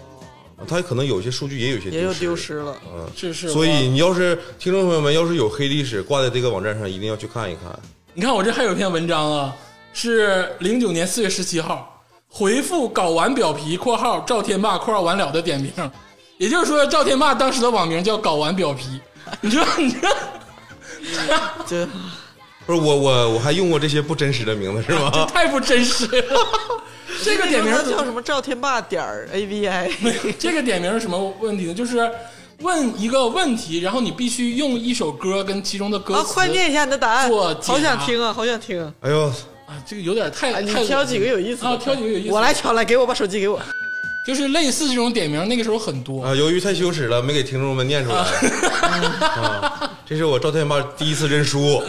C: 啊它可能有些数据也有些
B: 也有丢失了。
C: 嗯，
A: 是是，
C: 所
A: 我
C: 以你要是听众朋友们要是有黑历史挂在这个网站上，一定要去看一看。
A: 你看我这还有一篇文章啊，是零九年四月十七号，回复“搞完表皮（括号赵天霸（括号完了）的点名，也就是说赵天霸当时的网名叫“搞完表皮”。你说， 你说，
B: 就
C: 不是我我我还用过这些不真实的名字是
A: 这
C: 吗？
A: 太不真实 了。 这个点名
B: 那时候叫什么？赵天霸点儿 A V I，
A: 这个点名是什么问题呢？就是问一个问题，然后你必须用一首歌跟其中的歌
B: 啊，
A: 词。
B: 快念一下你的答案，
A: 做解答
B: 好想听啊，好想听啊！
C: 哎呦，
A: 啊，这个有点太
B: 啊你
A: 太恶心
B: 挑几个有意思的
A: 啊，挑几个有意思。
B: 我来，挑，来给我把手机给我。
A: 就是类似这种点名，那个时候很多。
C: 啊，由于太羞耻了，没给听众们念出来。啊，这是我赵天霸第一次认输，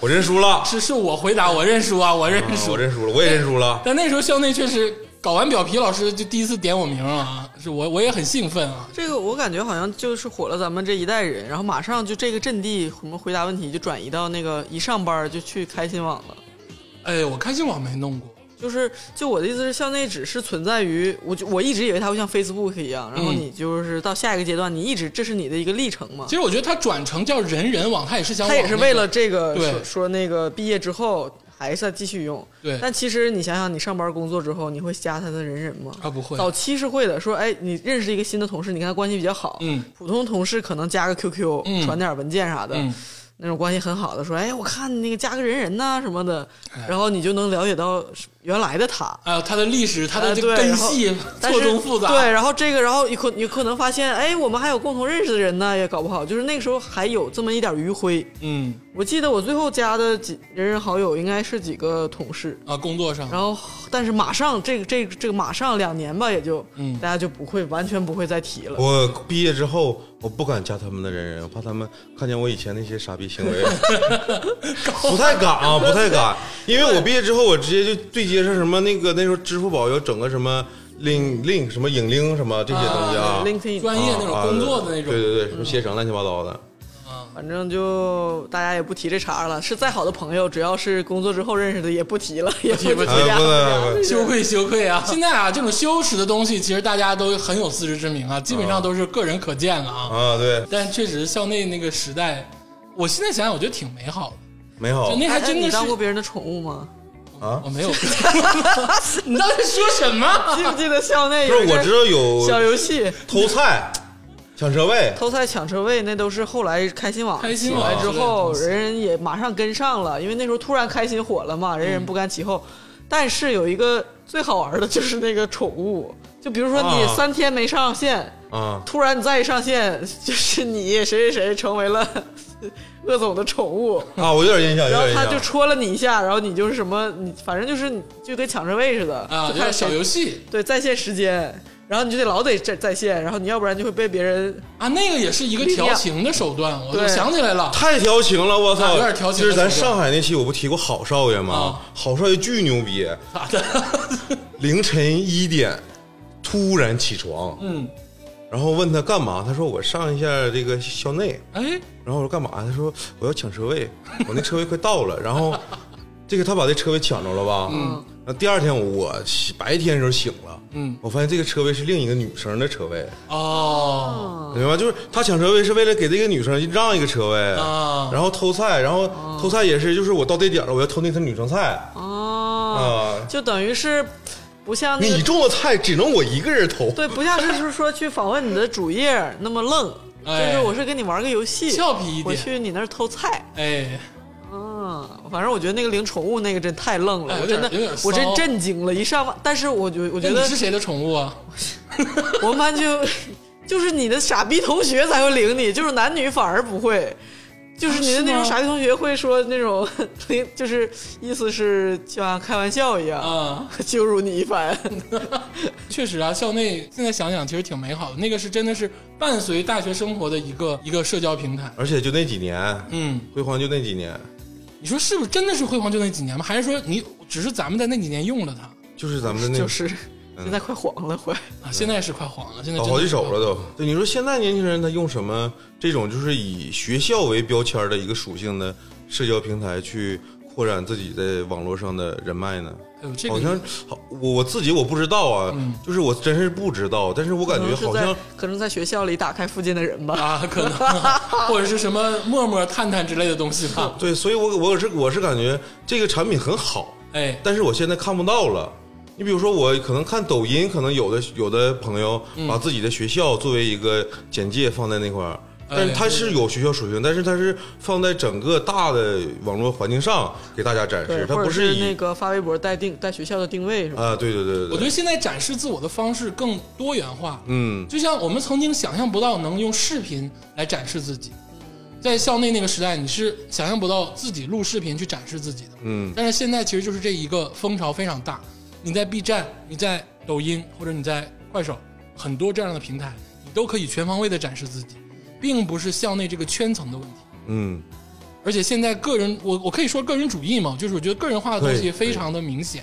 C: 我认输了，
A: 是是我回答，我认输啊，我认
C: 啊
A: 输
C: 我。认输了，我也认输了。
A: 但那时候校内确实搞完表皮，老师就第一次点我名啊，是我我也很兴奋啊。
B: 这个我感觉好像就是火了咱们这一代人，然后马上就这个阵地，我们回答问题就转移到那个一上班就去开心网了。
A: 哎，我开心网没弄过，
B: 就是，就我的意思是，校内只是存在于我就，我一直以为它会像 Facebook 一样，然后
A: 嗯
B: 你就是到下一个阶段，你一直这是你的一个历程嘛
A: 其。实我觉得它转成叫人人网，它也是想
B: 他也是
A: 往那
B: 为
A: 个
B: 了这个
A: 对
B: 说说那个毕业之后还是要继续用。
A: 对
B: 但其实你想想，你上班工作之后，你会加他的人人吗？
A: 啊不会
B: 早期是会的，说哎，你认识一个新的同事，你跟他关系比较好，
A: 嗯，
B: 普通同事可能加个 QQ，、
A: 嗯
B: 传点文件啥的。
A: 嗯
B: 那种关系很好的说，哎，我看你那个加个人人呐、什么的，
A: 哎
B: 然后你就能了解到原来的他，
A: 啊，它的历史，它的
B: 呃
A: 这
B: 对
A: 个根
B: 然后
A: 系
B: 但
A: 错
B: 是
A: 综复杂。
B: 对，然后这个，然后你可你可能发现，哎，我们还有共同认识的人呢，也搞不好，就是那个时候还有这么一点余晖。
A: 嗯
B: 我记得我最后加的几人人好友应该是几个同事，
A: 啊，工作上
B: 然后但是马上这个这个这个马上两年吧，也就、
A: 嗯
B: 大家就不会完全不会再提了。
C: 我毕业之后，我不敢加他们的人人，我怕他们看见我以前那些傻逼行 为，不太敢啊，不太敢，因为我毕业之后，我直接就对接上什么那个那时候支付宝要整个什么 link link 什么影linh什么这些东西啊，
B: 呃 LinkedIn，
A: 专业那种
C: 啊
A: 工作的那种
C: 对对对，什么携程乱七八糟的。
B: 反正就大家也不提这茬儿了。是再好的朋友，只要是工作之后认识的，也不提了，也不
A: 提不提
B: 提
C: 哎
B: 了
C: 不不不不
A: 羞愧羞愧啊！现在啊，这种羞耻的东西，其实大家都很有自知之明啊，基本上都是个人可见的啊。
C: 啊，对，
A: 但确实校内那个时代，我现在想想，我觉得挺美好的。
C: 美好
A: 就那
B: 哎
A: 还
B: 哎
A: 真
B: 你
A: 的是
B: 当过别人的宠 物吗？
C: 啊
A: 我，没有， 你到底说什么？
B: 记不记得校内
C: 不是
B: 有一阵
C: 我
B: 儿
C: 知道有
B: 小游戏，
C: 偷菜，抢车位，
B: 偷菜抢车位那都是后来开心网
A: 开心
B: 起
A: 网
B: 来之后，
A: 对
B: 人人也马上跟上了，因为那时候突然开心火了嘛，人人不甘其后。但是有一个最好玩的就是那个宠物，就比如说你
C: 啊
B: 三天没上线，
C: 啊，
B: 突然你再一上线，就是你谁谁谁成为了 鄂总的宠物。
C: 啊，我有点印象，有
B: 然后
C: 点印
B: 他
C: 象。
B: 就戳了你一下，然后你就是什么，你反正就是你就跟抢车位似的
A: 啊，有
B: 就看
A: 点小
B: 谁
A: 游戏
B: 对在线时间，然后你就得老得在在线，然后你要不然就会被别人
A: 啊，那个也是一个调情的手段，我就
B: 对
A: 想起来 了。
C: 太调情了，我
A: 啊
C: 操！
A: 有点调情
C: 就是咱上海那期，我不提过郝少爷吗？
A: 啊
C: 郝少爷巨牛逼，
A: 咋的？
C: 凌晨一点突然起床，
A: 嗯，
C: 然后问他干嘛，他说我上一下这个校内，
A: 哎，
C: 然后我说干嘛？他说我要抢车位， 我那车位快到了，然后 这个他把这车位抢着了吧？嗯，然后第二天我醒白天的时候醒了，
A: 嗯，
C: 我发现这个车位是另一个女生的车位，
A: 哦，
C: 明白？就是他抢车位是为了给这个女生让一个车位
A: 啊
C: 然后偷菜，然后
B: 啊
C: 偷菜也是，就是我到这点了，我要偷那个女生菜啊、
B: 哦，就等于是不像那
C: 你
B: 个
C: 种的菜只能我一个人偷，
B: 对，不像是是说去访问你的主页那么愣，
A: 哎
B: 就是我是跟你玩个游戏，
A: 俏皮一
B: 我
A: 点，
B: 去你那儿偷菜。
A: 哎，
B: 哦嗯，反正我觉得那个领宠物那个真太愣了，
A: 哎有
B: 我
A: 点
B: 真的
A: 有点骚
B: 我真震惊了，一上网，但是我觉
A: 那
B: 我觉
A: 你
B: 得
A: 是谁的宠物 啊？
B: 我们班 就就是你的傻逼同学才会领你，就是男女反而不会。就是你的那
A: 啊
B: 种
A: 是吗
B: 傻逼同学会说那种，领就是意思是就像开玩笑一样、
A: 啊，
B: 羞辱你一番。
A: 确实啊，校内现在想想其实挺美好的，那个是真的是伴随大学生活的一个一个社交平台。
C: 而且就那几年，
A: 嗯，
C: 辉煌就那几年，
A: 你说是不是真的是辉煌就那几年吗？还是说你只是咱们在那几年用了它
C: 就是咱们的那
B: 就是
A: 嗯
B: 现在快黄了，快
A: 啊？现在是快黄了，现在
C: 搞
A: 真的
C: 好几手了都。对，你说现在年轻人他用什么这种就是以学校为标签的一个属性的社交平台去扩展自己在网络上的人脉呢？
A: 哎呦，这个
C: 好像好，我我自己我不知道啊，就是我真是不知道，但是我感觉
B: 嗯可能
C: 好
B: 是在
C: 像
B: 可能在学校里打开附近的人吧。
A: 啊，可能啊 或者是什么陌陌、探探之类的东西 吧。
C: 对，所以我我是我是感觉这个产品很好，
A: 哎，
C: 但是我现在看不到了。你比如说，我可能看抖音，可能有的有的朋友
A: 嗯
C: 把自己的学校作为一个简介放在那块儿，
A: 哎
C: 但是它是有学校属性，但是它是放在整个大的网络环境上给大家展
B: 对，
C: 示，它
B: 或
C: 不
B: 者是
C: 以
B: 那个发微博带定带学校的定位什么的。
C: 啊，对对对
A: 我
C: 对
A: 觉
C: 对，
A: 得现在展示自我的方式更多元化，
C: 嗯，
A: 就像我们曾经想象不到能用视频来展示自己，在校内那个时代，你是想象不到自己录视频去展示自己的。
C: 嗯，
A: 但是现在其实就是这一个风潮非常大，你在 B 站、你在抖音或者你在快手，很多这样的平台，你都可以全方位的展示自己，并不是校内这个圈层的问题。
C: 嗯，
A: 而且现在个人，我我可以说个人主义嘛，就是我觉得个人化的东
C: 可以
A: 西非常的明显。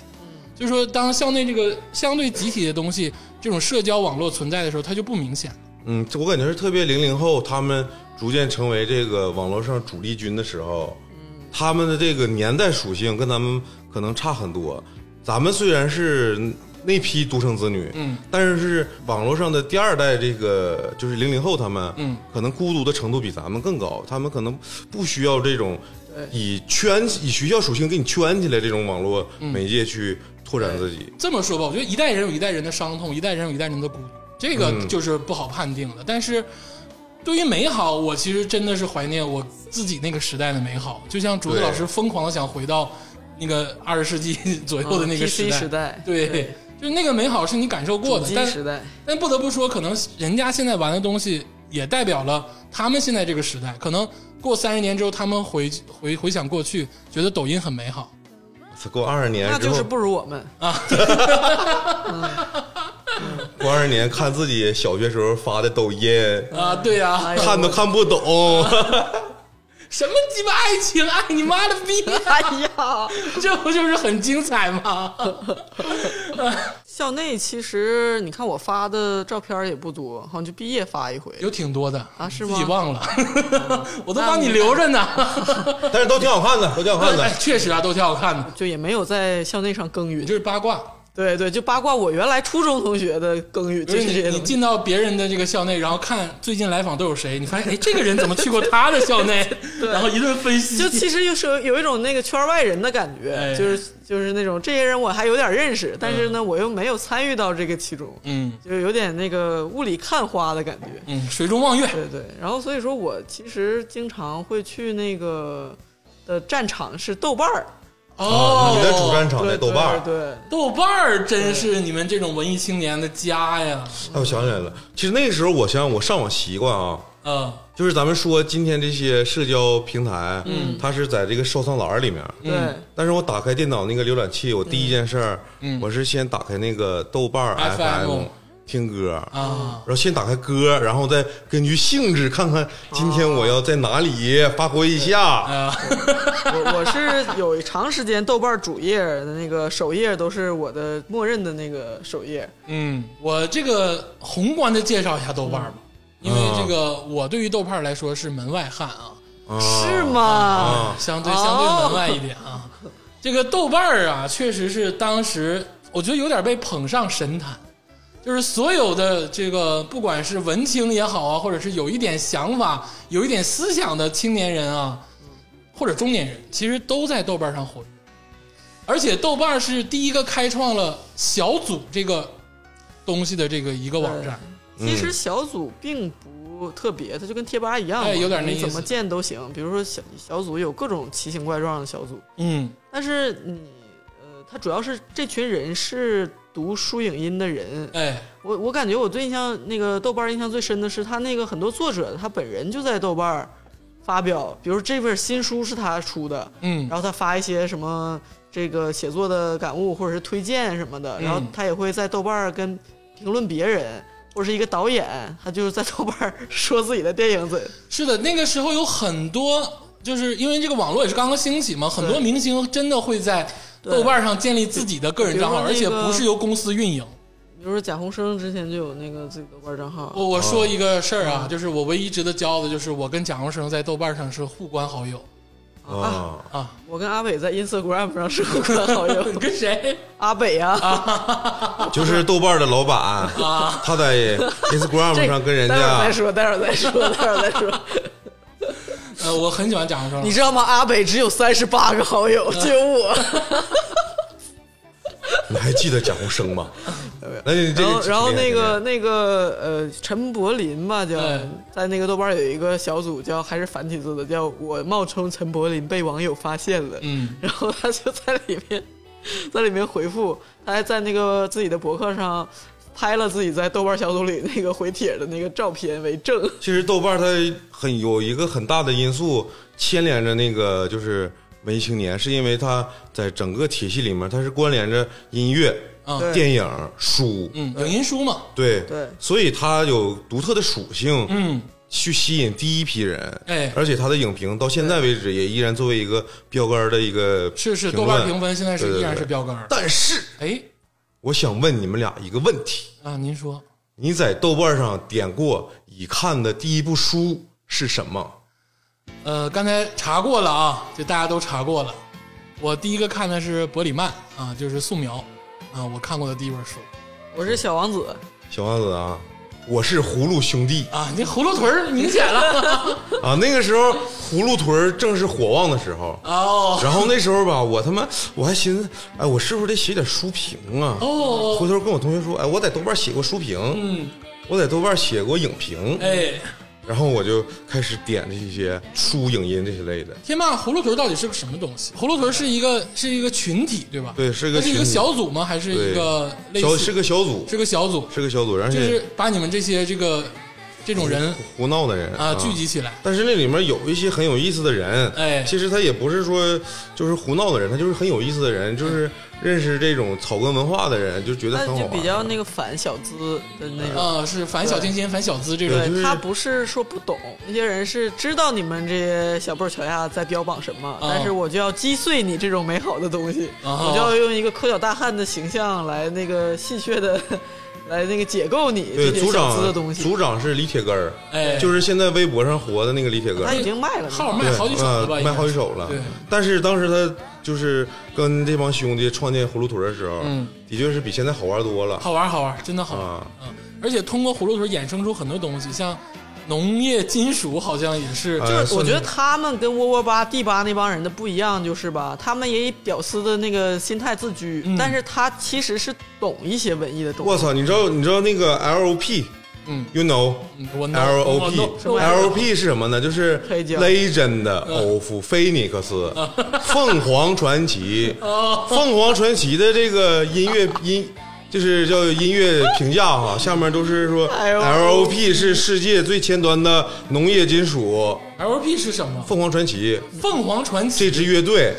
A: 就是说，当校内这个相对集体的东西，这种社交网络存在的时候，它就不明显了。
C: 嗯，这我感觉是特别零零后他们逐渐成为这个网络上主力军的时候，
B: 嗯
C: 他们的这个年代属性跟咱们可能差很多。咱们虽然是那批独生子女，
A: 嗯，
C: 但是是网络上的第二代，这个就是零零后他们，
A: 嗯，
C: 可能孤独的程度比咱们更高，他们可能不需要这种以圈以学校属性给你圈起来这种网络
B: 嗯
C: 媒介去拓展自己。
A: 这么说吧，我觉得一代人有一代人的伤痛，一代人有一代人的孤独，这个
B: 嗯
A: 就是不好判定了。但是对于美好，我其实真的是怀念我自己那个时代的美好，就像竹子
C: 对
A: 老师疯狂的想回到那个二十世纪左右的那个
B: 嗯 PC 时代
A: 对，
B: 对
A: 就是那个美好是你感受过
B: 主
A: 的，
B: 机
A: 但
B: 时代，
A: 但不得不说，可能人家现在玩的东西也代表了他们现在这个时代。可能过三十年之后，他们回回回想过去，觉得抖音很美好。
C: 过二十年
B: 那
C: 哎之
B: 就
C: 后
B: 是，不如我们。
C: 过二十年看自己小学时候发的抖音。
A: 啊，对呀、
B: 哎呦
C: 看都看不懂，
A: 什么鸡巴爱情，爱你妈了逼！
B: 哎呀，
A: 这不就是很精彩吗？
B: 校内其实你看我发的照片也不多，好像就毕业发一回。
A: 有挺多的
B: 啊是
A: 自
B: 吗啊
A: 己忘了，我都帮你留着呢。
C: 但是都挺好看的，都挺好看
A: 哎
C: 的。
A: 确实啊，都挺好看的。
B: 就也没有在校内上耕
A: 也
B: 耘，
A: 就是八卦，
B: 对对，就八卦我原来初中同学的耕耘，
A: 就
B: 就是是
A: 你
B: 这些
A: 你
B: 东西。
A: 进到别人的这个校内，然后看最近来访都有谁，你发现哎，这个人怎么去过他的校 内？然后一顿分析，
B: 就其实有时候有一种那个圈外人的感觉，
A: 哎
B: 就是就是那种这些人我还有点认识，但是呢、我又没有参与到这个其中，
A: 嗯
B: 就有点那个雾里看花的感觉。
A: 嗯，水中望月，
B: 对对，然后所以说我其实经常会去那个的战场是豆瓣儿，
A: 哦
C: 啊你的主战场在
B: 对
C: 豆瓣儿。
B: 对对
A: 豆瓣儿真是你们这种文艺青年的家呀，
C: 哎，我想起来了，其实那个时候，我想想我上网习惯啊，
A: 嗯
C: 就是咱们说今天这些社交平台，嗯，它是在这个收藏栏儿里面，
B: 对对
C: 但是我打开电脑那个浏览器，我第一件事儿，我是先打开那个豆瓣儿
A: FM
C: FM 听歌，
A: 啊，
C: 然后先打开歌，然后再根据性质看看今天我要在哪里发挥一
A: 哎
C: 下。
B: 我我是有长时间豆瓣儿主页的那个首页都是我的默认的那个首页，
A: 嗯， 我这个宏观的介绍一下豆瓣儿吧，因为
C: 嗯
A: 这个我对于豆瓣儿来说是门外汉啊，
C: 啊
B: 是吗？
C: 啊，
A: 相对
B: 哦
A: 相对门外一点啊。这个豆瓣儿啊，确实是当时我觉得有点被捧上神坛，就是所有的这个不管是文青也好啊，或者是有一点想法、有一点思想的青年人啊，或者中年人，其实都在豆瓣上活跃。而且豆瓣是第一个开创了小组这个东西的这个一个网站，
B: 其
A: 嗯
B: 实小组并不特别，它就跟贴吧一样嘛，
A: 哎有点那意
B: 你
A: 思
B: 怎么建都行。比如说小小组有各种奇形怪状的小组，
A: 嗯
B: 但是你呃，它主要是这群人是读书影音的人。
A: 哎，
B: 我我感觉我对印象那个豆瓣儿印象最深的是他那个很多作者他本人就在豆瓣儿发表，比如这本新书是他出的，
A: 嗯
B: 然后他发一些什么这个写作的感悟或者是推荐什么的，
A: 嗯
B: 然后他也会在豆瓣儿跟评论别人，或者是一个导演，他就是在豆瓣儿说自己的电影怎
A: 是的，那个时候有很多，就是因为这个网络也是刚刚兴起嘛，很多明星真的会在
B: 对
A: 豆瓣上建立自己的个人账号，
B: 比
A: 而
B: 如
A: 且
B: 说那个
A: 不是由公司运营。
B: 比如说贾宏声之前就有那个自己豆瓣儿账号，
A: 我
C: 哦
A: 我说一个事儿啊，就是我唯一值得骄傲的，就是我跟贾宏声在豆瓣上是互关好友
C: 啊，
A: 啊。
B: 我跟阿北在 Instagram 上是互关好 友，
A: 你跟谁？
B: 阿北啊，
C: 就是豆瓣的老板，他在 Instagram 上跟人
B: 待会儿
C: 家
B: 再说，待会儿再说，待会儿再说。
A: 呃，我很喜欢贾宏声
B: 你，知道吗？阿北只有三十八个好 友，只有我。
C: 你还记得贾宏声吗？那你这
B: 呃然
C: 个
B: 后，然后
C: 挺
B: 那
C: 厉害
B: 个
C: 挺厉
B: 那个呃，陈柏霖吧，叫
A: 哎
B: 在那个豆瓣有一个小组叫还是繁体字的，叫我冒充陈柏霖被网友发现了。
A: 嗯，
B: 然后他就在里面， 在里面回复，他还在那个自己的博客上拍了自己在豆瓣小组里那个回帖的那个照片为证。
C: 其实豆瓣它很有一个很大的因素牵连着那个就是文艺青年，是因为它在整个体系里面它是关联着音乐、
A: 啊
B: 对
C: 电影、书，
A: 嗯，影音书嘛，
C: 对
B: 对
C: 所以它有独特的属性，
A: 嗯，
C: 去吸引第一批人。
A: 哎
C: 而且它的影评到现在为止也依然作为一个标杆的一个
A: 是是，
C: 评
A: 豆
C: 论
A: 瓣评分现在
C: 对
A: 是
C: 对
A: 依然是
C: 对
A: 标杆儿。
C: 但是
A: 哎
C: 我想问你们俩一个问题：
A: 啊，您说
C: 你在豆瓣上点过已看的第一部书是什么？
A: 呃，刚才查过了啊，就大家都查过了。我第一个看的是伯里曼啊，就是《素描》啊，我看过的第一本书
B: 我是小王子，
C: 小王子啊，我是葫芦兄弟。
A: 啊。你葫芦屯儿明显了
C: 啊，那个时候葫芦屯儿正是火旺的时候。
A: 哦
C: 然后那时候吧，我他妈我还寻思，哎，我是不是得写点书评啊？
A: 哦，
C: 回头跟我同学说，哎，我在豆瓣写过书评，
A: 嗯，
C: 我在豆瓣写过影评，
A: 哎，
C: 然后我就开始点这些书、影音这些类的。
A: 天霸葫芦屯儿到底是个什么东西？葫芦屯儿是一个是一个群体对吧？
C: 对是
A: 它
C: 个
A: 是一个
C: 群体
A: 小组吗？还是一个类
C: 对，
A: 似
C: 小是个小组，
A: 是个小组，
C: 是个小组，而
A: 就
C: 且
A: 是把你们这些这个这种人
C: 胡闹的人
A: 啊聚集起来。
C: 但是那里面有一些很有意思的人，
A: 哎
C: 其实他也不是说就是胡闹的人，他就是很有意思的人，
A: 嗯
C: 就是认识这种草根文化的人，就觉得
B: 他
C: 很好
B: 就
C: 玩。哦
B: 比较那个反小资的那种。
A: 啊，是反小清新、反小资这种
C: 嗯对，就是
B: 他不是说不懂，那些人是知道你们这些小辈儿小丫在标榜什
C: 啊
B: 么，但是我就要击碎你这种美好的东西，
A: 哦
B: 我就要用一个抠脚大汉的形象来那个戏谑的 来那个解构你这
C: 对，
B: 些
C: 组
B: 小资的
C: 长
B: 东西。
C: 组长是李铁根儿，
A: 哎
C: 就是现在微博上活的那个李铁根
B: 他
C: 儿
B: 已，经卖了，
A: 号
B: 呢，
A: 卖
C: 对，
A: 好几首了吧？
C: 呃
A: 应该
C: 卖好几首了。
A: 对，
C: 但是当时他就是跟这帮兄弟创建葫芦屯的时候，
A: 嗯，
C: 的确是比现在好玩多了
A: 好玩儿好玩儿，真的好玩儿。
C: 啊。
A: 嗯，而且通过葫芦屯衍生出很多东西，像农业金属好像也是，
C: 哎
B: 就是我
C: 算
B: 觉得他们跟窝窝吧、地吧那帮人的不一样，就是吧，他们也以屌丝的那个心态自居，
A: 嗯
B: 但是他其实是懂一些文艺的东
C: 我
B: 西。
C: 操，你知道你知道那个 L O P，
A: 嗯
C: ，you know。
A: 嗯我
C: L O
A: 我
C: P
A: 弄
B: 么
C: L O P 是什么呢？就是
B: 黑胶
C: Legend of Phoenix，凤凰传 奇。凤凰传奇的这个音 乐音，就是叫音乐评价哈，下面都是说 L O P 是世界最前端的农业金属。
A: LP 是什么？
C: 凤凰传奇
A: 凤凰传奇
C: 这支乐队，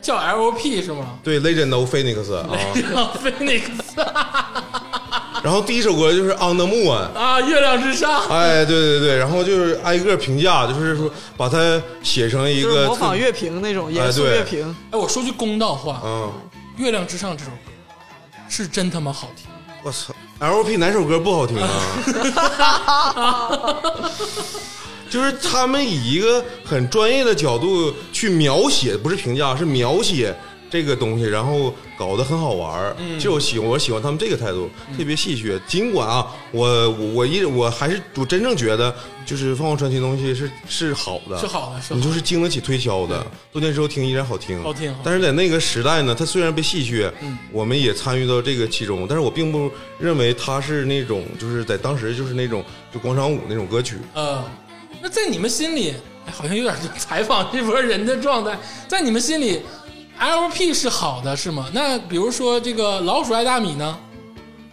A: 叫 LP 是吗？
C: 对 Legend of Phoenix 啊。
A: 菲尼克斯
C: 然后第一首歌就是 On the Moon。
A: 啊，月亮之上，
C: 哎，对对对，然后就是挨个评价，就是说把它写成一
B: 就是
C: 个
B: 模仿
C: 特
B: 乐评那种严肃
C: 哎对
B: 乐评，
A: 哎，我说句公道话，
C: 嗯，
A: 月亮之上》这首歌是真他妈好听，
C: 我操，LP 哪首歌不好听啊？ 就是他们以一个很专业的角度去描写，不是评价，是描写这个东西，然后搞得很好玩儿。嗯，就我喜欢，我喜欢他们这个态度，特别戏谑。尽管啊，我我我一我还是我真正觉得，就是《凤凰传奇》东西是是好的，
A: 是好的是好的
C: 你就是经得起推销的。多年之后听依然好听，
A: 好听好听嗯
C: 但是在那个时代呢，它虽然被戏谑，我们也参与到这个其中，但是我并不认为它是那种就是在当时就是那种就广场舞那种歌曲。
A: 呃，那在你们心里，哎，好像有点 采访这波人的状态，在你们心里，LP 是好的是吗？那比如说这个老鼠爱大米呢？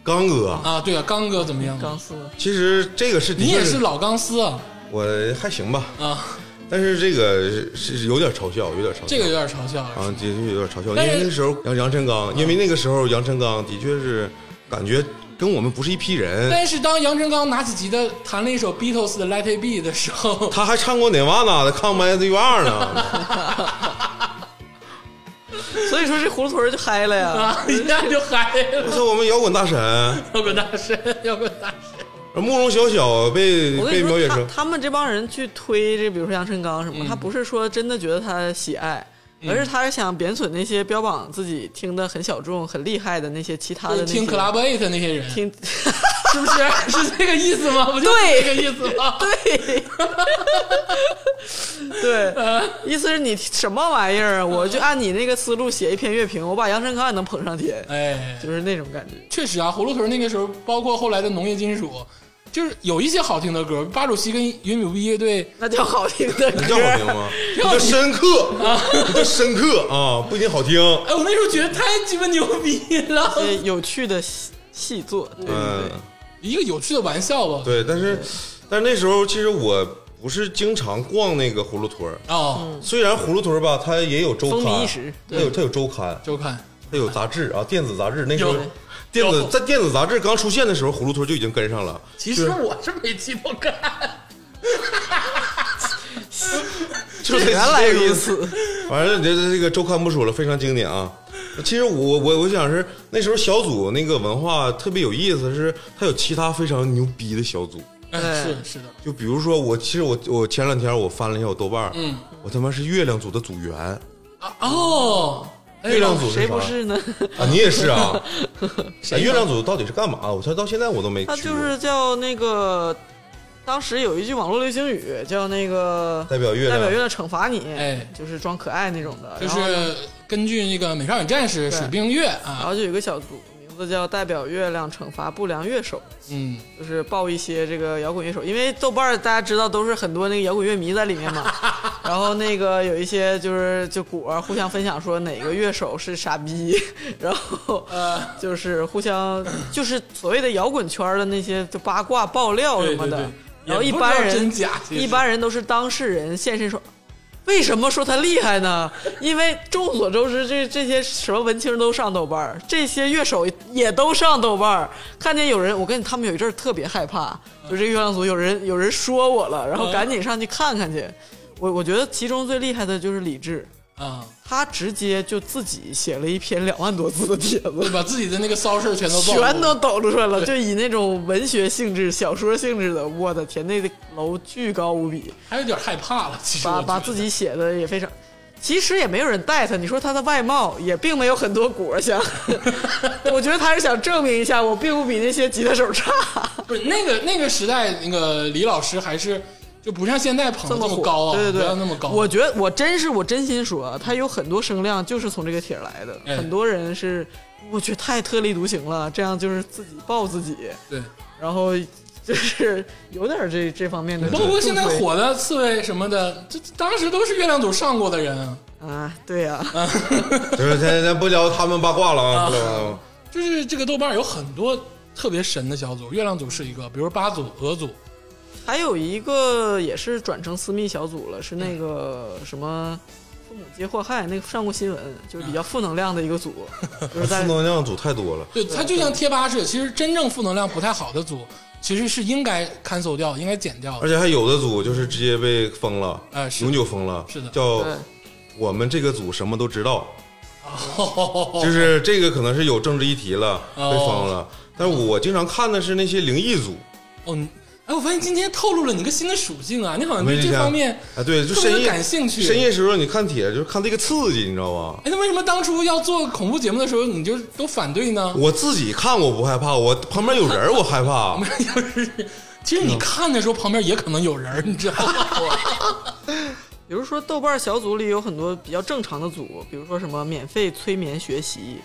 C: 刚哥，
A: 啊，对啊，刚哥怎么样？
B: 钢丝
C: 其实这个是的
A: 你
C: 确
A: 也是老钢丝啊
C: 我还行吧，
A: 啊，
C: 但是这个是是有点嘲笑，有点嘲笑。
A: 这个有点嘲笑了。
C: 啊，的确有点嘲笑，因
A: 但是嗯
C: 为那个时候杨杨臣刚，因为那个时候杨臣刚的确是感觉跟我们不是一批人，
A: 但是当杨臣刚拿起吉他弹了一首 Beatles 的《Let It Be》的时 候，
C: 他还唱过 Nirvana 的《Come As You Are》呢。
B: 所以说这葫芦屯儿就嗨了呀。
A: 啊，一下就嗨
C: 那
A: 了，
C: 是我们摇滚大神。
A: 摇滚大神，摇滚大神。
C: 慕容小小被
B: 我跟
C: 被
B: 你
C: 描
B: 说，
C: 写
B: 他
C: 成
B: 他们这帮人去推这，比如说杨臣刚什么，他不是说真的觉得他喜爱，而是他是想贬损那些标榜自己听的很小众、很厉害的那些其他的那些
A: 听 Club Eight 那些人，
B: 听
A: 是不是是这个意思吗？不就是
B: 对
A: 这个意思吗？
B: 对， 对，意思是你什么玩意儿啊？我就按你那个思路写一篇乐评，我把杨臣刚也能捧上天，
A: 哎，
B: 就是那种感觉。
A: 确实啊，葫芦屯那个时候，包括后来的农业金属，就是有一些好听的歌，巴主席跟云母碧乐队
B: 那叫好听的歌，
C: 你叫好听 吗？你
A: 挺好
C: 叫
A: 听
C: 深刻，
B: 啊
C: 你叫深刻啊，不仅好听，
A: 哎，我那时候觉得太鸡巴牛逼了，
B: 些有趣的戏戏作， 对对
C: 嗯
B: 对，，
A: 一个有趣的玩笑吧。
C: 对，但是但是那时候其实我不是经常逛那个葫芦屯儿，
A: 哦，
C: 虽然葫芦屯儿吧，它也有周刊，
B: 风靡一时
C: 它有它有周刊，
A: 周看，
C: 它有杂志啊，电子杂志那时候
A: 有。
C: 电子
A: 有
C: 在电子杂志刚出现的时候，葫芦屯儿就已经跟 上了。
A: 其实我是每期都看，
C: 就是
B: 原来如此。
C: 反正这这个周刊不说了，非常经典啊。其实我我我想是那时候小组那个文化特别有意思，是它有其他非常牛逼的小组，
A: 哎是是的，
C: 就比如说我其实我我前两天我翻了一下我豆瓣，嗯，我他妈是月亮组的组员，
A: 啊哦，哎
C: 月亮组
B: 谁
C: 啥
B: 不是呢？
C: 啊？你也是啊？ 哎月亮组到底是干嘛？我才到现在我都没去
B: 他
C: 过。
B: 就是叫那个，当时有一句网络流行语叫那个
C: 代表月
B: 代
C: 亮
B: 表月亮惩罚你，
A: 哎
B: 就是装可爱那种的，
A: 就
B: 然后
A: 是根据那个《美少女战士》
B: 对
A: 水冰月
B: 然
A: 啊，
B: 后就有一个小组，名字叫代表月亮惩罚不良乐手，
A: 嗯，
B: 就是报一些这个摇滚乐手，因为豆瓣儿大家知道都是很多那个摇滚乐迷在里 面嘛。然后那个有一些就是就果儿互相分享说哪个乐手是傻逼，然后
A: 呃，
B: 就是互相就是所谓的摇滚圈儿的那些就八卦爆料什么的。
A: 对对对
B: 然后
A: 也
B: 一
A: 不知道
B: 般人
A: 真假其实
B: 一般人都是当事人现身说。为什么说他厉害呢？因为众所周知，这这些什么文青都上豆瓣儿，这些乐手也都上豆瓣儿。看见有人，我跟你他们有一阵儿特别害怕，就这个月亮组有人
A: 嗯
B: 有人说我了，然后赶紧上去看看去。我我觉得其中最厉害的就是李志，
A: 啊，
B: 他直接就自己写了一篇两万多字的帖
A: 就
B: 子，
A: 把自己的那个骚事 儿全都暴露
B: 全都抖出来了，就以那种文学性质、小说性质的，我的天，那个楼巨高无比，
A: 还有点害怕了。其实我觉
B: 把
A: 得
B: 把自己写的也非常。其实也没有人带他，你说他的外貌也并没有很多果想， 我觉得他是想证明一下，我并不比那些吉他手差。
A: 不是那个那个时代，那个李老师还是就不像现在捧的
B: 么
A: 这
B: 火
A: 么高啊，
B: 对对对，
A: 不要那么高。
B: 我觉得我真是我真心说啊，他有很多声量就是从这个帖儿来的，
A: 哎
B: 很多人是我去太特立独行了，这样就是自己爆自己，
A: 对，
B: 然后就是有点这这方面的助推，
A: 包括现在火的刺猬什么的，这这当时都是月亮组上过的人啊，
B: 啊，对呀、
C: 就是咱咱不聊他们八卦了啊，不聊了啊
A: 就是这个豆瓣有很多特别神的小组，月亮组是一个，比如八组、俄组，
B: 还有一个也是转成私密小组了，是那个什么。父母皆祸害，那个上过新闻，就是比较负能量的一个组，就是在
C: 负能量组太多了。
A: 对，它就像贴吧似的。其实真正负能量不太好的组，其实是应该 cancel 掉，应该剪掉
C: 而
A: 的。
C: 且还有的组就是直接被封了，
A: 哎是
C: 永久封了，
A: 是的
C: 叫
B: 对
C: 我们这个组什么都知道，
A: 哦
C: 就是这个可能是有政治议题了，
A: 哦
C: 被封了。但是我经常看的是那些灵异组，
A: 哦，你哎，我发现今天透露了你个新的属性啊，你好像对
C: 没印
A: 这
C: 象
A: 方面
C: 啊，对，就
A: 特别
C: 深夜
A: 感兴趣
C: 深夜时候你看帖就是看这个刺激，你知道吧？
A: 哎，那为什么当初要做恐怖节目的时候，你就都反对呢？
C: 我自己看我不害怕，我旁边有人儿我害
A: 啊
C: 怕。
A: 就是， 其实你看的时候，旁边也可能有人儿，你知道吗？
B: 比如说豆瓣小组里有很多比较正常的组，比如说什么免费催眠学习，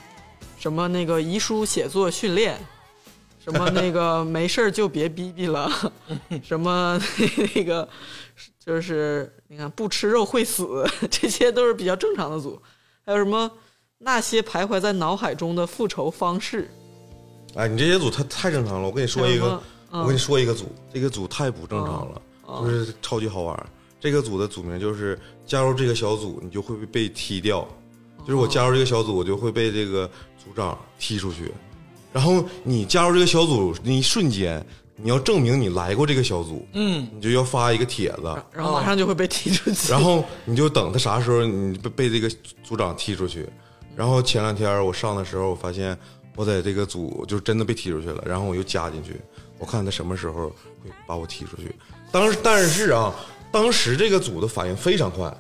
B: 什么那个遗书写作训练，什么那个没事儿就别逼逼 了，什么那个就是你看不吃肉会死， 这些都是比较正常的组。还有什么那些徘徊在脑海中的复仇方式，
C: 哎，你这些组太太正常了。我跟你说一
B: 还有什
C: 个
B: 么，嗯
C: 我跟你说一个组，这个组太不正常了，就是超级好玩儿。这个组的组名就是加入这个小组，你就会被踢掉。就是我加入这个小组，我就会被这个组长踢出去。然后你加入这个小组那一瞬间，你要证明你来过这个小组，
A: 嗯，
C: 你就要发一个帖子，
B: 然后马上就会被踢出去。
C: 哦然后你就等他啥时候你被被这个组长踢出去。然后前两天我上的时候，我发现我在这个组就真的被踢出去了，然后我又加进去，我看他什么时候会把我踢出去。当时但是啊，当时这个组的反应非常快，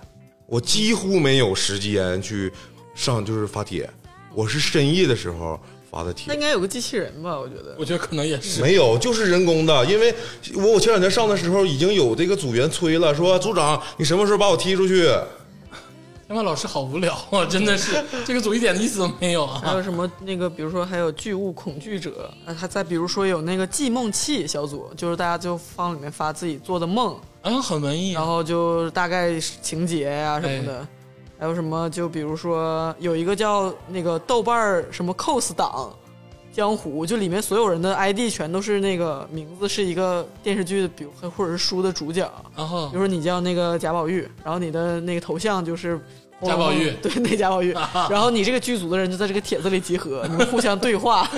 C: 我几乎没有时间去上就是发帖，我是深夜的时候发的帖
B: 那应。该有个机器人吧？我觉得
A: 我觉得可能也是。
C: 没有，就是人工的，因为我我前两天上的时候已经有这个组员催了，说组长你什么时候把我踢出去？
A: 天哎霸老师好无聊啊，真的是这个组一点意思都没有
B: 还
A: 啊。
B: 有什么那个，比如说还有巨物恐惧者，啊，还再比如说有那个记梦器小组，就是大家就放里面发自己做的梦，
A: 嗯，很文艺
B: 然后就大概情节呀、什么的。还有什么？就比如说有一个叫那个豆瓣儿什么 cos 党江湖，就里面所有人的 ID 全都是那个名字是一个电视剧的，比如或者是书的主角。
A: 然后
B: 比如说你叫那个贾宝玉，然后你的那个头像就是
A: 贾宝玉
B: 对，那贾 宝玉。然后你这个剧组的人就在这个帖子里集合，你们互相 对话，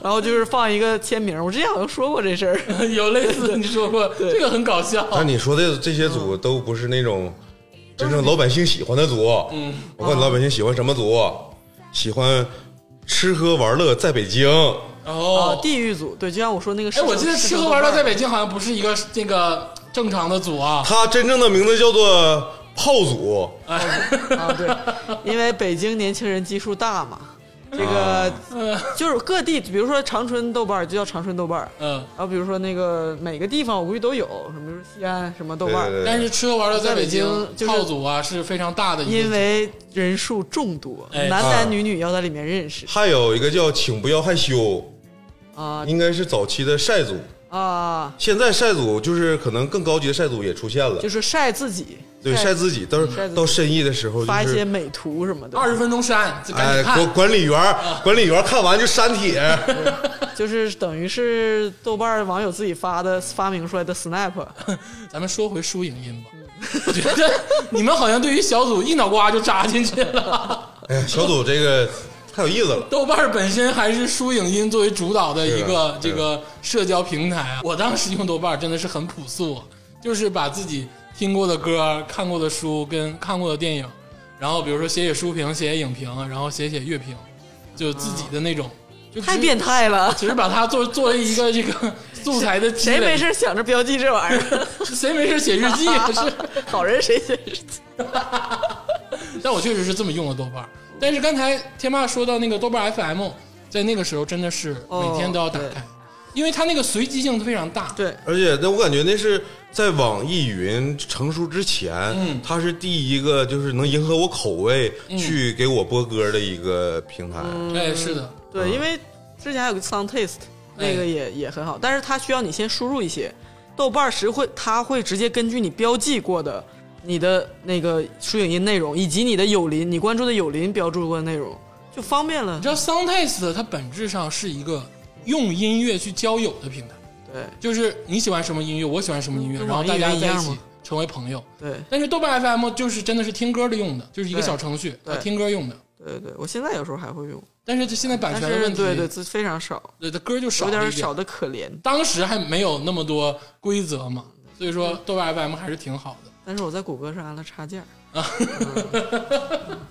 B: 然后就是放一个签名。我之前好像说过这事儿，
A: 有类似你说过，这个很搞笑。
C: 那你说的这些
B: 嗯
C: 组都不是那种真正老百姓喜欢的组。嗯，我告诉你，老百姓喜欢什么组？喜欢吃喝玩乐在北京。
B: 啊
A: 哦，，
B: 地狱组对，就像我说那个。
A: 哎，我记得吃喝玩乐在北京好像不是一个那个正常的组啊。
C: 它真正的名字叫做炮组。
B: 啊， 对，因为北京年轻人基数大嘛，这个 就是各地，比如说长春豆瓣儿就叫长春豆瓣儿，
A: 嗯，
B: 然后比如说那个每个地方我估计都有，什么就是西安什么豆
C: 对
B: 瓣儿，
C: 对对
A: 但是吃喝玩乐在北
B: 在北京就是
A: 炮组啊是非常大的一个
B: 因
A: 组。
B: 为人数众多，
A: 哎
B: 男男女女要在里面认识
C: 还有一个叫“请不要害羞
B: 啊”，
C: 应该是早期的晒组。
B: 啊，
C: 现在晒组就是可能更高级的晒组也出现了
B: 就，是晒自己，
C: 对晒自己，到
B: 晒自己
C: 到深夜的时候就
B: 发一些
C: 是。
B: 美图什么的，
A: 二十分钟删，就赶
C: 哎，
A: 紧
C: 管
A: 看。
C: 管理员儿，
B: 啊
C: 管理员儿看完就 删帖，哎
B: 就是等于是豆瓣网友自己发的发明出来 的 Snap，
A: 咱们说回输影音吧，我觉得你们好像对于小组一脑瓜就扎进去了。
C: 哎呀，小组这个太有意思了。
A: 豆瓣本身还是输影音作为主导的一个
C: 是的啊
A: 这
C: 是的
A: 个社交平台啊。我当时用豆瓣真的是啊很朴素，就是把自己听过的歌、看过的书跟看过的电影然后比如说写写书评、写写影评，然后写写乐评，就自己的那种，就只
B: 啊太变态了。
A: 只是把它做作为一个这个素材的积累
B: 谁没事想着标记这玩意儿？
A: 谁没事写日记是。
B: 好人谁先是？
A: 但我确实是这么用的豆瓣儿。但是刚才天霸说到那个豆瓣儿 FM，在那个时候真的是每天都要打
B: 哦
A: 开，因为它那个随机性非常大。
B: 对，
C: 而且那我感觉那是在网易云成熟之前，
A: 嗯
C: 它是第一个就是能迎合我口味、去给我播歌的一个平台。
B: 嗯
A: 哎，是的，
B: 对，因为之前还有个 Sound Taste，那
A: 哎
B: 个也、也很好，但是它需要你先输入一些。豆瓣儿实会，它会直接根据你标记过的你的那个书影音内容，以及你的友邻，你关注的友邻标注过的内容，就方便了
A: 你知。道 Soundtest 它本质上是一个用音乐去交友的平台，
B: 对
A: 就是你喜欢什么音乐，我喜欢什么音乐，
B: 嗯跟
A: 然后
B: 网易
A: 大家
B: 云一
A: 在一
B: 样
A: 起
B: 吗
A: 成为朋友。
B: 对
A: 但是豆瓣 FM 就是真的是听歌的用的，就是一个
B: 对
A: 小程序，
B: 对
A: 啊听歌用的。
B: 对对，我现在有时候还会用，
A: 但是它现在版
B: 但
A: 权的问
B: 是
A: 题，
B: 对对，这非常少，
A: 对，它歌就少
B: 有
A: 了
B: 点
A: 一点
B: 少的可怜。
A: 当时还没有那么多规则嘛，所以说豆瓣 FM 还是挺好的。
B: 但是我在谷歌上按了插件儿，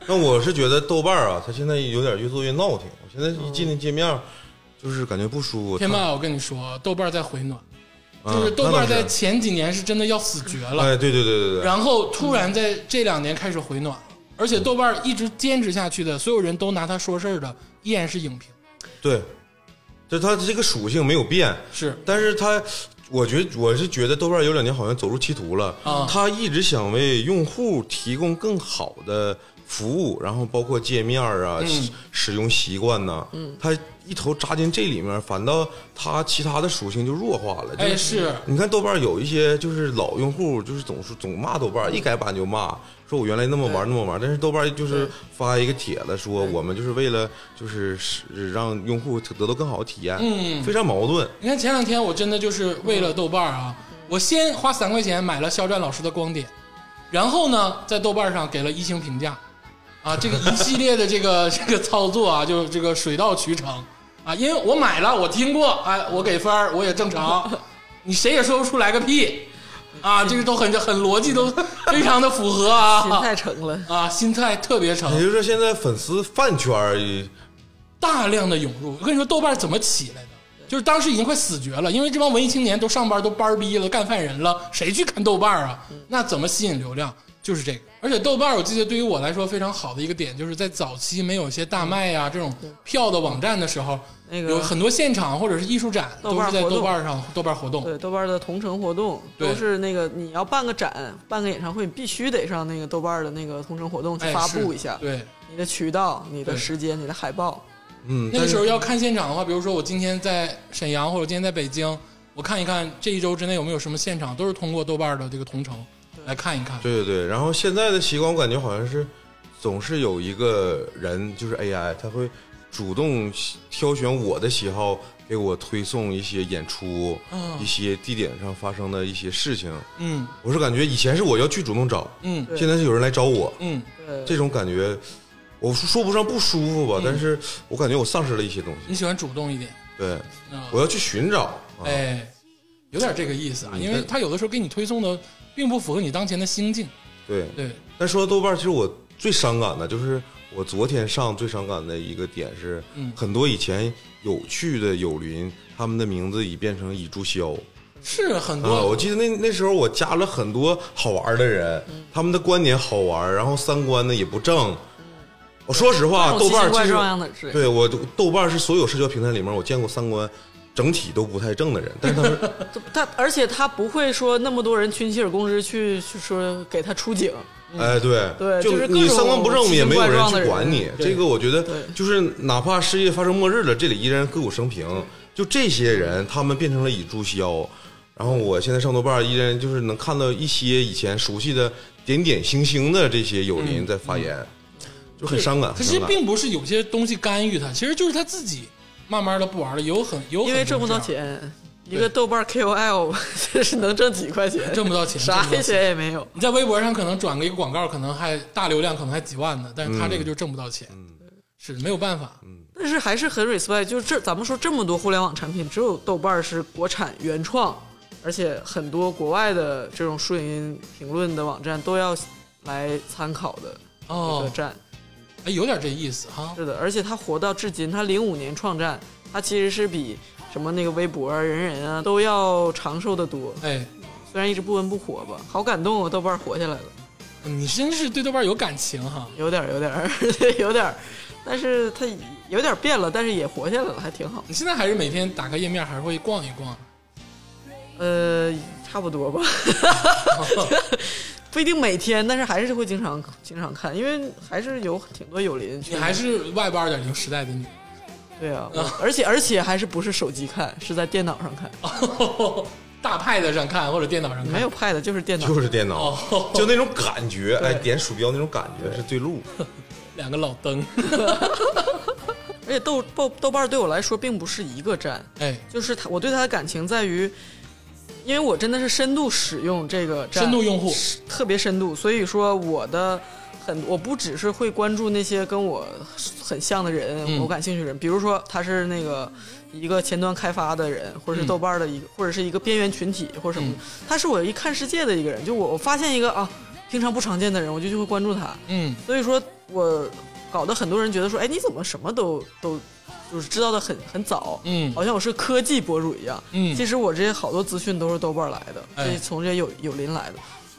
C: 那我是觉得豆瓣儿啊，它现在有点越做越闹挺。我现在一进那界面儿，就是感觉不舒服。
A: 天霸，我跟你说，豆瓣在回暖，
C: 它，
A: 就是豆瓣
C: 啊那
A: 在
C: 倒是
A: 前几年嗯是真的要死绝了，
C: 哎，对对对对对，
A: 然后突然在这两年开始回暖，而且豆瓣一直坚持下去的，所有人都拿它说事儿的，依然是影评，
C: 对，就它这个属性没有变，
A: 是
C: 但是它，我觉得我是觉得豆瓣有两年好像走入歧途了，
A: 啊
C: 它一直想为用户提供更好的服务，然后包括界面啊、使使用习惯呐、嗯，它一头扎进这里面，反倒它其他的属性就弱化了，就
A: 哎是
C: 你看豆瓣有一些就是老用户，就是总是总骂豆瓣，一改版就骂，说我原来那么玩那么玩，但是豆瓣就是发一个帖子说我们就是为了就是使让用户得到更好的体验，嗯，非常矛盾。
A: 你看前两天我真的就是为了豆瓣儿啊，我先花三块钱买了肖战老师的光点，然后呢在豆瓣上给了一星评价，啊，这个一系列的这个这个操作啊，就这个水到渠成啊，因为我买了，我听过，哎，我给分儿我也正常，你谁也说不出来个屁，啊，这个都很很逻辑都非常的符合
B: 心
A: 啊，
B: 太诚 了。
A: 啊，心态特别
C: 也
A: 诚，
C: 就是说，现在粉丝饭圈儿
A: 大量的涌入，我跟你说豆瓣儿怎么起来的？就是当时已经快死绝了，因为这帮文艺青年都上班都班儿逼了，干饭人了，谁去看豆瓣儿啊？
B: 嗯
A: 那怎么吸引流量？就是这个。而且豆瓣儿，我记得对于我来说非常好的一个点，就是在早期没有一些大卖呀、这种票的网站的时候，
B: 嗯那个
A: 有很多现场或者是艺术展
B: 豆
A: 都
B: 瓣
A: 是
B: 儿
A: 在
B: 活动
A: 豆瓣儿上豆瓣儿活动。
B: 对，豆瓣儿的同城活动
A: 对
B: 都是那个你要办个展、办个演唱会，你必须得上那个豆瓣儿的那个同城活动去
A: 哎
B: 发
A: 是
B: 布一下。
A: 对，
B: 你的渠道、你的
A: 对
B: 时间、你的海报，
C: 嗯，
A: 那
C: 但
A: 个
C: 是
A: 时候要看现场的话，比如说我今天在沈阳或者今天在北京，我看一看这一周之内有没有什么现场，都是通过豆瓣儿的这个同城来看一看。
C: 对对对，然后现在的习惯，我感觉好像是总是有一个人，就是 AI，他会主动挑选我的喜好，给我推送一些演出、
A: 嗯
C: 一些地点上发生的一些事情。
A: 嗯
C: 我是感觉以前是我要去主动找，
A: 嗯
B: 对
C: 现在是有人来找我，
A: 嗯，
B: 对，
C: 这种感觉，我说说不上不舒服
A: 嗯
C: 吧，但是我感觉我丧失了一些东
A: 你
C: 西。
A: 喜欢主动一点，
C: 对，
A: 啊
C: 我要去寻找。啊、
A: 哎，有点这个意思啊，
C: 嗯
A: 因为他有的时候给你推送的并不符合你当前的心境。
C: 对，
A: 对，
C: 但说到豆瓣儿，其实我最伤感的就是我昨天上最伤感的一个点是，
A: 嗯
C: 很多以前有趣的友邻，他们的名字已变成已注销。
A: 是很
C: 啊，
A: 多
C: 我记得那那时候我加了很多好玩的人，
B: 嗯
C: 他们的观点好玩，然后三观呢也不正。我说实
A: 啊
C: 话，
B: 这嗯种奇
C: 豆
B: 形
C: 瓣儿其
B: 怪
C: 实
B: 状的是，
C: 对我豆瓣儿是所有社交平台里面我见过三观整体都不太正的人，但是他们
B: 他而且他不会说那么多人群起而攻之去去说给他出警，
C: 哎，对，
B: 嗯对
C: 就
B: 就是各
C: 你三观
B: 种
C: 不正，
B: 奇
C: 也没有
B: 怪
C: 人
B: 状
C: 去
B: 的
C: 管
B: 人
C: 你。
A: 对
C: 这个我觉得
B: 对，
C: 就是哪怕世界发生末日了，这里依然歌舞升平。就这些人，他们变成了已注销。然后我现在上豆瓣儿，依然就是能看到一些以前熟悉的点点星星的这些友
B: 嗯
C: 邻在发言，就很伤感。
A: 可
C: 很
A: 是
C: 伤感。
A: 并不是有些东西干预他，其实就是他自己慢慢的不玩了，有很有很
B: 因为挣不到
A: 多这样，
B: 钱。一个豆瓣 KOL 这是能挣几块钱，
A: 挣不到钱
B: 啥
A: 挣不到钱
B: 钱也没有。
A: 你在微博上可能转个一个广告，可能还大流量，可能还几万呢，但是他这个就挣不到钱，是没有办法。
B: 但是还是很 respect，就是这咱们说这么多互联网产品，只有豆瓣儿是国产原创，而且很多国外的这种书影音评论的网站都要来参考的，一个
A: 哦，
B: 站。
A: 哎，有点这意思哈。
B: 是的，而且他活到至今，他零五年创站，他其实是比什么那个微博、啊、人人啊都要长寿的多。
A: 哎，
B: 虽然一直不温不火吧，好感动啊！豆瓣活下来了，
A: 你真是对豆瓣有感情哈。
B: 有点儿，有点儿， 有点儿，但是他有点儿变了，但是也活下来了，还挺好。
A: 你现在还是每天打开页面还是会逛一逛，
B: 呃，差不多吧， 不一定每天，但是还是会经常经常看，因为还是有挺多友邻去
A: 你
B: 的。
A: 还是 Web 二点零时代的你。
B: 对啊，我而且而且还是不是手机看，是在电脑 上看，
A: 大 Pad 上看或者电脑上看，
B: 没有 Pad 就是电脑。
C: 就是电脑，
A: 哦，
C: 就那种感觉，哎，点鼠标那种感觉是对路。
A: 两个老灯，
B: 而且豆豆豆瓣儿对我来说并不是一个站，
A: 哎，
B: 就是他我对他的感情在于，因为我真的是深度使用这个站，
A: 深度用户
B: 是特别深度，所以说我的很我不只是会关注那些跟我很像的人，
A: 嗯
B: 我感兴趣的人，比如说他是那个一个前端开发的人，或者是
A: 嗯
B: 豆瓣儿的一个，或者是一个边缘群体或者什么
A: 嗯，
B: 他是我一看世界的一个人，就我我发现一个啊平常不常见的人，我就就会关注他，
A: 嗯，
B: 所以说我搞得很多人觉得说，哎，你怎么什么都都就是知道的很很早，
A: 嗯
B: 好像我是科技博主一样，
A: 嗯
B: 其实我这些好多资讯都是豆瓣儿来的，
A: 哎
B: 这从这些有有邻来的，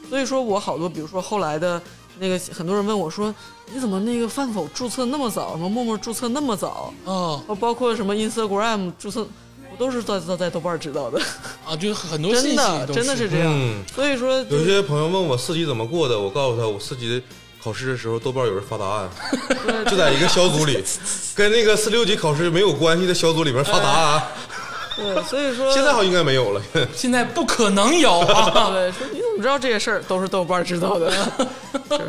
B: 所以说我好多，比如说后来的那个很多人问我说，你怎么那个饭否注册那么早，什么陌陌注册那么早，
A: 哦
B: 包包括什么 Instagram 注册，我都是在在在豆瓣儿知道的，
A: 啊，就很多信
B: 真
A: 息
B: 的
A: 都
B: 真的是这样，
C: 嗯，
B: 所以说就
C: 有
B: 是
C: 些朋友问我四级怎么过的，我告诉他我四级考试的时候，豆瓣有人发答案，就在一个小组里，跟那个四六级考试没有关系的小组里面发答案。
B: 对，所以说
C: 现在好像应该没有了。
A: 现在不可能有啊，
B: 对，说你怎么知道这些事儿都是豆瓣儿知道的？ 就是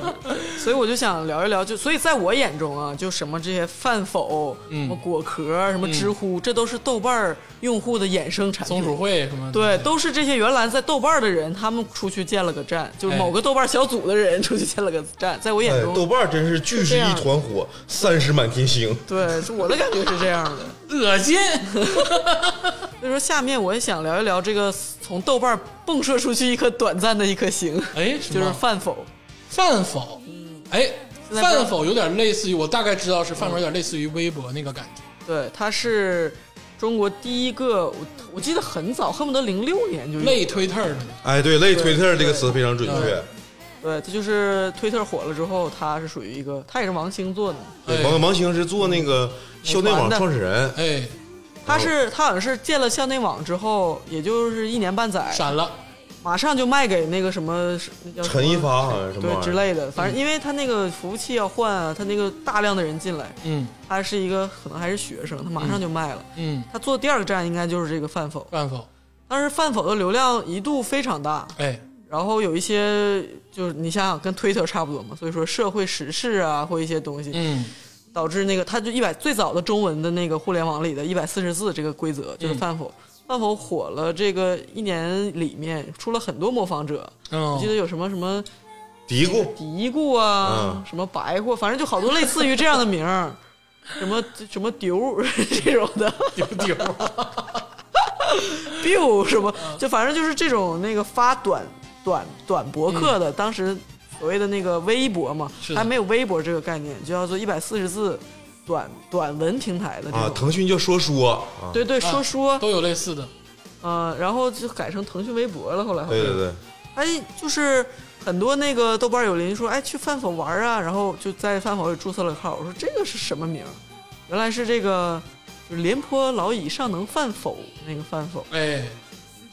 B: 所以我就想聊一聊，就所以在我眼中啊，就什么这些饭否、什么果壳、什么知乎，这都是豆瓣儿用户的衍生产
A: 松鼠
B: 品。
A: 会什么的，
B: 对，都是这些原来在豆瓣儿的人，他们出去建了个站，就是
A: 哎
B: 某个豆瓣儿小组的人出去建了个站，在我眼
C: 哎，
B: 中，
C: 豆瓣真是聚是一团火，散是满天星。
B: 对，是我的感觉是这样的。
A: 恶心， 哎
B: 所以说，下面我也想聊一聊这个从豆瓣儿迸射出去一颗短暂的一颗星，
A: 哎，什
B: 就
A: 么
B: 是饭否。
A: 饭否，哎，
B: 嗯现在不知道
A: 饭否有点类似于，我大概知道是饭否有点类似于微博那个感觉，
B: 对，它是中国第一个，我我记得很早，恨不得零六年就有。
A: 类推特的，
C: 哎，对，类推特这个词非常准确。
B: 对，它就是推特火了之后，它是属于一个，它也是王兴做的嘛，
A: 哎
C: 王王兴是做那个校内网创始人，
A: 哎，
B: 它是它好像是建了校内网之后，也就是一年半载，
A: 闪了，
B: 马上就卖给那个什么那叫什么
C: 陈一发好像是什么玩
B: 对
C: 意儿
B: 之类的，反正因为它那个服务器要换啊，它那个大量的人进来，
A: 嗯
B: 他是一个可能还是学生，他马上就卖了。
A: 嗯，
B: 他做第二个站应该就是这个饭否，
A: 饭否，
B: 当时饭否的流量一度非常大，
A: 哎，
B: 然后有一些就是你想想跟推特差不多嘛，所以说社会时事啊或一些东西，
A: 嗯
B: 导致那个它就一百最早的中文的那个互联网里的一百四十字这个规则就是饭否。饭否火了，这个一年里面出了很多模仿者，我
A: 嗯
B: 记，得有什么什么
C: 嘀咕
B: 嘀咕啊，
C: 嗯
B: 什么白货，反正就好多类似于这样的名儿，什么什么丢儿 这种的
A: 丢丢，
B: biu 什么，
A: 嗯
B: 就反正就是这种那个发短短短博客的，当时所谓的那个微博嘛
A: 嗯是，的
B: 还没有微博这个概念，就叫做一百四十字短短文平台的
C: 啊，
B: 这种。
C: 腾讯叫说说啊，
B: 对对，
A: 啊
B: 说说，
A: 都有类似的，
B: 呃，然后就改成腾讯微博了。后来好像
C: 对对对，
B: 哎，就是很多那个豆瓣有邻居说，哎，去饭否玩啊，然后就在饭否里注册了个号。我说这个是什么名儿？原来是这个，就是廉颇老矣尚能饭否那个饭否。
A: 哎，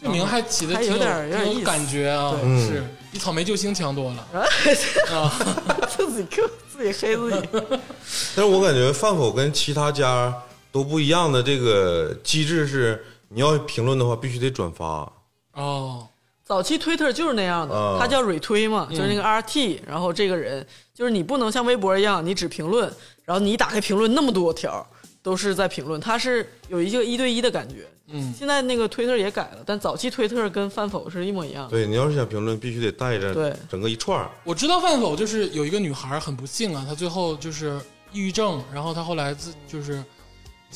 A: 这名还起的
B: 还
A: 挺
B: 有点有点
A: 挺
B: 意
A: 有
B: 思
A: 感觉啊，
B: 对
C: 嗯
A: 是比草莓救星强多了啊，
B: 自己 Q 自己黑自己，
C: 但是我感觉饭否跟其他家都不一样的这个机制是，你要评论的话必须得转发。
A: 哦，
B: 早期推特就是那样的
C: 啊，
B: 它叫 retweet 嘛，就是那个 RT，、然后这个人就是你不能像微博一样，你只评论，然后你打开评论那么多条都是在评论，它是有一个一对一的感觉。
A: 嗯，
B: 现在那个推特也改了，但早期推特跟饭否是一模一样的。
C: 对你要是想评论，必须得带着
B: 对
C: 整个一串儿。
A: 我知道饭否就是有一个女孩很不幸啊，她最后就是抑郁症，然后她后来自就是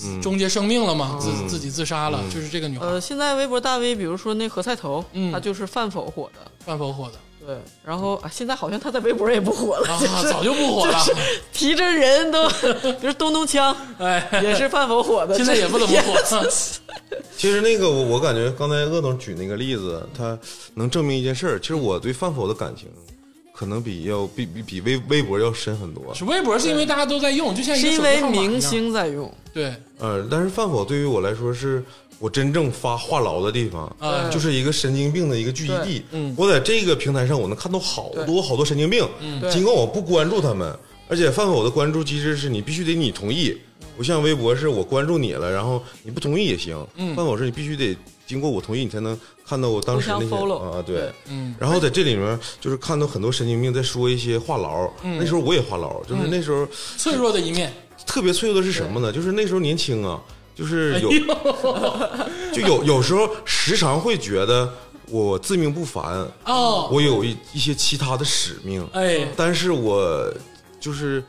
C: 嗯，
A: 终结生命了嘛，自
C: 嗯
A: 自己自杀了，
C: 嗯
B: 呃
A: 就是这个女孩
B: 呃，现在微博大 V，比如说那何菜头，
A: 嗯
B: 他就是饭否火的，
A: 饭否火的，
B: 对，然后啊，现在好像他在微博也不火了，
A: 啊
B: 就，是
A: 早就不火了，
B: 提着人都， 比如东东枪
A: 哎，
B: 也是饭否火的，。
A: 现在也不怎么火
C: 其实那个我我感觉刚才鄂总举那个例子，他能证明一件事儿，其实我对饭否的感情，可能比要比比比微微博要深很多。
A: 是微博是因为大家都在用，就 像一
B: 是
A: 个
B: 因
A: 手机
B: 为
A: 号码一样
B: 明星在用，
A: 对
C: 呃，但是饭否对于我来说是我真正发话痨的地方，
B: 嗯
A: 啊
C: 就是一个神经病的一个聚集地。
A: 嗯
C: 我在这个平台上，我能看到好多好多神经病，
B: 对
C: 尽管我不关注他们，而且饭否的关注机制是你必须得你同意，不像微博是我关注你了，然后你不同意也行。
B: 嗯
C: 饭否是你必须得经过我同意，你才能看到我当时
B: 互相
C: 那些
B: follow
C: 啊，对
B: 对。
A: 嗯
C: 然后在这里面，就是看到很多神经病在说一些话痨。
B: 嗯
C: 那时候我也话痨，就是那时候
A: 脆弱的一面，
C: 特别脆弱的是什么呢？就是那时候年轻啊，就是有、
A: 哎
C: 就有有时候时常会觉得我自命不凡，
A: 哦，
C: 我有一一些其他的使命，
A: 哎
C: 但是我就是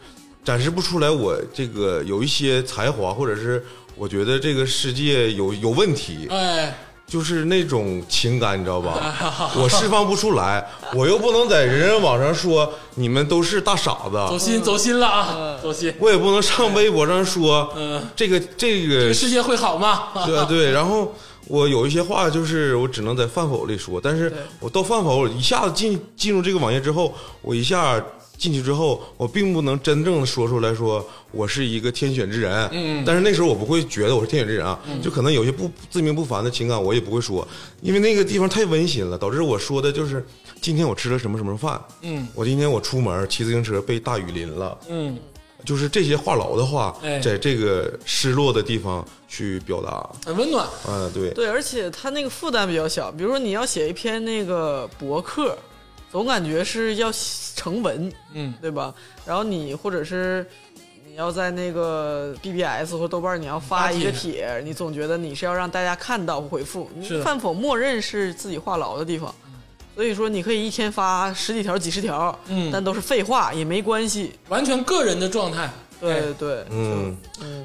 C: 展示不出来我这个有一些才华，或者是我觉得这个世界有有问题，
A: 哎，
C: 就是那种情感，你知道 吧？我释放不出来，我又不能在人人网上说你们都是大傻
A: 走
C: 子。
B: 嗯
A: 心走心了啊，走心，
C: 我也不能上微博上说，
A: 嗯，
C: 这个这个
A: 这世界会好吗？
C: 对啊，对。然后我有一些话，就是我只能在饭否里说，但是我到饭否一下子进进入这个网页之后，我一下进去之后，我并不能真正的说出来说我是一个天选之人。嗯，但是那时候我不会觉得我是天选之人啊，就可能有些不自命不凡的情感，我也不会说，因为那个地方太温馨了，导致我说的就是今天我吃了什么什么饭。
A: 嗯，
C: 我今天我出门骑自行车被大雨淋了。
A: 嗯，
C: 就是这些话痨的话
A: 哎，
C: 在这个失落的地方去表达。
A: 很温暖，
C: 啊，对，
B: 对，而且它那个负担比较小。比如说你要写一篇那个博客，总感觉是要成文，
A: 嗯，
B: 对吧？然后你或者是你要在那个 BBS 或豆瓣儿，你要
A: 发
B: 发一个
A: 帖
B: 帖，你总觉得你是要让大家看到回复。你
A: 是的
B: 饭否默认是自己话痨的地方，所以说你可以一天发十几条、几十条，
A: 嗯
B: 但都是废话也没关系。
A: 完全个人的状态，哎
B: 对对，
C: 嗯，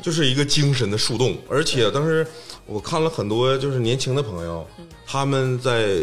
C: 就是一个精神的树洞。而且当时我看了很多就是年轻的朋友，他们在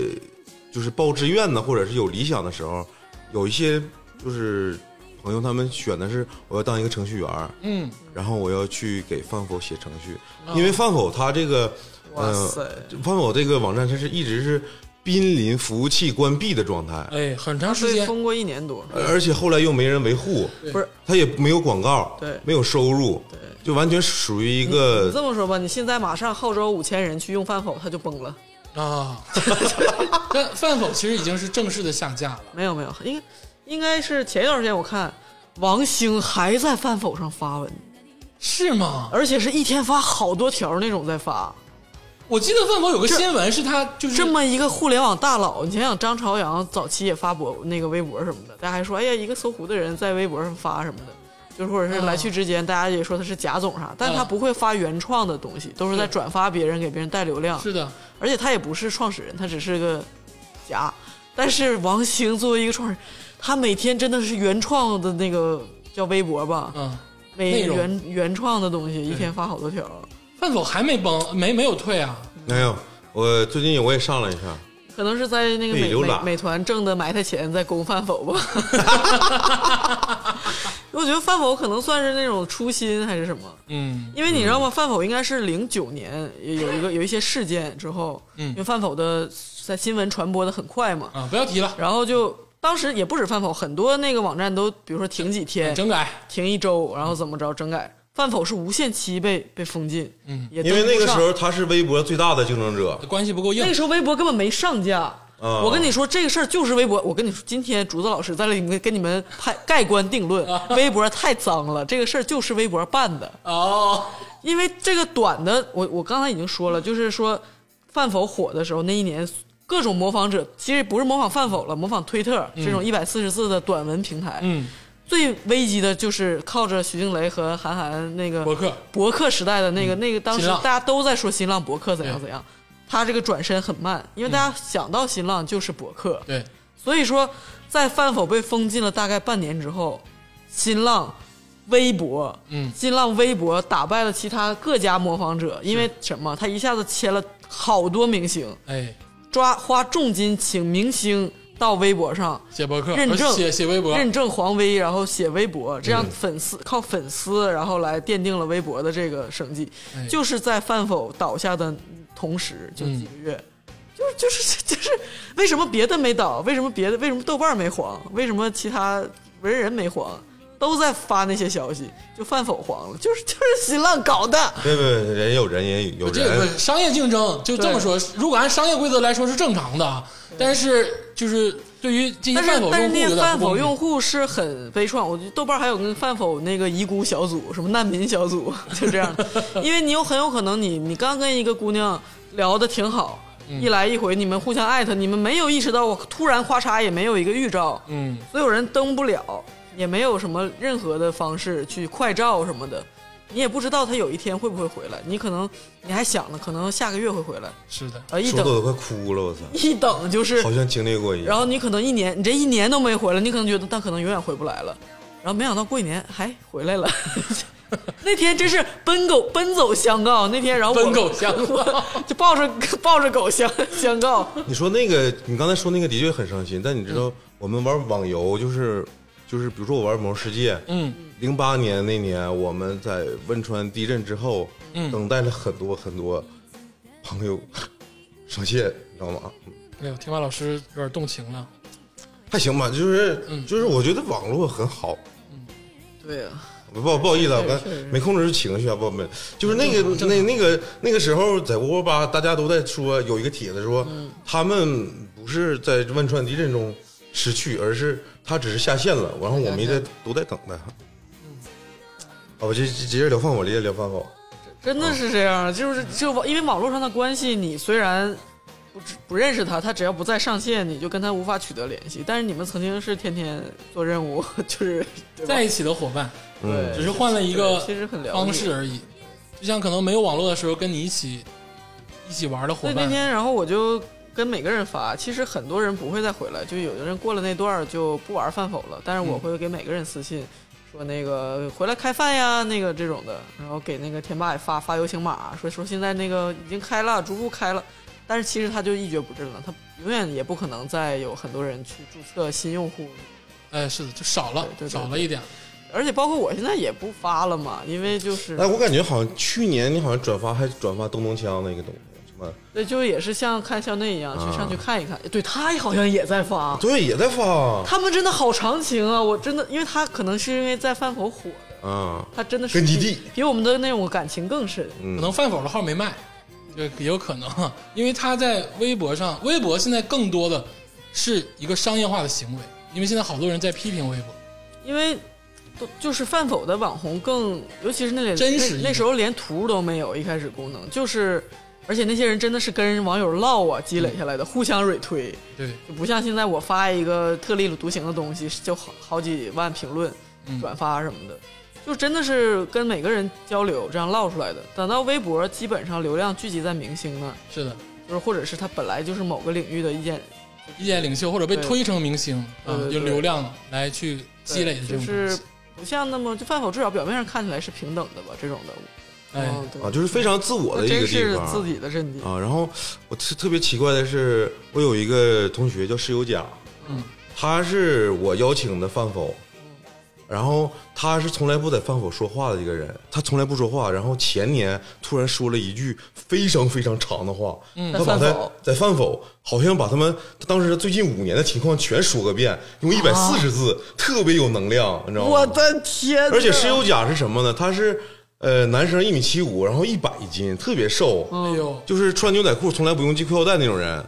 C: 就是报志愿呢，或者是有理想的时候，有一些就是朋友他们选的是我要当一个程序员儿，
A: 嗯，
C: 然后我要去给饭否写程序，因为饭否它这个，
B: 哦哇
C: 呃
B: 塞，
C: 饭否这个网站它是一直是濒临服务器关闭的状态，
A: 哎，很长时
B: 被
A: 间，
B: 封过一年多，
C: 而且后来又没人维护，
B: 不是
C: 它也没有广告，
B: 对
C: 没有收入，对，就完全属于一个
B: 这么说吧，你现在马上号召五千人去用饭否，它就崩了。
A: 啊， 但饭否其实已经是正式的下架了，
B: 没有没有，应应该是前一段时间我看王兴还在饭否上发文，
A: 是吗？
B: 而且是一天发好多条那种在发。
A: 我记得饭否有个新闻是他就是
B: 这么一个互联网大佬，你想想张朝阳早期也发博那个微博什么的，大家还说哎呀一个搜狐的人在微博上发什么的。就是或者是来去之间，大家也说他是贾总啥，但他
A: 嗯
B: 不会发原创的东西，都是在转发别人，给别人带流量。
A: 是的，
B: 而且他也不是创始人，他只是个甲。但是王兴作为一个创始人，他每天真的是原创的那个叫微博吧，
A: 嗯，内
B: 每
A: 容
B: 原原创的东西一天发好多条。
A: 饭否还没崩，没没有退啊，
C: 没有。哎我最近我也上了一下，
B: 可能是在那个
C: 内
B: 美
C: 浏
B: 美
C: 览
B: 美团挣的埋汰钱在供饭否吧， 我觉得饭否可能算是那种初心还是什么，
A: 嗯
B: 因为你知道吗？饭否应该是零九年有一个有一些事件之后，
A: 嗯
B: 因为饭否的在新闻传播的很快嘛，
A: 啊，不要提了，
B: 然后就当时也不止饭否，很多那个网站都，比如说停几
C: 嗯
B: 天、
A: 整改，
B: 停一周，然后怎么着整改。饭否是无限期被被封禁，嗯，也
C: 因为
B: 登不
C: 那个时
B: 上
C: 候他是微博最大的竞争者，
A: 关系不够硬
B: 那个，时候微博根本没上架。
C: 啊
B: 我跟你说这个事儿就是微博，我跟你说，今天竹子老师在这里面跟你们拍盖棺定 论，微博太脏了，这个事儿就是微博办的。
A: 哦，
B: 因为这个短的，我我刚才已经
A: 嗯
B: 说了，就是说饭否火的时候，那一年各种模仿者，其实不是模仿饭否了，模仿推特这种一百四十字的短文平台，
A: 嗯，
B: 最危机的就是靠着徐静蕾和韩寒那个
A: 博客嗯
B: 博客时代的那个、那个，当时
A: 新浪
B: 大家都在说新浪博客怎样
A: 对
B: 怎样，他这个转身很慢，因为大家想到新浪就是博客，
A: 对，
B: 所以说在饭否被封禁了大概半年之后，新浪。微博，
A: 嗯
B: 新浪微博打败了其他各家模仿者，因为什么？他一下子签了好多明星，
A: 哎，
B: 抓花重金请明星到微博上
A: 写博 客，
B: 认证
A: 呃写写微博，嗯
B: 认证黄威，然后写微博，这样粉丝、靠粉丝，然后来奠定了微博的这个生计。
A: 哎嗯
B: 就是在范否倒下的同时，就几个月，就是就是 就是为什么别的没倒，为什么别的为什么豆瓣没黄，为什么其他文人没黄，都在发那些消息，就范否黄了，就是就是新浪搞的。
C: 别别，别人有人也有
A: 这个
C: 人，
A: 商业竞争就这么说，如果按商业规则来说是正常的，但是就是对于这些
B: 但是
A: 饭否
B: 但是
A: 用户
B: 那
A: 有
B: 些
A: 点
B: 饭
A: 不公
B: 否
A: 平
B: 用户是很悲怆，我觉得豆瓣还有跟饭否那个遗孤小组，什么难民小组， 就这样的，因为你有很有可能你你刚跟一个姑娘聊的挺好。
A: 嗯
B: 一来一回，你们互相艾特，你们没有意识到，我突然咔嚓也没有一个预兆，
A: 嗯，
B: 所有人登不了，也没有什么任何的方式去快照什么的，你也不知道他有一天会不会回来，你可能你还想呢，可能下个月会回来，
A: 是 的，
B: 啊，一
C: 说的我
B: 等
C: 都快哭了，我操，
B: 一等就是
C: 好像经历过一
B: 然
C: 样。
B: 后你可能一年，你这一年都没回来，你可能觉得，但可能永远回不来了。然后没想到过一年还回来了， 那天真是奔狗 奔走相告。那天，然后我
A: 奔狗相告
B: 就抱着 抱着狗相相告，
C: 你说那个，你刚才说那个的确很伤心，但你知
A: 嗯
C: 道我们玩网游就是就是，比如说我玩《魔兽世界》，
A: 嗯，
C: 零八年那年我们在汶川地震之后，
A: 嗯
C: 等待了很多很多朋友 上线，你知道吗？
A: 哎呦，天霸老师有点动情了，
C: 还行吧，就是、
A: 嗯
C: 就是，我觉得网络很好。
B: 对呀、
C: 不不好意思啊，
B: 确
C: 我
B: 实确实
C: 没控制住情绪啊，不没，就是那个那那个那个时候在窝窝吧，大家都在说有一个帖子说，他们不是在汶川地震中失去，而是他只是下线了，然后我们在都在等待。啊，我就直接聊饭否，直接聊饭否。
B: 真的是这样，就是就网因为网络上的关系，你虽然不知不认识他，他只要不在上线，你就跟他无法取得联系。但是你们曾经是天天做任务， 就是对吧
A: 在一起的伙伴
C: 嗯
B: 对
A: 只是换了一个
B: 对其实很疗愈
A: 方式而已，就像可能没有网络的时候跟你一起一起玩的
B: 所
A: 伙
B: 以那
A: 伴，
B: 天，然后我就跟每个人发，其实很多人不会再回来，就有的人过了那段儿就不玩饭否了，但是我
A: 嗯
B: 会给每个人私信。说那个回来开饭呀，那个这种的，然后给那个天霸也发发邀请码，说说现在那个已经开了，逐步开了，但是其实他就一蹶不振了，他永远也不可能再有很多人去注册新用户，
A: 哎，是的，就少了
B: 对对对
A: 少了一点，
B: 而且包括我现在也不发了嘛，因为就是
C: 哎，我感觉好像去年你好像转发还转发东东锵那个东西，什么？
B: 对，就也是像看校内一样去
C: 啊
B: 上去看一看，对他好像也在发，
C: 对，也在发
B: 他们真的好长情啊！我真的，因为他可能是因为在饭否火的，
C: 啊，
B: 他真的是
C: 根基
B: 比
C: 地
B: 比我们的那种感情更深。
A: 可能饭否的号没卖，这也有可能，因为他在微博上，微博现在更多的是一个商业化的行为，因为现在好多人在批评微博，
B: 因为都就是饭否的网红更，尤其是那里
A: 真实一点
B: 那那时候连图都没有，一开始功能就是，而且那些人真的是跟网友唠啊，积累下来的，互相蕊推，
A: 对，
B: 就不像现在我发一个特立独行的东西，就好好几万评论、转发什么的，就真的是跟每个人交流这样唠出来的。等到微博，基本上流量聚集在明星那儿。
A: 是的，
B: 就是或者是他本来就是某个领域的意见，
A: 意见领袖或者被
B: 对
A: 推成明星
B: 对
A: 啊
B: 对，对
A: 用流量来去积累的这
B: 就
A: 种东
B: 是
A: 西，
B: 不像那么就饭否至少表面上看起来是平等的吧，这种的，
A: 哎，
B: 嗯，对
C: 啊，就是非常自我的
B: 那
C: 一
B: 真
C: 个地
B: 是
C: 方。
B: 自己的阵地，
C: 啊，然后我特特别奇怪的是，我有一个同学叫室友甲，
A: 嗯，
C: 他是我邀请的饭否，
B: 嗯
C: 然后他是从来不在饭否说话的一个人，他从来不说话，然后前年突然说了一句非常非常长的话，
A: 嗯
C: 他
B: 在
C: 把
B: 饭
C: 他
B: 否
C: 在饭否好像把他们他当时最近五年的情况全说个遍，用一百四十字，特别有能量，你知道吗？
B: 啊我的天呐！
C: 而且石油甲是什么呢？他是呃男生一米七五，然后一百斤，特别瘦，
B: 嗯
A: 哎呦，
C: 就是穿牛仔裤从来不用系裤腰带那种 人，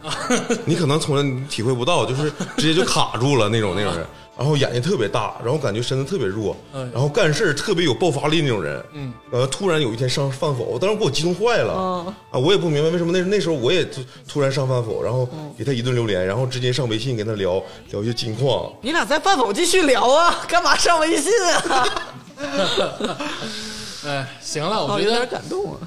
C: 你可能从来你体会不到，就是直接就卡住了那种那种
A: 啊
C: 人，然后眼睛特别大，然后感觉身子特别弱，
A: 嗯
C: 然后干事儿特别有爆发力那种人，
A: 嗯，
C: 呃，突然有一天上饭否，当时给我激动坏了，
A: 哦
B: 嗯
C: 啊，我也不明白为什么那那时候我也突突然上饭否，然后
A: 哦
C: 给他一顿榴莲，然后直接上微信跟他聊聊一些近况，
B: 你俩在饭否继续聊啊，干嘛上微信啊？
A: 哎，行了， 我
B: 哦
A: 觉
B: 有
A: 得
B: 点感动啊。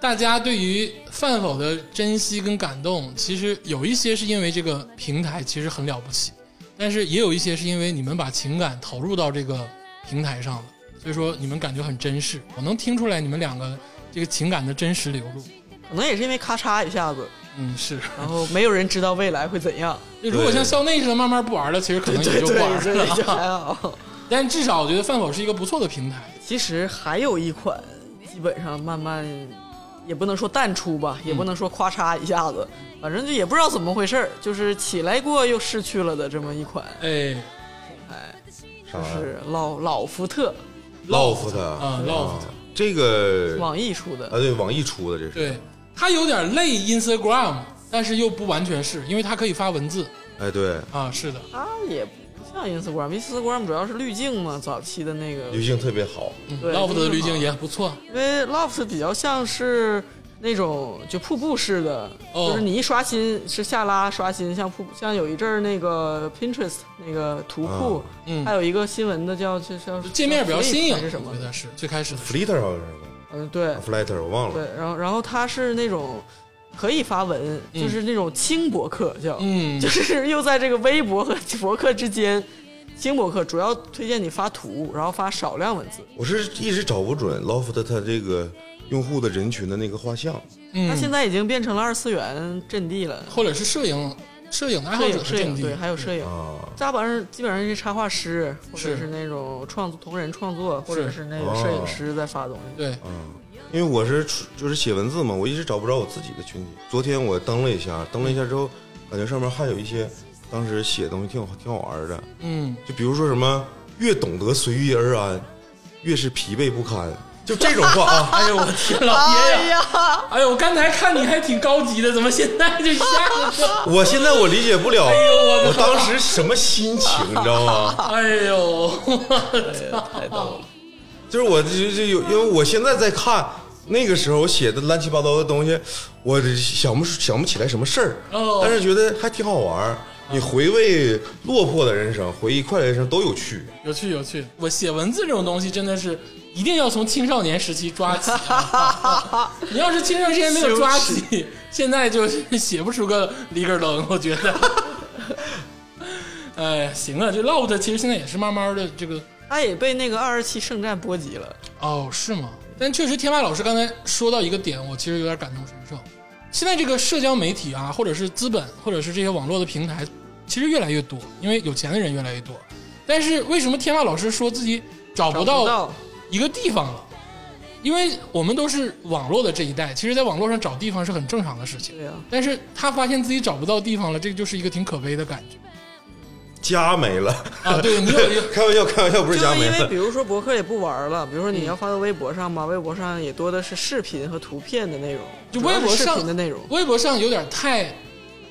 A: 大家对于饭否的珍惜跟感动，其实有一些是因为这个平台其实很了不起，但是也有一些是因为你们把情感投入到这个平台上了，所以说你们感觉很真实。我能听出来你们两个这个情感的真实流露。
B: 可能也是因为咔嚓一下子，
A: 嗯，是。
B: 然后没有人知道未来会怎样。
A: 如果像校内似的慢慢不玩了，其实可能也就不玩
B: 这
A: 了。
B: 就还好。
A: 但至少我觉得饭否是一个不错的平台。
B: 其实还有一款，基本上慢慢也不能说淡出吧，也不能说咔嚓一下子，
C: 嗯
B: 反正就也不知道怎么回事儿，就是起来过又逝去了的这么一款，
A: 哎，
C: 啥
B: 就
C: 呀
B: 是老老福特，
C: ？Loft 啊
A: 啊，Loft
C: 这个
B: 网易出的
C: 啊，，对，网易出的这是。
A: 对，它有点类 Instagram，但是又不完全是，因为它可以发文字
C: 哎，对，
A: 啊。是的，
B: 它也不像 Instagram，Instagram 主要是滤镜嘛，早期的那个
C: 滤镜特别好，
B: 对
A: 老 o 的滤镜也不错。
B: 因为 Loft 比较像是那种就瀑布式的，
A: 哦
B: 就是你一刷新是下拉刷新，像瀑布，像有一阵儿那个 Pinterest 那个图库，
C: 啊
A: 嗯
B: 还有一个新闻的叫叫叫
A: 界面比较新颖，
B: 还是什么
A: 我觉？得是最开始的时
C: Flitter 好像是
B: 嗯，对
C: 吧，Flitter 我忘
B: 对
C: 了。，
B: 然后然后它是那种可以发文，就是那种轻博客叫，
A: 候，嗯
B: 就，是又在这个微博和博客之间。轻博客主要推荐你发图，然后发少量文字。
C: 我是一直找不准 Loft 它这个用户的人群的那个画像，
B: 它现在已经变成了二次元阵地了，
A: 嗯或者是摄影摄影爱
B: 摄
A: 好
B: 影
A: 者
B: 摄影
A: 阵地，
B: 对，还有摄影。
C: 啊，
B: 大本上基本上是插画师，或者
A: 是
B: 是那种创作同人创作，或者
A: 是哦
B: 是那个摄影师在发东西。
A: 对，
C: 因为我是出就是写文字嘛，我一直找不着我自己的群体。昨天我登了一下，登了一下之后，感觉上面还有一些当时写的东西挺好，挺好玩的。
A: 嗯，
C: 就比如说什么“越懂得随遇而安，越是疲惫不堪”，就这种话啊。
A: 哎呦我天，老
B: 哎
A: 爷呀！
B: 呀，
A: 哎呦，我刚才看你还挺高级的，怎么现在就一下子就？
C: 我现在我理解不了，
A: 哎我的
C: 我当时什么心情，你知道吗？
A: 哎呦，
B: 太逗了！
C: 就是我就就有，因为我现在在看那个时候写的乱七八糟的东西，我想不想不起来什么事儿，
A: 哦
C: 但是觉得还挺好玩儿。你回味落魄的人生，回忆快乐人生都有趣。
A: 有趣有趣！我写文字这种东西真的是一定要从青少年时期抓起、 啊。你要是青少年时期没有抓起，现在就写不出个里根楞，我觉得。 哎，行啊，这 Loft 其实现在也是慢慢的这个
B: 他也被那个二十七圣战波及了。
A: 哦，是吗？但确实，天霸老师刚才说到一个点，我其实有点感同身受。现在这个社交媒体啊，或者是资本，或者是这些网络的平台，其实越来越多，因为有钱的人越来越多。但是为什么天霸老师说自己找不
B: 找不
A: 到
B: 到
A: 一个地方了？因为我们都是网络的这一代，其实在网络上找地方是很正常的事情。
B: 对啊呀、
A: 但是他发现自己找不到地方了，这就是一个挺可悲的 感觉
C: 家没了，
A: 啊！ 对你有一个
C: 开玩笑，开玩笑，不
B: 就是
C: 家
B: 是
C: 没
B: 因为
C: 了
B: 比。如说博客也不玩了，比如
A: 嗯
B: 说你要发到微博上嘛，微博上也多的是视频和图片的内容，
A: 就
B: 主要
A: 微
B: 是
A: 博
B: 视
A: 上
B: 频的内容。
A: 微博上有点太，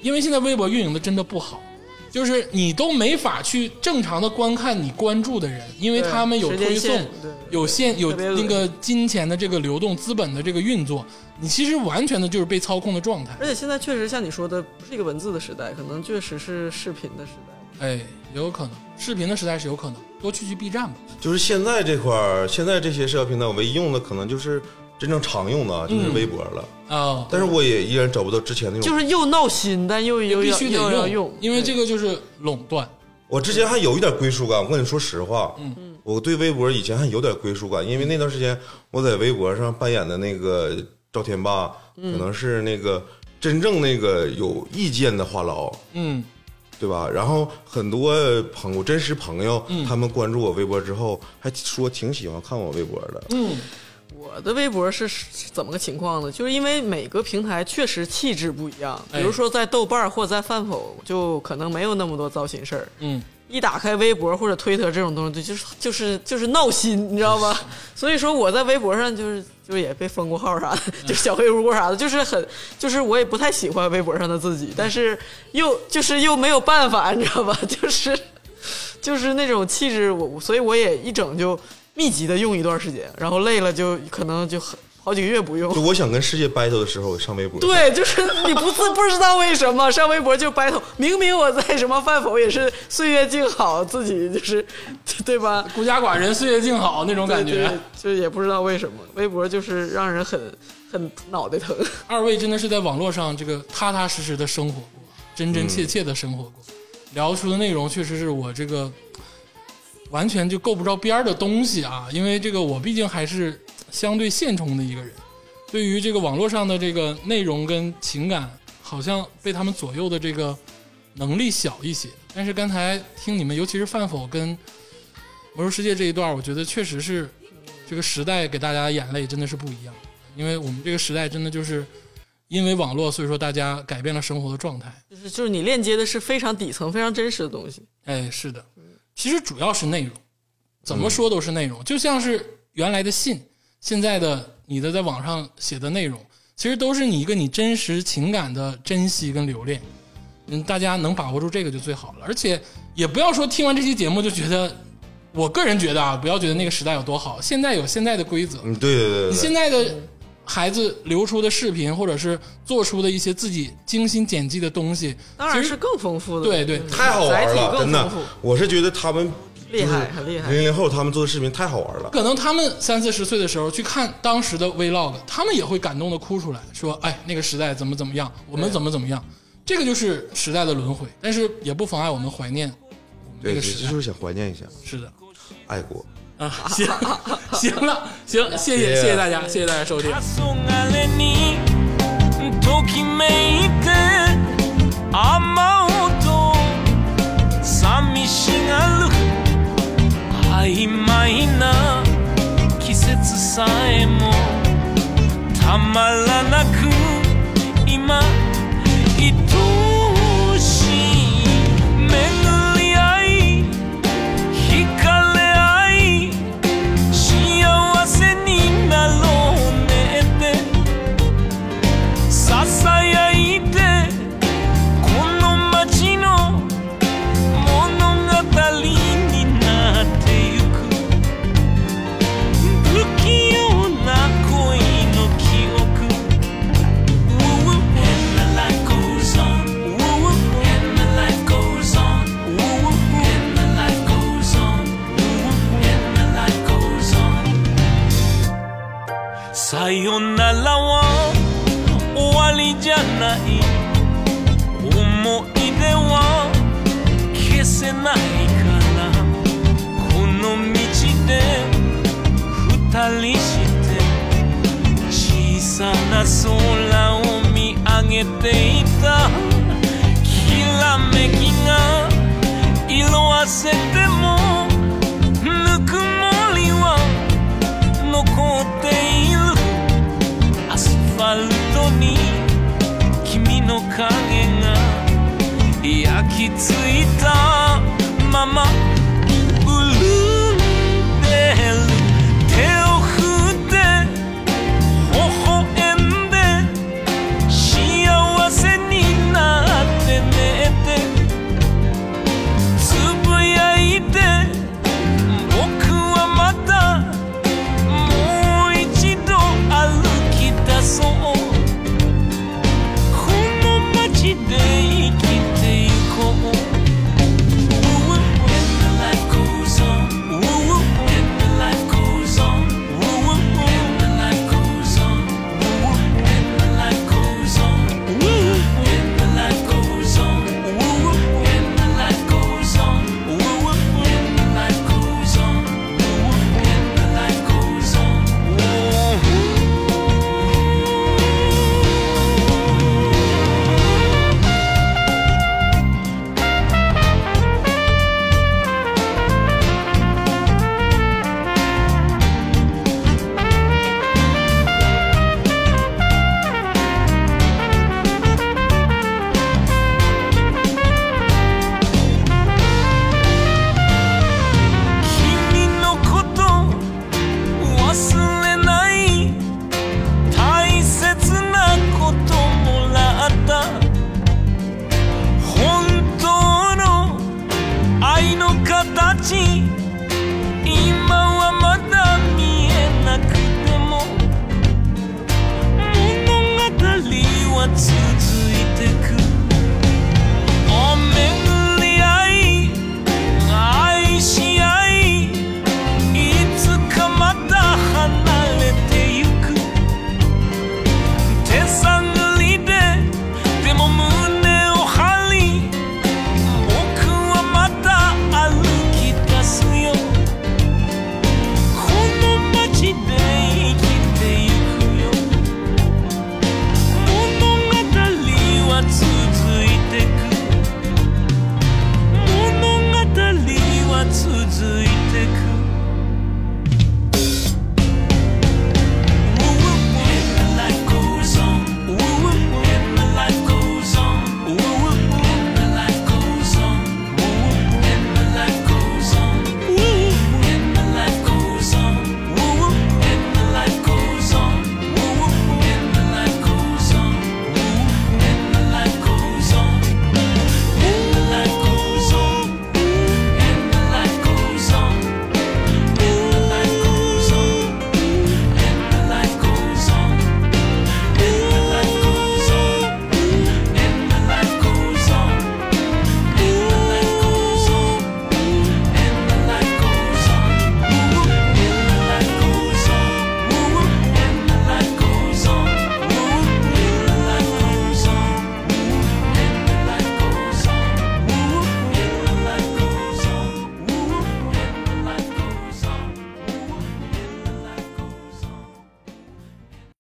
A: 因为现在微博运营的真的不好，就是你都没法去正常的观看你关注的人，因为
B: 对
A: 他们有
B: 时间
A: 推送
B: 线对、
A: 有限、有
B: 特别恶
A: 那个金钱的这个流动、资本的这个运作，你其实完全的就是被操控的状态。
B: 而且现在确实像你说的，不是一个文字的时代，可能确实是视频的时代。
A: 哎，有可能视频的时代是有可能，多去去 B 站吧。
C: 就是现在这块儿，现在这些社交平台，我唯一用的可能就是真正常用的啊，
B: 嗯
C: 就是微博了。
A: 啊、
B: 哦
C: 但是我也依然找不到之前那种。
B: 就是又闹心，但又又
A: 必
B: 要
A: 须
B: 又要
A: 得
B: 用，
A: 因为这
B: 个
A: 个就是垄断。
C: 我之前还有一点归属
B: 嗯
C: 感，我跟你说实话，我对微博以前还有点归属感，因为那段时间我在微博上扮演的那个赵天霸，
B: 嗯
C: 可能是那个真正那个有意见的话痨，
A: 嗯，
C: 对吧？然后很多朋友，真实朋友，
B: 嗯
C: 他们关注我微博之后，还说挺喜欢看我微博的，
B: 嗯我的微博是是怎么个情况呢？就是因为每个平台确实气质不一样，比如说在豆瓣儿或者在饭否，就可能没有那么多糟心事儿。
A: 嗯，
B: 一打开微博或者推特这种东西，就是就是就是闹心，你知道吗？ 所以说我在微博上就是就也被封过号啥的， 就小黑屋啥的，就是很就是我也不太喜欢微博上的自己，但是又就是又没有办法，你知道吧？ 就是就是那种气质，我所以我也一整就密集的用一段时间，然后累了就可能就很好几个月不用
C: 就。我想跟世界 battle 的时候，我上微博。
B: 对，就是你不自不知道为什么上微博就 battle，明明我在什么饭否也是岁月静好，自己就是对吧？
A: 孤家寡人岁月静好那种感觉。
B: 对对就也不知道为什么微博就是让人很很脑袋疼。
A: 二位真的是在网络上这个踏踏实实的生活过，真真切切的生活过，聊出的内容确实是我这个完全就够不着边儿的东西啊，因为这个我毕竟还是相对现充的一个人，对于这个网络上的这个内容跟情感。好像被他们左右的这个能力小一些。但是刚才听你们，尤其是饭否跟魔兽世界这一段，我觉得确实是呃这个时代给大家的眼泪真的是不一样，因为我们这个时代真的就是因为网络，所以说大家改变了生活的状态。
B: 就是就是你链接的是非常底层、非常真实的东西。
A: 哎，是的，其实主要是内容，怎么说都是内容，就像是原来的信，现在的你的在网上写的内容，其实都是你一个你真实情感的珍惜跟留恋。嗯，大家能把握住这个就最好了，而且也不要说听完这期节目就觉得，我个人觉得啊，不要觉得那个时代有多好，现在有现在的规则，
C: 嗯，对对对
A: 你
C: 对
A: 现
C: 对，
A: 在的孩子流出的视频，或者是做出的一些自己精心剪辑的东西，
B: 当然
A: 其实
B: 是更丰富的，
A: 对对
B: 嗯
C: 太好玩
B: 载体
C: 了，
B: 更丰
C: 真的
B: 富，，
C: 我是觉得他们
B: 厉害，很厉害。
C: 零零后他们做的视频太好玩了，
A: 可能他们三四十岁的时候去看当时的 vlog，他们也会感动的哭出来，说：“哎，那个时代怎么怎么样，我们怎么怎么样。”这个就是时代的轮回，但是也不妨碍我们怀念我们这
C: 对，
A: 个
C: 就
A: 时代。
C: 是想怀念一下
A: 是的
C: 爱国。
A: 啊，行行了，行，谢谢谢谢大家，谢谢大家收听。
E: 黄昏にときめいて雨音寂しがる曖昧な季節さえもたまらなく今愛しい巡り合い惹かれ合い幸せになろうねってささやいてこの街の物語になってゆく不器用な恋の記憶 Woo woo And my life goes on Woo woo And my life goes on Woo woo And my life goes on Woo woo And my life goes on さよならは終わりじゃない思い出は消せないからこの道で二人して小さな空を見上げていたきらめきが色あせてもぬくもりは残っているアスファルトに君の影が焼き付いた